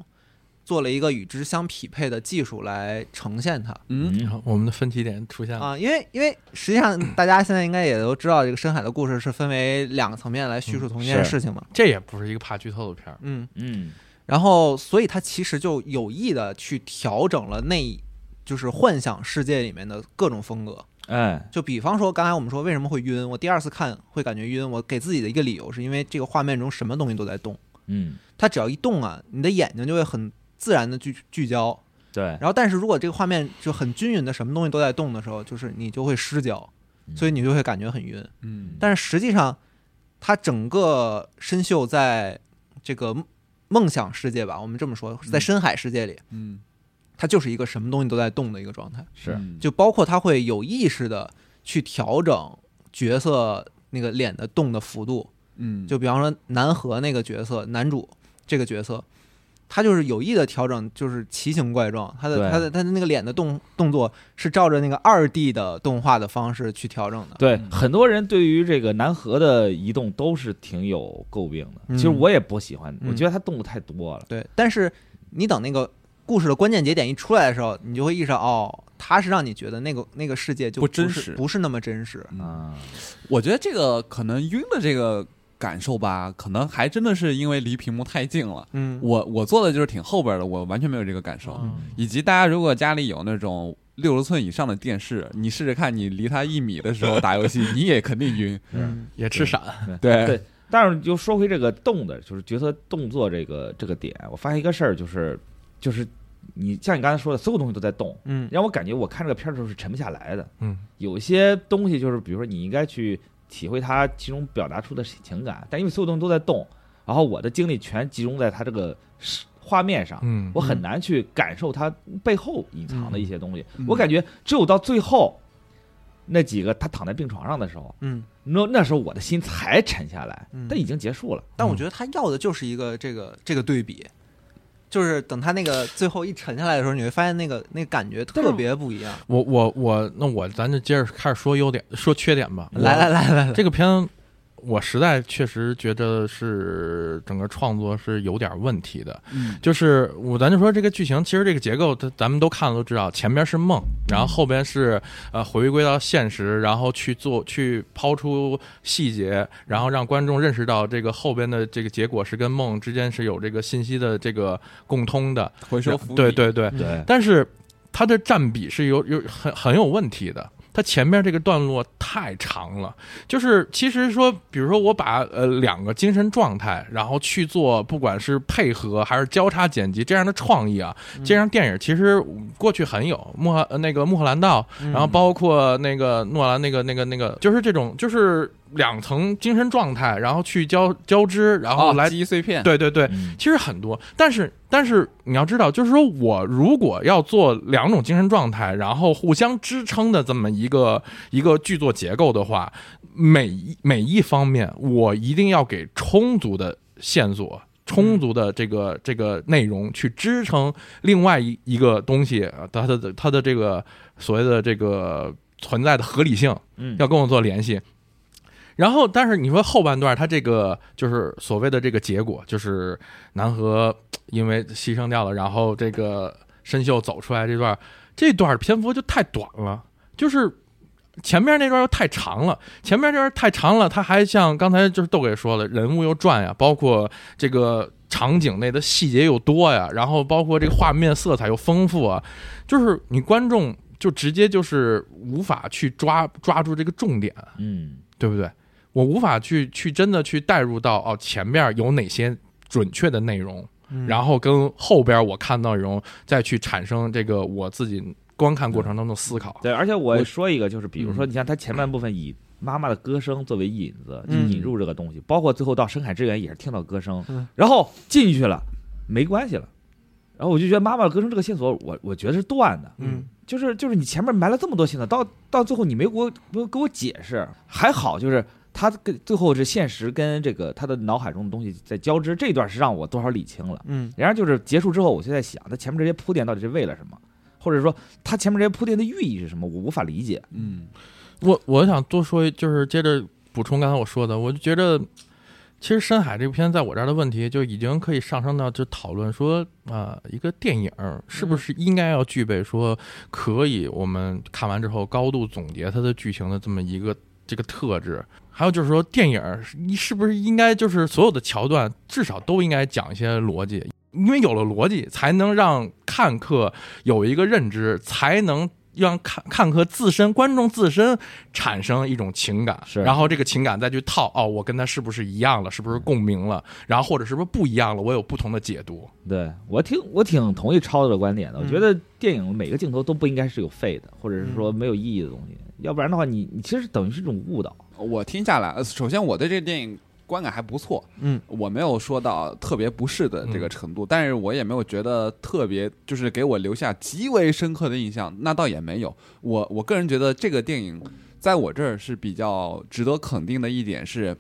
Speaker 2: 做了一个与之相匹配的技术来呈现它。
Speaker 4: 嗯，
Speaker 3: 好我们的分歧点出现了，
Speaker 2: 啊，因为因为实际上大家现在应该也都知道，这个深海的故事是分为两个层面来叙述同一件
Speaker 5: 是
Speaker 2: 事情嘛。
Speaker 3: 这也不是一个怕剧透的片儿。
Speaker 2: 嗯，
Speaker 5: 嗯，
Speaker 2: 然后所以它其实就有意的去调整了那，就是幻想世界里面的各种风格。
Speaker 5: 哎，
Speaker 2: 就比方说，刚才我们说为什么会晕，我第二次看会感觉晕，我给自己的一个理由是因为这个画面中什么东西都在动，
Speaker 5: 嗯，
Speaker 2: 它只要一动啊，你的眼睛就会很自然的聚聚焦。
Speaker 5: 对，
Speaker 2: 然后，但是如果这个画面就很均匀的什么东西都在动的时候，就是你就会失焦，所以你就会感觉很晕。
Speaker 4: 嗯
Speaker 2: 但是实际上，他整个深秀在这个梦想世界吧，我们这么说，在深海世界里，
Speaker 4: 嗯
Speaker 2: 它就是一个什么东西都在动的一个状态，
Speaker 5: 是，
Speaker 2: 就包括他会有意识的去调整角色那个脸的动的幅度，
Speaker 4: 嗯
Speaker 2: 就比方说南河那个角色，男主这个角色。他就是有意的调整，就是奇形怪状，他的
Speaker 5: 对
Speaker 2: 他的他的那个脸的动动作是照着那个二 D 的动画的方式去调整的。
Speaker 5: 对，
Speaker 4: 嗯
Speaker 5: 很多人对于这个南河的移动都是挺有诟病的。
Speaker 2: 嗯
Speaker 5: 其实我也不喜欢，
Speaker 2: 嗯
Speaker 5: 我觉得它动的太多了。
Speaker 2: 对，但是你等那个故事的关键节点一出来的时候，你就会意识到，哦，它是让你觉得那个那个世界就
Speaker 4: 不
Speaker 2: 不
Speaker 4: 真
Speaker 2: 是
Speaker 4: 实
Speaker 2: 不是那么真实。
Speaker 4: 啊，
Speaker 5: 啊，
Speaker 4: 我觉得这个可能晕的这个感受吧，可能还真的是因为离屏幕太近了。
Speaker 2: 嗯，
Speaker 4: 我我坐的就是挺后边的，我完全没有这个感受。
Speaker 2: 嗯
Speaker 4: 以及大家如果家里有那种六十寸以上的电视，你试试看，你离它一米的时候打游戏，你也肯定晕。
Speaker 2: 嗯
Speaker 3: 也吃闪，
Speaker 4: 对
Speaker 5: 对但是就说回这个动的，就是角色动作这个这个点，我发现一个事儿，就是就是你像你刚才说的，所有东西都在动，
Speaker 2: 嗯
Speaker 5: 让我感觉我看这个片儿的时候是沉不下来的。
Speaker 3: 嗯，
Speaker 5: 有些东西就是，比如说你应该去体会它其中表达出的情感，但因为所有东西都在动，然后我的精力全集中在它这个视画面上，
Speaker 3: 嗯
Speaker 5: 我很难去感受它背后隐藏的一些东西。
Speaker 4: 嗯
Speaker 5: 我感觉只有到最后那几个他躺在病床上的时候，
Speaker 2: 嗯，
Speaker 5: 那那时候我的心才沉下来，
Speaker 2: 嗯
Speaker 5: 但已经结束了。
Speaker 2: 但
Speaker 3: 嗯
Speaker 2: 我觉得他要的就是一个这个这个对比。就是等他那个最后一沉下来的时候，你会发现那个那个感觉特别不一样。
Speaker 3: 我我我，那我咱就接着开始说优点，说缺点吧。
Speaker 2: 来来来来来，
Speaker 3: 这个片，我实在确实觉得是整个创作是有点问题的。
Speaker 4: 嗯
Speaker 3: 就是我咱就说这个剧情，其实这个结构，它咱们都看了都知道，前边是梦，然后后边是呃回归到现实，然后去做去抛出细节，然后让观众认识到这个后边的这个结果是跟梦之间是有这个信息的这个共通的。
Speaker 4: 回收服
Speaker 3: 对对对，
Speaker 2: 嗯
Speaker 5: 对，
Speaker 3: 但是它的占比是有有很很有问题的。它前面这个段落太长了。就是其实说，比如说我把呃两个精神状态，然后去做不管是配合还是交叉剪辑这样的创意啊，这样电影其实过去很有穆赫呃那个穆赫兰道，然后包括那个诺兰那个那个那个，就是这种就是两层精神状态，然后去交交织，然后
Speaker 4: 哦，
Speaker 3: 来
Speaker 4: 记忆碎片，
Speaker 3: 对对对，
Speaker 5: 嗯
Speaker 3: 其实很多，但是但是你要知道，就是说我如果要做两种精神状态，然后互相支撑的这么一个一个剧作结构的话，每一每一方面我一定要给充足的线索。充足的这个这个内容去支撑另外一一个东西，呃它的它的这个所谓的这个存在的合理性，
Speaker 5: 嗯
Speaker 3: 要跟我做联系。然后，但是你说后半段，他这个就是所谓的这个结果，就是南河因为牺牲掉了，然后这个申秀走出来这段，这段篇幅就太短了，就是前面那段又太长了，前面这段太长了，他还像刚才就是豆给说了，人物又转呀，包括这个场景内的细节又多呀，然后包括这个画面色彩又丰富啊，就是你观众就直接就是无法去抓抓住这个重点，
Speaker 5: 嗯
Speaker 3: 对不对？我无法去去真的去带入到哦前面有哪些准确的内容，
Speaker 2: 嗯
Speaker 3: 然后跟后边我看到内容再去产生这个我自己观看过程当中的思考。
Speaker 5: 对，而且我
Speaker 3: 我
Speaker 5: 说一个，就是比如说，
Speaker 3: 嗯
Speaker 5: 你像他前半部分以妈妈的歌声作为引子，就
Speaker 2: 嗯
Speaker 5: 引入这个东西，包括最后到深海之源也是听到歌声
Speaker 2: 嗯，
Speaker 5: 然后进去了，没关系了。然后我就觉得妈妈的歌声这个线索，我我觉得是断的，
Speaker 2: 嗯
Speaker 5: 就是就是你前面埋了这么多线索，到到最后你没给我没有给我解释，还好就是他跟最后这现实跟这个他的脑海中的东西在交织，这一段是让我多少理清了。
Speaker 2: 嗯
Speaker 5: 然后就是结束之后，我就在想，他前面这些铺垫到底是为了什么，或者说他前面这些铺垫的寓意是什么，我无法理解。
Speaker 4: 嗯，
Speaker 3: 我我想多说，一，就是接着补充刚才我说的，我就觉得其实《深海》这部片在我这儿的问题就已经可以上升到就讨论说啊、一个电影是不是应该要具备说可以我们看完之后高度总结它的剧情的这么一个这个特质。还有就是说，电影是是不是应该就是所有的桥段至少都应该讲一些逻辑，因为有了逻辑，才能让看客有一个认知，才能让看看客自身、观众自身产生一种情感，
Speaker 5: 是
Speaker 3: 然后这个情感再去套哦，我跟他是不是一样了，是不是共鸣了，然后或者是不是不一样了，我有不同的解读。
Speaker 5: 对我挺我挺同意超子的观点的，我
Speaker 4: 嗯
Speaker 5: 觉得电影每个镜头都不应该是有废的，或者是说没有意义的东西，要不然的话你，你其实等于是一种误导。
Speaker 4: 我听下来，呃首先我对这个电影观感还不错，
Speaker 2: 嗯，
Speaker 4: 我没有说到特别不适的这个程度，但是我也没有觉得特别，就是给我留下极为深刻的印象，那倒也没有。我我个人觉得这个电影在我这儿是比较值得肯定的一点是，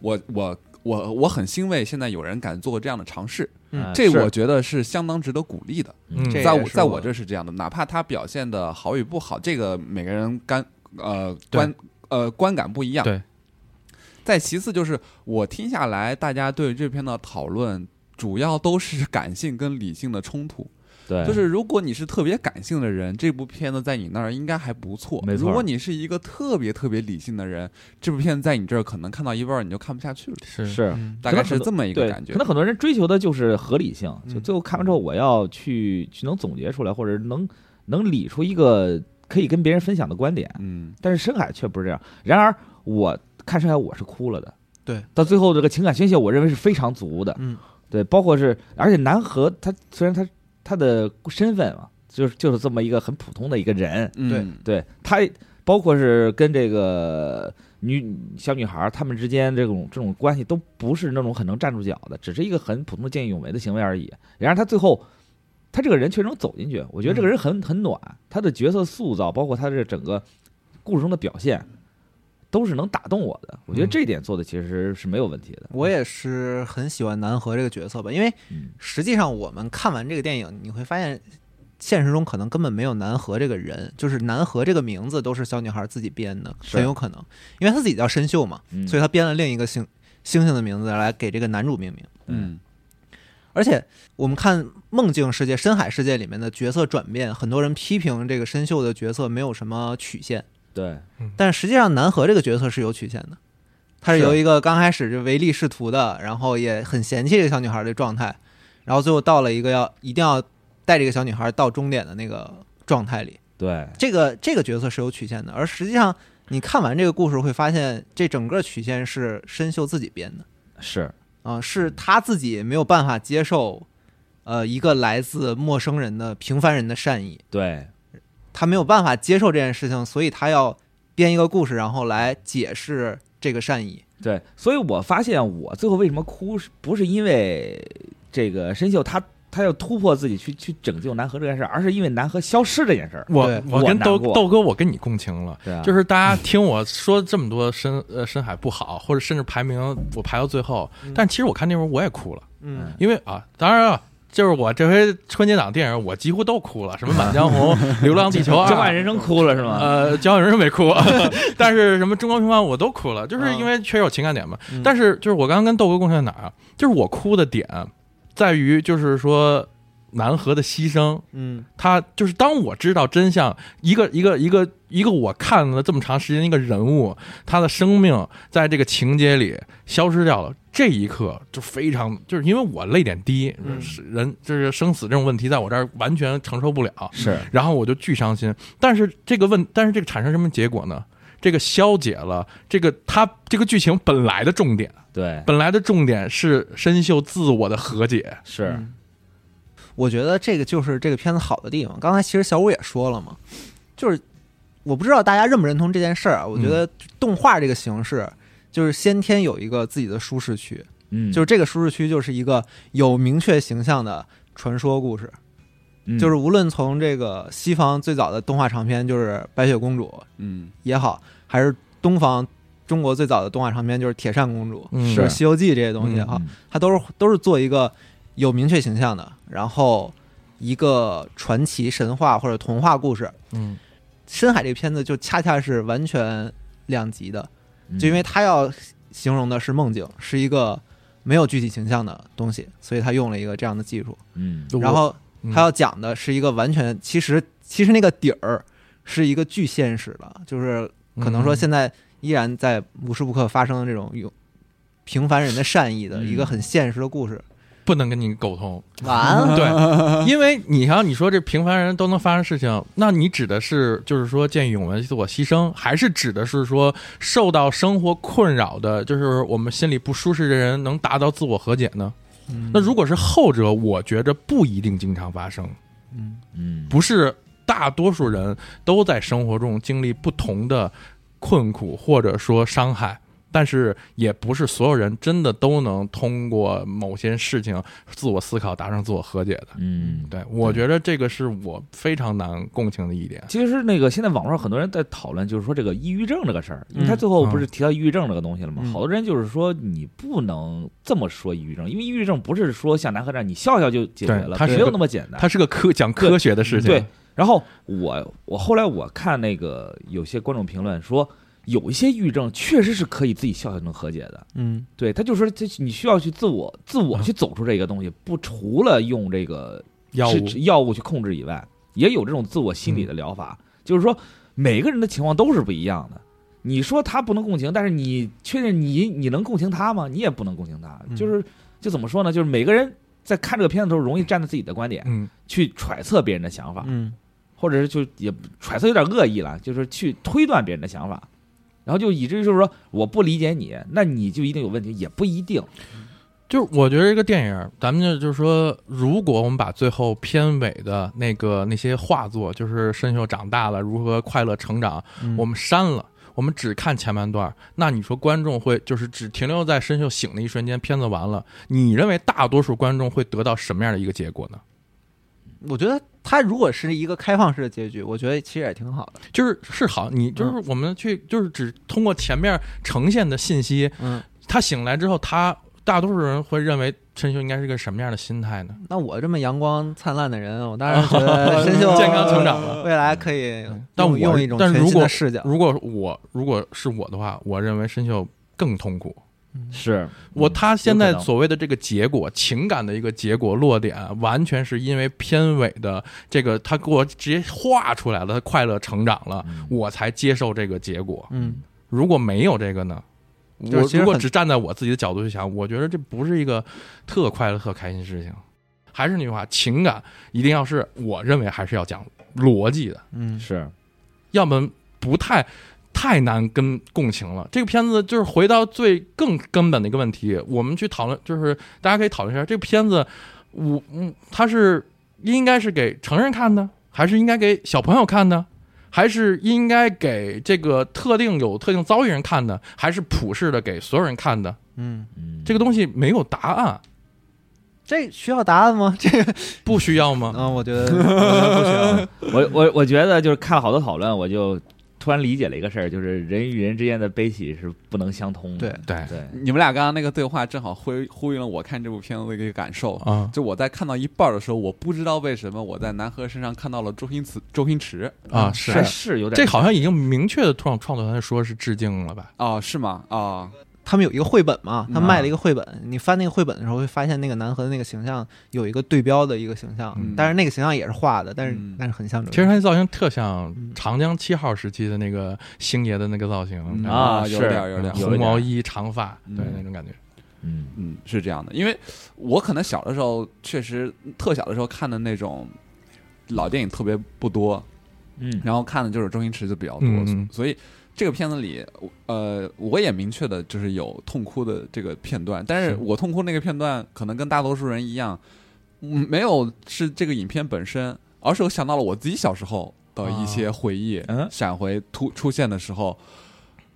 Speaker 4: 我我我我很欣慰，现在有人敢做这样的尝试，
Speaker 2: 嗯
Speaker 5: 呃
Speaker 4: 这
Speaker 2: 是
Speaker 4: 我觉得是相当值得鼓励的。
Speaker 5: 嗯
Speaker 2: 这
Speaker 4: 在
Speaker 2: 也
Speaker 4: 我
Speaker 2: 是
Speaker 4: 在
Speaker 2: 我
Speaker 4: 我这是这样的，哪怕他表现的好与不好，这个每个人感呃
Speaker 3: 对
Speaker 4: 观呃观感不一样。
Speaker 3: 对。
Speaker 4: 再其次就是我听下来，大家对这篇的讨论主要都是感性跟理性的冲突。
Speaker 5: 对，
Speaker 4: 就是如果你是特别感性的人，这部片子在你那儿应该还不错。
Speaker 5: 没错
Speaker 4: 如果你是一个特别特别理性的人，这部片子在你这儿可能看到一半儿你就看不下去了，
Speaker 3: 是
Speaker 5: 是
Speaker 2: 嗯
Speaker 4: 大
Speaker 5: 可
Speaker 4: 概
Speaker 5: 能很
Speaker 4: 是
Speaker 5: 多
Speaker 4: 这么嗯一个
Speaker 5: 对，
Speaker 4: 感觉
Speaker 5: 可。能很多人追求的就是合理性，
Speaker 2: 嗯
Speaker 5: 就最后看完之后，我要去去能总结出来，或者能能理出一个可以跟别人分享的观点。
Speaker 4: 嗯，
Speaker 5: 但是深海却不是这样。然而我看深海我是哭了的，
Speaker 4: 对，
Speaker 5: 到最后这个情感宣泄，我认为是非常足的，
Speaker 2: 嗯，
Speaker 5: 对，包括是，而且南河他虽然他他的身份啊，就是就是这么一个很普通的一个人，
Speaker 4: 嗯
Speaker 5: 对他包括是跟这个女小女孩儿她们之间这种这种关系都不是那种很能站住脚的，只是一个很普通的见义勇为的行为而已。然而他最后。他这个人确实能走进去，我觉得这个人很很暖，他的角色塑造，包括他这整个故事中的表现，都是能打动我的。我觉得
Speaker 3: 嗯
Speaker 5: 这一点做的其实是没有问题的。
Speaker 2: 我也是很喜欢南河这个角色吧，因为
Speaker 5: 嗯
Speaker 2: 实际上我们看完这个电影，你会发现现实中可能根本没有南河这个人，就是南河这个名字都是小女孩自己编的，
Speaker 5: 是
Speaker 2: 很有可能，因为她自己叫深秀嘛，
Speaker 5: 嗯，
Speaker 2: 所以她编了另一个星星星的名字来给这个男主命名。
Speaker 4: 嗯
Speaker 2: 而且我们看梦境世界、深海世界里面的角色转变，很多人批评这个深秀的角色没有什么曲线，
Speaker 5: 对，
Speaker 2: 但实际上南河这个角色是有曲线的。他是
Speaker 5: 是
Speaker 2: 由一个刚开始就唯利是图的，然后也很嫌弃这个小女孩的状态，然后最后到了一个要一定要带这个小女孩到终点的那个状态里。
Speaker 5: 对，
Speaker 2: 这个这个角色是有曲线的，而实际上你看完这个故事会发现，这整个曲线是深秀自己编的
Speaker 5: 是
Speaker 2: 啊、是他自己没有办法接受，呃，一个来自陌生人的平凡人的善意，
Speaker 5: 对，
Speaker 2: 他没有办法接受这件事情，所以他要编一个故事，然后来解释这个善意。
Speaker 5: 对，所以我发现我最后为什么哭，是不是因为这个深秀他他要突破自己去去拯救南河这件事儿，而是因为南河消失这件事儿。
Speaker 3: 我
Speaker 2: 对
Speaker 3: 我
Speaker 5: 我
Speaker 3: 跟
Speaker 5: 难
Speaker 3: 豆
Speaker 5: 过
Speaker 3: 豆哥，我跟你共情了。
Speaker 5: 对啊，
Speaker 3: 就是大家听我说这么多深呃深海不好，或者甚至排名我排到最后，
Speaker 5: 嗯
Speaker 3: 但其实我看那会儿我也哭了，
Speaker 2: 嗯
Speaker 3: 因为啊，当然啊，就是我这回春节档电影我几乎都哭了，什么《满江红》 《流浪 地球二》
Speaker 5: 交换人生哭了是吗？
Speaker 3: 呃，交换人生没哭，但是什么《中国平凡》我都哭了，就是因为确实有情感点嘛。
Speaker 2: 嗯
Speaker 3: 但是就是我刚刚跟豆哥共情在哪儿啊？就是我哭的点在于就是说南河的牺牲，
Speaker 2: 嗯
Speaker 3: 他就是当我知道真相，一个一个一个一个我看了这么长时间一个人物，他的生命在这个情节里消失掉了，这一刻就非常就是因为我泪点低，
Speaker 2: 嗯
Speaker 3: 是人就是生死这种问题在我这儿完全承受不了，
Speaker 5: 是
Speaker 3: 然后我就巨伤心。但是这个问，但是这个产生什么结果呢？这个消解了这个他这个剧情本来的重点，
Speaker 5: 对，
Speaker 3: 本来的重点是深秀自我的和解，
Speaker 5: 是
Speaker 2: 嗯我觉得这个就是这个片子好的地方。刚才其实小五也说了嘛，就是我不知道大家认不认同这件事儿啊。我觉得动画这个形式，就是先天有一个自己的舒适区，
Speaker 5: 嗯，
Speaker 2: 就是这个舒适区就是一个有明确形象的传说故事，
Speaker 5: 嗯
Speaker 2: 就是无论从这个西方最早的动画长片就是《白雪公主》
Speaker 4: 嗯，
Speaker 2: 也好，还是东方中国最早的动画长片就是《铁扇公主》
Speaker 3: 嗯
Speaker 2: 就是《西游记》这些东西也好，
Speaker 5: 嗯
Speaker 2: 它都是都是做一个有明确形象的，然后一个传奇神话或者童话故事。
Speaker 3: 嗯
Speaker 2: 深海这个片子就恰恰是完全两极的，
Speaker 5: 嗯
Speaker 2: 就因为它要形容的是梦境，是一个没有具体形象的东西，所以它用了一个这样的技术。
Speaker 5: 嗯
Speaker 3: 我
Speaker 2: 然后
Speaker 3: 嗯
Speaker 2: 它要讲的是一个完全，其实其实那个底儿是一个巨现实的，就是可能
Speaker 3: 嗯
Speaker 2: 说现在依然在无时无刻发生的这种有平凡人的善意的
Speaker 5: 嗯
Speaker 2: 一个很现实的故事。
Speaker 3: 不能跟你沟通，
Speaker 2: 完了，
Speaker 3: 嗯对，因为你像你说这平凡人都能发生事情，那你指的是就是说见义勇为自我牺牲，还是指的是说受到生活困扰的，就是我们心里不舒适的人能达到自我和解呢？嗯那如果是后者，我觉着不一定经常发生，
Speaker 2: 嗯
Speaker 5: 嗯
Speaker 3: 不是大多数人都在生活中经历不同的困苦或者说伤害。但是也不是所有人真的都能通过某些事情自我思考、达成自我和解的。
Speaker 5: 嗯。
Speaker 3: 对，我觉得这个是我非常难共情的一点。
Speaker 5: 其实那个现在网上很多人在讨论，就是说这个抑郁症这个事儿，因为他
Speaker 2: 嗯
Speaker 5: 最后不是提到抑郁症这个东西了吗？
Speaker 2: 嗯
Speaker 5: 好多人就是说你不能这么说抑郁症，因为抑郁症不是说像南河这样你笑笑就解决
Speaker 3: 对
Speaker 5: 了，
Speaker 3: 它是
Speaker 5: 没
Speaker 3: 个
Speaker 5: 有那么简单。
Speaker 3: 它是个科讲科学的事情，
Speaker 5: 对，然后我我后来我看那个有些观众评论说，有一些抑郁症确实是可以自己笑笑能和解的。
Speaker 2: 嗯
Speaker 5: 对，他就说这你需要去自我自我去走出这个东西，不除了用这个
Speaker 3: 药物
Speaker 5: 是药物去控制以外，也有这种自我心理的疗法，就是说每个人的情况都是不一样的。你说他不能共情，但是你确认你你能共情他吗？你也不能共情他，
Speaker 2: 嗯
Speaker 5: 就是就怎么说呢？就是每个人在看这个片子的时候，容易站在自己的观点
Speaker 3: 嗯，
Speaker 5: 去揣测别人的想法，
Speaker 2: 嗯
Speaker 5: 或者是就也揣测有点恶意了，就是去推断别人的想法，然后就以至于就是说我不理解你，那你就一定有问题，也不一定。
Speaker 3: 就是我觉得这个电影，咱们就就是说，如果我们把最后片尾的那个那些画作，就是深秀长大了如何快乐成长，
Speaker 2: 嗯
Speaker 3: 我们删了。我们只看前半段，那你说观众会就是只停留在深秀醒的一瞬间，片子完了，你认为大多数观众会得到什么样的一个结果呢？
Speaker 2: 我觉得它如果是一个开放式的结局，我觉得其实也挺好的。
Speaker 3: 就是是好，你就是
Speaker 5: 嗯
Speaker 3: 我们去就是只通过前面呈现的信息，
Speaker 2: 嗯，
Speaker 3: 他醒来之后，他大多数人会认为陈秀应该是个什么样的心态呢？
Speaker 2: 那我这么阳光灿烂的人，我当然觉 得深秀
Speaker 3: 健康成长了。嗯
Speaker 2: 未来可以用，
Speaker 3: 但我
Speaker 2: 用一种
Speaker 3: 但
Speaker 2: 全
Speaker 3: 如
Speaker 2: 新
Speaker 3: 果
Speaker 2: 的视角，
Speaker 3: 如果我如果是我的话，我认为深秀更痛苦。
Speaker 5: 是
Speaker 3: 我他
Speaker 5: 嗯
Speaker 3: 现
Speaker 5: 有
Speaker 3: 在
Speaker 5: 可能
Speaker 3: 所谓的这个结果，情感的一个结果落点，完全是因为片尾的这个他给我直接画出来了，他快乐成长了，
Speaker 5: 嗯
Speaker 3: 我才接受这个结果。
Speaker 2: 嗯
Speaker 3: 如果没有这个呢？
Speaker 2: 就
Speaker 3: 我
Speaker 2: 是其实
Speaker 3: 如果
Speaker 2: 很
Speaker 3: 只站在我自己的角度去想，我觉得这不是一个特快乐、特开心的事情。还是那句话，情感一定要是我认为还是要讲逻辑的，
Speaker 2: 嗯，
Speaker 5: 是
Speaker 3: 要么不太太难跟共情了。这个片子就是回到最更根本的一个问题，我们去讨论，就是大家可以讨论一下这个片子，我嗯，它是应该是给成人看的，还是应该给小朋友看的？还是应该给这个特定有特定遭遇人看的，还是普世的给所有人看的？
Speaker 2: 嗯，
Speaker 5: 嗯
Speaker 3: 这个东西没有答案，
Speaker 2: 这需要答案吗？这个，
Speaker 3: 不需要吗？
Speaker 2: 嗯，我觉得我觉得不需要。
Speaker 5: 我我我觉得就是看了好多讨论，我就突然理解了一个事儿，就是人与人之间的悲喜是不能相通的。
Speaker 2: 对
Speaker 3: 对
Speaker 5: 对对，
Speaker 4: 你们俩刚刚那个对话正好呼呼应了我看这部片子的一个感受。
Speaker 3: 啊，
Speaker 4: 就我在看到一半儿的时候，我不知道为什么我在南河身上看到了周星驰，周星驰
Speaker 3: 啊
Speaker 4: 嗯
Speaker 3: 是
Speaker 5: 还是有点
Speaker 3: 这好像已经明确的创创作团队说是致敬了吧？
Speaker 4: 哦，是吗？哦，
Speaker 2: 他们有一个绘本嘛，他
Speaker 4: 嗯
Speaker 2: 卖了一个绘本，你翻那个绘本的时候会发现那个南河的那个形象有一个对标的一个形象，
Speaker 4: 嗯
Speaker 2: 但是那个形象也是画的，但是、
Speaker 4: 嗯
Speaker 2: 但是很像周
Speaker 3: 其
Speaker 2: 星
Speaker 3: 实
Speaker 2: 驰。
Speaker 3: 它造型特像
Speaker 2: 嗯
Speaker 3: 长江七号时期的那个星爷的那个造型，
Speaker 4: 嗯
Speaker 3: 然后
Speaker 5: 啊，
Speaker 4: 有
Speaker 5: 是
Speaker 4: 点儿有点儿
Speaker 5: 有
Speaker 3: 红
Speaker 5: 一
Speaker 3: 毛衣、长发，
Speaker 4: 嗯
Speaker 3: 对那种感觉。
Speaker 5: 嗯，
Speaker 4: 嗯，是这样的，因为我可能小的时候确实特小的时候看的那种老电影特别不多，
Speaker 5: 嗯
Speaker 4: 然后看的就是周星驰就比较多，
Speaker 3: 嗯嗯
Speaker 4: 所以这个片子里，呃，我也明确的就是有痛哭的这个片段，但是
Speaker 3: 是
Speaker 4: 我痛哭那个片段可能跟大多数人一样，嗯没有是这个影片本身，而是我想到了我自己小时候的一些回忆，
Speaker 5: 嗯
Speaker 4: 闪回突出现的时候，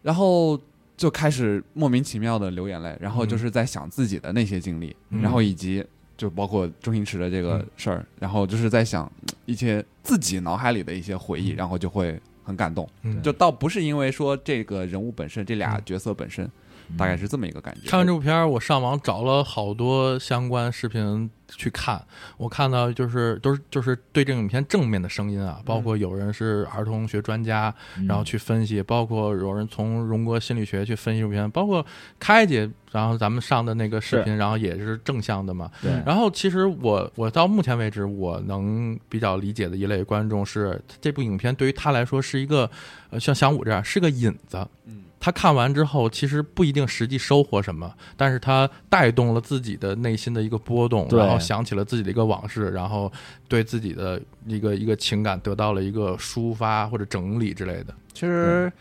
Speaker 4: 然后就开始莫名其妙的流眼泪，然后就是在想自己的那些经历，
Speaker 3: 嗯
Speaker 4: 然后以及就包括周星驰的这个
Speaker 3: 嗯
Speaker 4: 事儿，然后就是在想嗯一些自己脑海里的一些回忆，然后就会很感动。
Speaker 3: 嗯
Speaker 4: 就倒不是因为说这个人物本身，这俩
Speaker 3: 嗯
Speaker 4: 角色本身，
Speaker 5: 嗯
Speaker 4: 大概是这么一个感觉。
Speaker 3: 看完这部片儿，我上网找了好多相关视频去看，我看到就是都是就是对这个影片正面的声音啊，包括有人是儿童学专家，
Speaker 5: 嗯
Speaker 3: 然后去分析，包括有人从荣格心理学去分析这部片，包括开姐，然后咱们上的那个视频，然后也是正向的嘛。
Speaker 5: 对，
Speaker 3: 然后其实我我到目前为止，我能比较理解的一类观众是，这部影片对于他来说是一个，呃，像像我这样是个引子。
Speaker 4: 嗯，
Speaker 3: 他看完之后，其实不一定实际收获什么，但是他带动了自己的内心的一个波动，
Speaker 5: 对
Speaker 3: 然后想起了自己的一个往事，然后对自己的一个一个情感得到了一个抒发或者整理之类的。
Speaker 2: 其实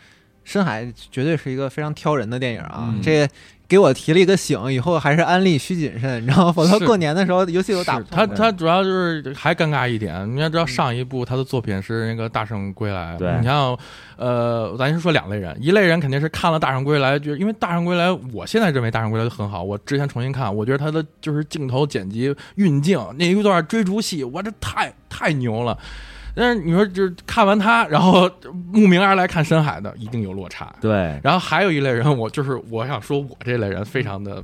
Speaker 2: 深海绝对是一个非常挑人的电影啊，
Speaker 4: 嗯
Speaker 2: 这给我提了一个醒，以后还是安利需谨慎，你知道吗？否则
Speaker 3: 是
Speaker 2: 过年的时候游戏都打不通
Speaker 3: 他他主要就是还尴尬一点，你要知道上一部他的作品是那个《大圣归来》，
Speaker 5: 对
Speaker 3: 你像呃，咱先说两类人，一类人肯定是看了《大圣归来》，就是因为《大圣归来》，我现在认为《大圣归来》很好，我之前重新看，我觉得他的就是镜头剪辑、运镜那一段追逐戏，我这太太牛了。但是你说就是看完他，然后慕名而来看深海的，一定有落差。
Speaker 5: 对，
Speaker 3: 然后还有一类人，我就是我想说，我这类人非常的，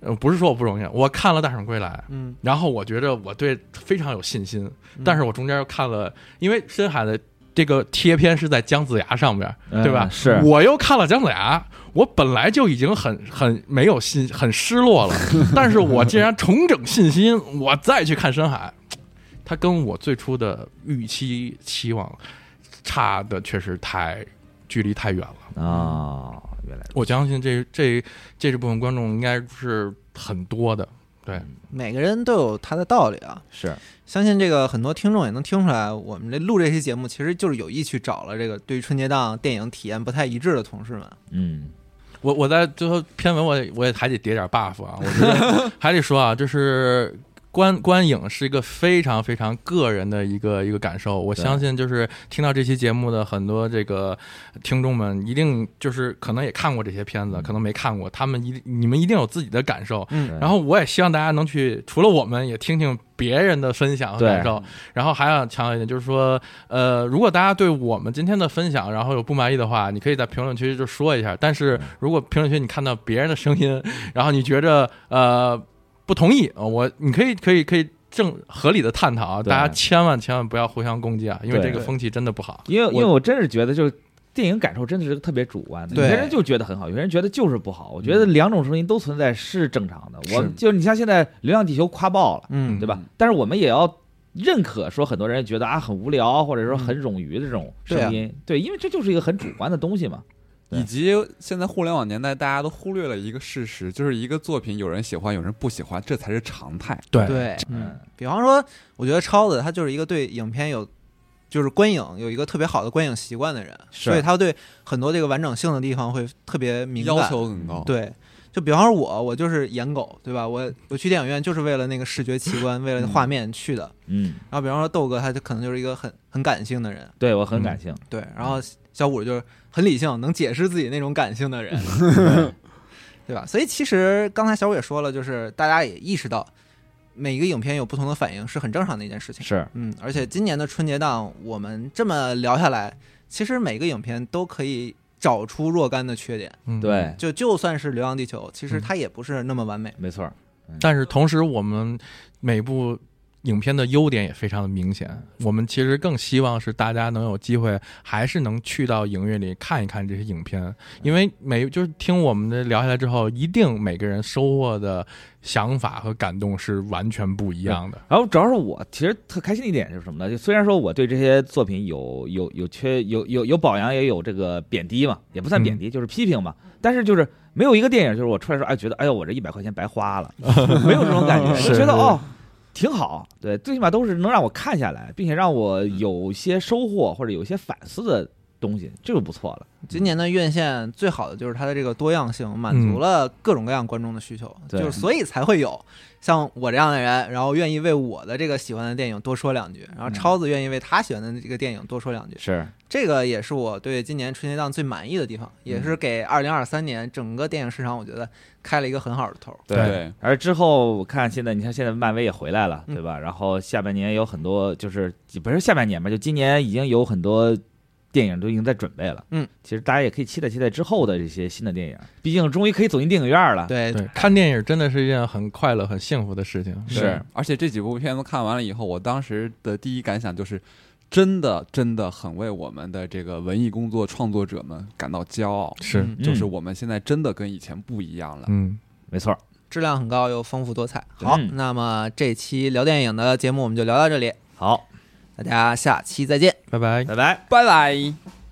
Speaker 3: 呃，不是说我不容易，我看了《大圣归来》，
Speaker 2: 嗯，
Speaker 3: 然后我觉着我对非常有信心，
Speaker 5: 嗯
Speaker 3: 但是我中间又看了，因为深海的这个贴片是在姜子牙上面，
Speaker 5: 嗯
Speaker 3: 对吧？
Speaker 5: 是
Speaker 3: 我又看了姜子牙，我本来就已经很很没有信，很失 落了，但是我竟然重整信心，我再去看深海，它跟我最初的预期期望差的确实太距离太远了。
Speaker 5: 啊，原来
Speaker 3: 我相信这这这部分观众应该是很多的，对，
Speaker 2: 每个人都有他的道理啊。
Speaker 5: 是
Speaker 2: 相信这个很多听众也能听出来，我们这录这期节目其实就是有意去找了这个对于春节档电影体验不太一致的同事们。
Speaker 5: 嗯
Speaker 3: 我我在最后片文我也我也还得叠点 buff 啊，我觉得还得说啊，就是观观影是一个非常非常个人的一个一个感受。我
Speaker 5: 对
Speaker 3: 相信就是听到这期节目的很多这个听众们，一定就是可能也看过这些片子，可能没看过，他们一定你们一定有自己的感受。
Speaker 5: 对
Speaker 3: 然后我也希望大家能去，除了我们，也听听别人的分享和
Speaker 5: 对
Speaker 3: 感受。然后还想强调一点，就是说，呃，如果大家对我们今天的分享，然后有不满意的话，你可以在评论区就说一下。但是如果评论区你看到别人的声音， 然后你觉着呃不同意，呃我你可以可以可以正合理的探讨啊，
Speaker 5: 对
Speaker 3: 大家千万千万不要互相攻击啊，因为
Speaker 5: 对
Speaker 3: 这个风气真的不好。
Speaker 5: 因为因
Speaker 3: 我
Speaker 5: 为我真是觉得就是。电影感受真的是个特别主观的，有
Speaker 2: 对
Speaker 5: 些人就觉得很好，有些人觉得就是不好。我觉得两种声音都存在是正常的。我
Speaker 4: 是
Speaker 5: 就是你像现在《流浪地球》夸爆了，
Speaker 2: 嗯
Speaker 5: 对吧
Speaker 4: 嗯？
Speaker 5: 但是我们也要认可，说很多人觉得啊很无聊，或者说很冗余的这种声音，对，因为这就是一个很主观的东西嘛。对
Speaker 4: 以及现在互联网年代，大家都忽略了一个事实，就是一个作品有人喜欢，有人不喜欢，这才是常态。
Speaker 3: 对
Speaker 2: 对，
Speaker 5: 嗯
Speaker 2: 比方说，我觉得超子他就是一个对影片有就是观影有一个特别好的观影习惯的人，
Speaker 5: 是
Speaker 2: 所以他对很多这个完整性的地方会特别敏感。
Speaker 4: 要求很高，，
Speaker 2: 对，就比方说我，我就是颜狗，对吧？我我去电影院就是为了那个视觉奇观，为了画面去的。
Speaker 5: 嗯，
Speaker 2: 然后比方说豆哥，他就可能就是一个很很感性的人，
Speaker 5: 对我很感性，
Speaker 2: 对。然后小五就是很理性，能解释自己那种感性的人，对吧？所以其实刚才小五也说了，就是大家也意识到。每一个影片有不同的反应是很正常的一件事情，
Speaker 5: 是
Speaker 2: 嗯，而且今年的春节档，我们这么聊下来，其实每个影片都可以找出若干的缺点，
Speaker 3: 嗯，
Speaker 5: 对，
Speaker 2: 就就算是《流浪地球》，其实
Speaker 3: 嗯
Speaker 2: 它也不是那么完美。
Speaker 5: 没错儿，
Speaker 3: 但是同时，我们每部影片的优点也非常的明显。我们其实更希望是大家能有机会，还是能去到影院里看一看这些影片，因为每就是听我们的聊下来之后，一定每个人收获的想法和感动是完全不一样的。
Speaker 5: 然后主要是我其实特开心的一点是什么呢？就虽然说我对这些作品有有有缺有有有褒扬，也有这个贬低嘛，也不算贬低，就是批评嘛。但是就是没有一个电影就是我出来说，哎，觉得哎呦我这一百块钱白花了，没有这种感觉，
Speaker 3: 是
Speaker 5: 我觉
Speaker 3: 是
Speaker 5: 得哦。挺好，对，最起码都是能让我看下来，并且让我有些收获或者有些反思的东西，这就不错了。
Speaker 2: 今年的院线最好的就是它的这个多样性，满足了各种各样观众的需求，
Speaker 5: 对
Speaker 2: 就是所以才会有像我这样的人，然后愿意为我的这个喜欢的电影多说两句，然后超子愿意为他喜欢的这个电影多说两句。
Speaker 5: 是，
Speaker 2: 这个也是我对今年春节档最满意的地方，也是给二零二三年整个电影市场，我觉得开了一个很好的头。
Speaker 5: 对
Speaker 4: 对
Speaker 5: 而之后我看现在，你看现在漫威也回来
Speaker 2: 嗯
Speaker 5: 了，对吧？然后下半年有很多，就是不是下半年吧，就今年已经有很多电影都已经在准备了。
Speaker 2: 嗯，
Speaker 5: 其实大家也可以期待期待之后的这些新的电影，毕竟终于可以走进电影院了。，
Speaker 2: 对，嗯
Speaker 3: 对，看电影真的是一件很快乐、很幸福的事情。
Speaker 5: 是
Speaker 4: 对，而且这几部片子看完了以后，我当时的第一感想就是，真的真的很为我们的这个文艺工作创作者们感到骄傲，
Speaker 3: 是，
Speaker 2: 嗯
Speaker 4: 就是我们现在真的跟以前不一样了。
Speaker 3: 嗯，
Speaker 5: 没错。
Speaker 2: 质量很高又丰富多彩。好，
Speaker 5: 嗯
Speaker 2: 那么这期聊电影的节目我们就聊到这里，
Speaker 5: 好，
Speaker 2: 大家下期再见。
Speaker 3: 拜拜。
Speaker 5: 拜拜。
Speaker 4: 拜拜。